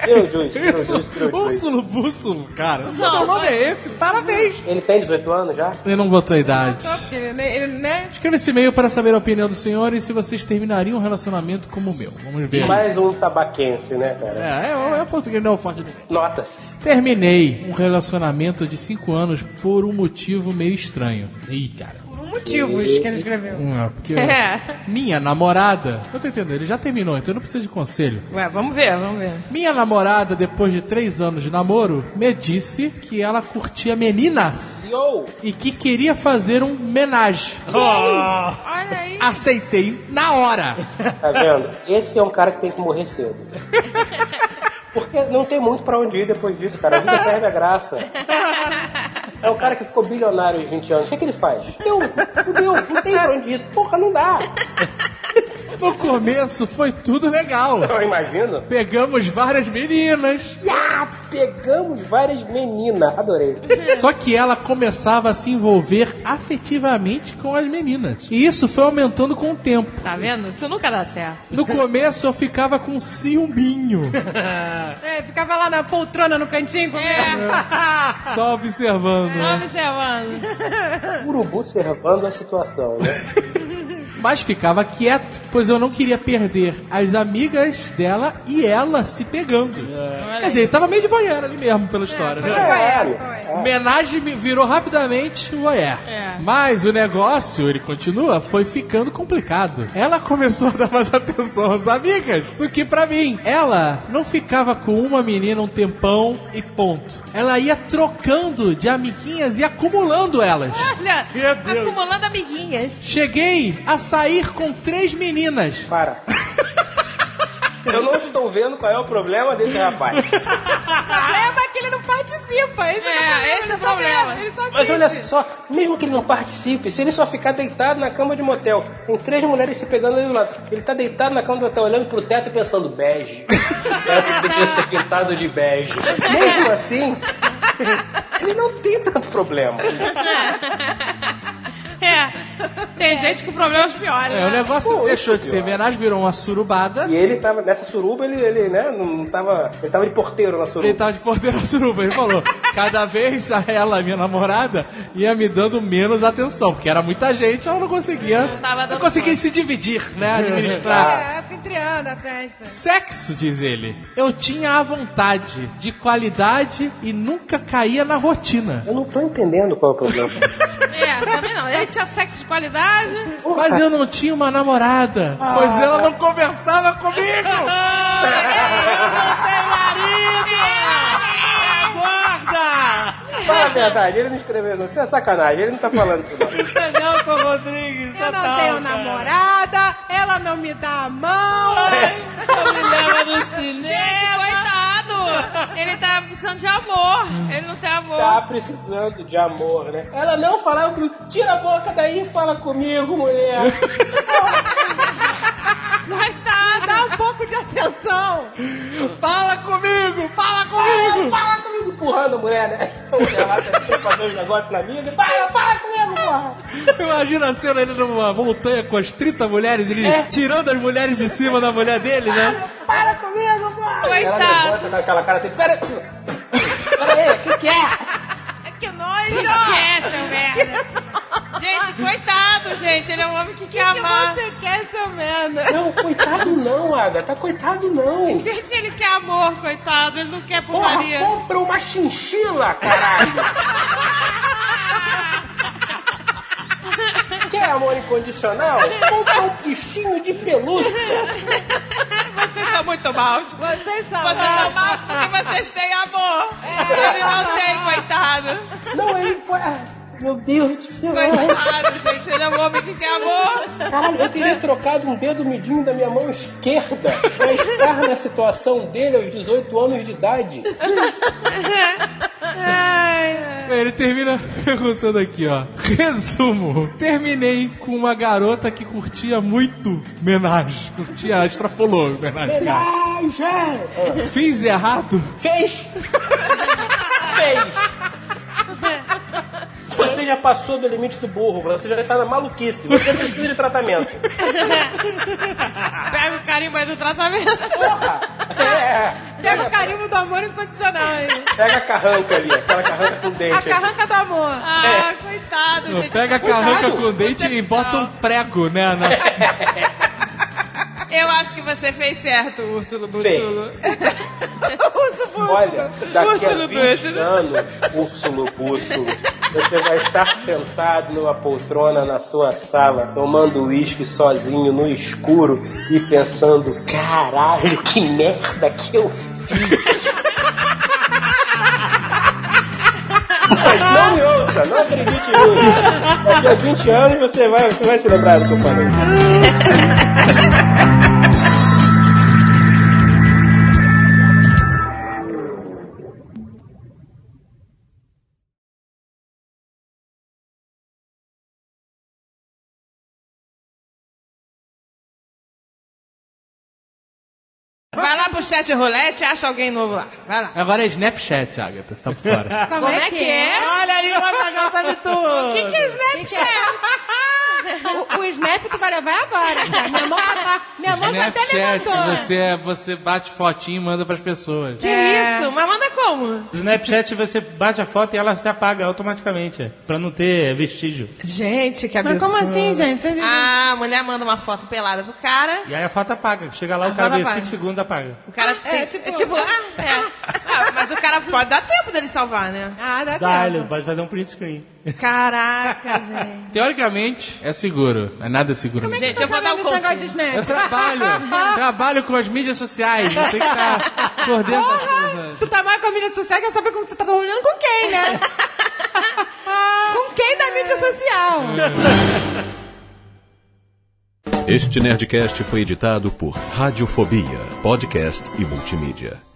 [SPEAKER 14] Meu Deus, meu Deus,
[SPEAKER 6] Isso,
[SPEAKER 14] meu Deus.
[SPEAKER 6] Úrsulo Bússulo, cara.
[SPEAKER 14] Não,
[SPEAKER 6] Seu nome
[SPEAKER 14] mas-
[SPEAKER 6] é esse? Parabéns.
[SPEAKER 14] Ele tem 18 anos já?
[SPEAKER 6] Ele não botou a idade.
[SPEAKER 5] Ele, né- ele, né?
[SPEAKER 6] Escreva esse e-mail para saber a opinião do senhor e se vocês terminariam um relacionamento como o meu. Vamos ver.
[SPEAKER 14] Mais um tabaquense, né, cara?
[SPEAKER 6] É, é, é português, não é o forte dele.
[SPEAKER 14] Notas.
[SPEAKER 6] Terminei um relacionamento de 5 anos por um motivo meio estranho. Ih, cara.
[SPEAKER 5] Motivos que ele escreveu.
[SPEAKER 6] Hum, é porque
[SPEAKER 5] É.
[SPEAKER 6] minha namorada. Eu tô entendendo, ele já terminou, então eu não preciso de conselho.
[SPEAKER 4] Ué, vamos ver, vamos ver.
[SPEAKER 6] Minha namorada, depois de três anos de namoro, me disse que ela curtia meninas
[SPEAKER 14] Oh.
[SPEAKER 6] e que queria fazer um menage.
[SPEAKER 14] Ah!
[SPEAKER 4] Olha aí.
[SPEAKER 6] Aceitei na hora.
[SPEAKER 14] Tá vendo? Esse é um cara que tem que morrer cedo. Porque não tem muito pra onde ir depois disso, cara. A vida perde a graça. É o cara que ficou bilionário aos 20 anos. O que, é que ele faz? Deu, fudeu, não tem pra onde ir. Porra, não dá.
[SPEAKER 6] No começo foi tudo legal.
[SPEAKER 14] Eu imagino.
[SPEAKER 6] Pegamos várias meninas.
[SPEAKER 14] Ah, pegamos várias meninas. Adorei.
[SPEAKER 6] Só que ela começava a se envolver afetivamente com as meninas. E isso foi aumentando com o tempo.
[SPEAKER 4] Tá vendo? Isso nunca dá certo.
[SPEAKER 6] No começo eu ficava com ciúminho.
[SPEAKER 5] É, ficava lá na poltrona no
[SPEAKER 4] É.
[SPEAKER 5] cantinho comendo.
[SPEAKER 6] Só observando. né?
[SPEAKER 4] observando.
[SPEAKER 14] Urubu observando a situação, né?
[SPEAKER 6] Mas ficava quieto, pois eu não queria perder as amigas dela e ela se pegando. Quer dizer, ele tava meio de voyeur ali mesmo pela história. né? Homenagem me- virou rapidamente o voyeur. Mas o negócio, ele continua, foi ficando complicado. Ela começou a dar mais atenção às amigas do que pra mim. Ela não ficava com uma menina um tempão e ponto. Ela ia trocando de amiguinhas e acumulando elas.
[SPEAKER 4] Olha,
[SPEAKER 6] Meu Deus.
[SPEAKER 4] acumulando amiguinhas.
[SPEAKER 6] Cheguei a sair com três meninas.
[SPEAKER 14] Para. Eu não estou vendo qual é o problema desse rapaz.
[SPEAKER 5] O problema é que ele não participa. Esse é,
[SPEAKER 4] É,
[SPEAKER 5] o problema. Esse é o problema. Ele só
[SPEAKER 14] Mas
[SPEAKER 5] assiste.
[SPEAKER 14] olha só, mesmo que ele não participe, se ele só ficar deitado na cama de motel, tem três mulheres se pegando ali do lado, ele tá deitado na cama do motel, olhando pro teto e pensando, bege. Deve ter ser pintado de bege. Mesmo assim, ele não tem tanto problema.
[SPEAKER 4] É. Tem gente com problemas piores.
[SPEAKER 6] É, o
[SPEAKER 4] né?
[SPEAKER 6] negócio deixou de ser homenagem, virou uma surubada.
[SPEAKER 14] E ele tava, nessa suruba, ele, ele né, não tava, ele tava de porteiro na suruba.
[SPEAKER 6] Ele tava de porteira suruba, ele falou. Cada vez a ela, minha namorada, ia me dando menos atenção, porque era muita gente, ela não conseguia. Não, conseguia se dividir, né? Administrar.
[SPEAKER 5] É, anfitriã da festa.
[SPEAKER 6] Sexo, diz ele. Eu tinha a vontade, de qualidade e nunca caía na rotina.
[SPEAKER 14] Eu não tô entendendo qual é o problema.
[SPEAKER 4] É, também não. Ele tinha sexo de qualidade.
[SPEAKER 6] Mas eu não tinha uma namorada, pois ela
[SPEAKER 14] Ah,
[SPEAKER 6] não conversava comigo.
[SPEAKER 14] Fala a verdade, ele não escreveu, não. Isso é sacanagem, ele não tá falando isso não.
[SPEAKER 6] Não,
[SPEAKER 3] Rodrigues,
[SPEAKER 5] Eu
[SPEAKER 3] total.
[SPEAKER 5] não tenho
[SPEAKER 3] cara.
[SPEAKER 5] namorada, ela não me dá a mão.
[SPEAKER 3] Não me leva no cinema.
[SPEAKER 4] Gente, coitado! Ele tá precisando de amor. Ele não tem amor.
[SPEAKER 14] Tá precisando de amor, né? Ela não falava comigo. Tira a boca daí e fala comigo, mulher.
[SPEAKER 4] Coitado!
[SPEAKER 5] Dá um pouco de atenção.
[SPEAKER 6] Fala comigo, fala
[SPEAKER 14] Fala, fala comigo, empurrando a mulher, né? A mulher lá tá tentando fazer os negócios na vida. Fala, fala comigo, porra.
[SPEAKER 6] Imagina a cena ele numa montanha com as 30 mulheres, ele tirando as mulheres de cima da mulher dele, né?
[SPEAKER 14] Para comigo, porra. Ela
[SPEAKER 4] Coitado!
[SPEAKER 14] levanta com aquela cara assim, pera... Pera aí, o que que é?
[SPEAKER 5] Que nojo.
[SPEAKER 4] Que é, seu merda? Gente, coitado, gente. Ele é um homem que quer
[SPEAKER 5] que
[SPEAKER 4] amar.
[SPEAKER 5] você quer, seu merda?
[SPEAKER 14] Não, coitado não, Agatha. Coitado não.
[SPEAKER 4] Gente, ele quer amor, coitado. Ele não quer
[SPEAKER 14] Porra,
[SPEAKER 4] putaria.
[SPEAKER 14] compra uma chinchila, caralho. Quer amor incondicional? Compra um bichinho de pelúcia.
[SPEAKER 4] Vocês são muito maus.
[SPEAKER 5] Vocês são É.
[SPEAKER 4] Vocês são maus porque vocês têm amor. Ele não tem, coitado.
[SPEAKER 14] Não, ele... pô- ah, Meu Deus do céu.
[SPEAKER 4] Coitado, gente. Ele é um homem que quer amor.
[SPEAKER 14] Caralho, eu teria trocado um dedo midinho da minha mão esquerda pra estar na situação dele aos 18 anos de idade.
[SPEAKER 6] Ele termina perguntando aqui, ó. Resumo: terminei com uma garota que curtia muito homenagem. Curtia, extrapolou homenagem.
[SPEAKER 14] Ai, já!
[SPEAKER 6] Fiz errado?
[SPEAKER 14] Fez! Fez! Você já passou do limite do burro, você já tá na maluquice, você precisa de tratamento.
[SPEAKER 4] Pega o carimbo aí do tratamento.
[SPEAKER 14] É,
[SPEAKER 5] Pega o carimbo do amor incondicional aí.
[SPEAKER 14] pega a carranca ali, aquela carranca com
[SPEAKER 5] A
[SPEAKER 14] dente. aí.
[SPEAKER 5] carranca do amor.
[SPEAKER 14] É.
[SPEAKER 4] Ah, coitado, gente.
[SPEAKER 6] Pega a carranca com o dente e bota um prego, né? na-
[SPEAKER 4] Eu acho que você fez certo, Úrsulo Búrsulo.
[SPEAKER 5] Urso bússulo.
[SPEAKER 14] Olha, daqui a
[SPEAKER 4] Úrsulo
[SPEAKER 14] 20
[SPEAKER 4] Búrsulo.
[SPEAKER 14] anos, Úrsulo Bússulo, você vai estar sentado numa poltrona na sua sala, tomando uísque sozinho no escuro e pensando: caralho, que merda que eu fiz! Mas não me ouça, não acredite em mim. Daqui a 20 anos você vai, você vai se lembrar do que eu falei.
[SPEAKER 4] Vai lá pro chat rolete e acha alguém novo lá. Vai lá.
[SPEAKER 6] Agora é Snapchat, Agatha, você tá por fora.
[SPEAKER 5] Como, é que é?
[SPEAKER 3] Olha aí, o Azaghal tá de tudo.
[SPEAKER 4] O que, que é
[SPEAKER 5] Que que é? O, o Snap tu vai levar agora, cara. Minha mão, tá- minha mão já É, até
[SPEAKER 6] Snapchat,
[SPEAKER 5] levantou.
[SPEAKER 6] você, você bate fotinho e manda pras pessoas.
[SPEAKER 4] Que isso? É. Mas manda como?
[SPEAKER 3] No Snapchat você bate a foto e ela se apaga automaticamente, pra não ter vestígio.
[SPEAKER 4] Gente, que
[SPEAKER 5] Mas como assim, gente?
[SPEAKER 4] Ah, a mulher manda uma foto pelada pro cara.
[SPEAKER 3] E aí a foto apaga. Chega lá,
[SPEAKER 4] A
[SPEAKER 3] o cara
[SPEAKER 4] foto
[SPEAKER 3] vê
[SPEAKER 4] apaga.
[SPEAKER 3] 5 segundos apaga.
[SPEAKER 4] O cara
[SPEAKER 5] Ah,
[SPEAKER 4] tem.
[SPEAKER 5] é,
[SPEAKER 4] É,
[SPEAKER 5] tipo-
[SPEAKER 4] tipo, ah, é. Ah, mas o cara pode dar tempo dele salvar, né?
[SPEAKER 5] Ah, dá
[SPEAKER 3] Dá,
[SPEAKER 5] tempo.
[SPEAKER 3] ele pode fazer um print screen.
[SPEAKER 4] Caraca, gente.
[SPEAKER 6] Teoricamente, é seguro. Mas nada é seguro. no
[SPEAKER 4] Gente,
[SPEAKER 5] Tô
[SPEAKER 4] eu vou dar
[SPEAKER 5] sabendo
[SPEAKER 4] um
[SPEAKER 5] desse negócio de
[SPEAKER 4] conselho.
[SPEAKER 5] Snap.
[SPEAKER 6] Eu trabalho, trabalho com as mídias sociais, eu tenho que estar por dentro das coisas.
[SPEAKER 5] Tu tá mais com a mídia social, quer saber como você tá trabalhando com quem, né? com quem da mídia social?
[SPEAKER 6] É.
[SPEAKER 11] Este Nerdcast foi editado por Radiofobia, podcast e multimídia.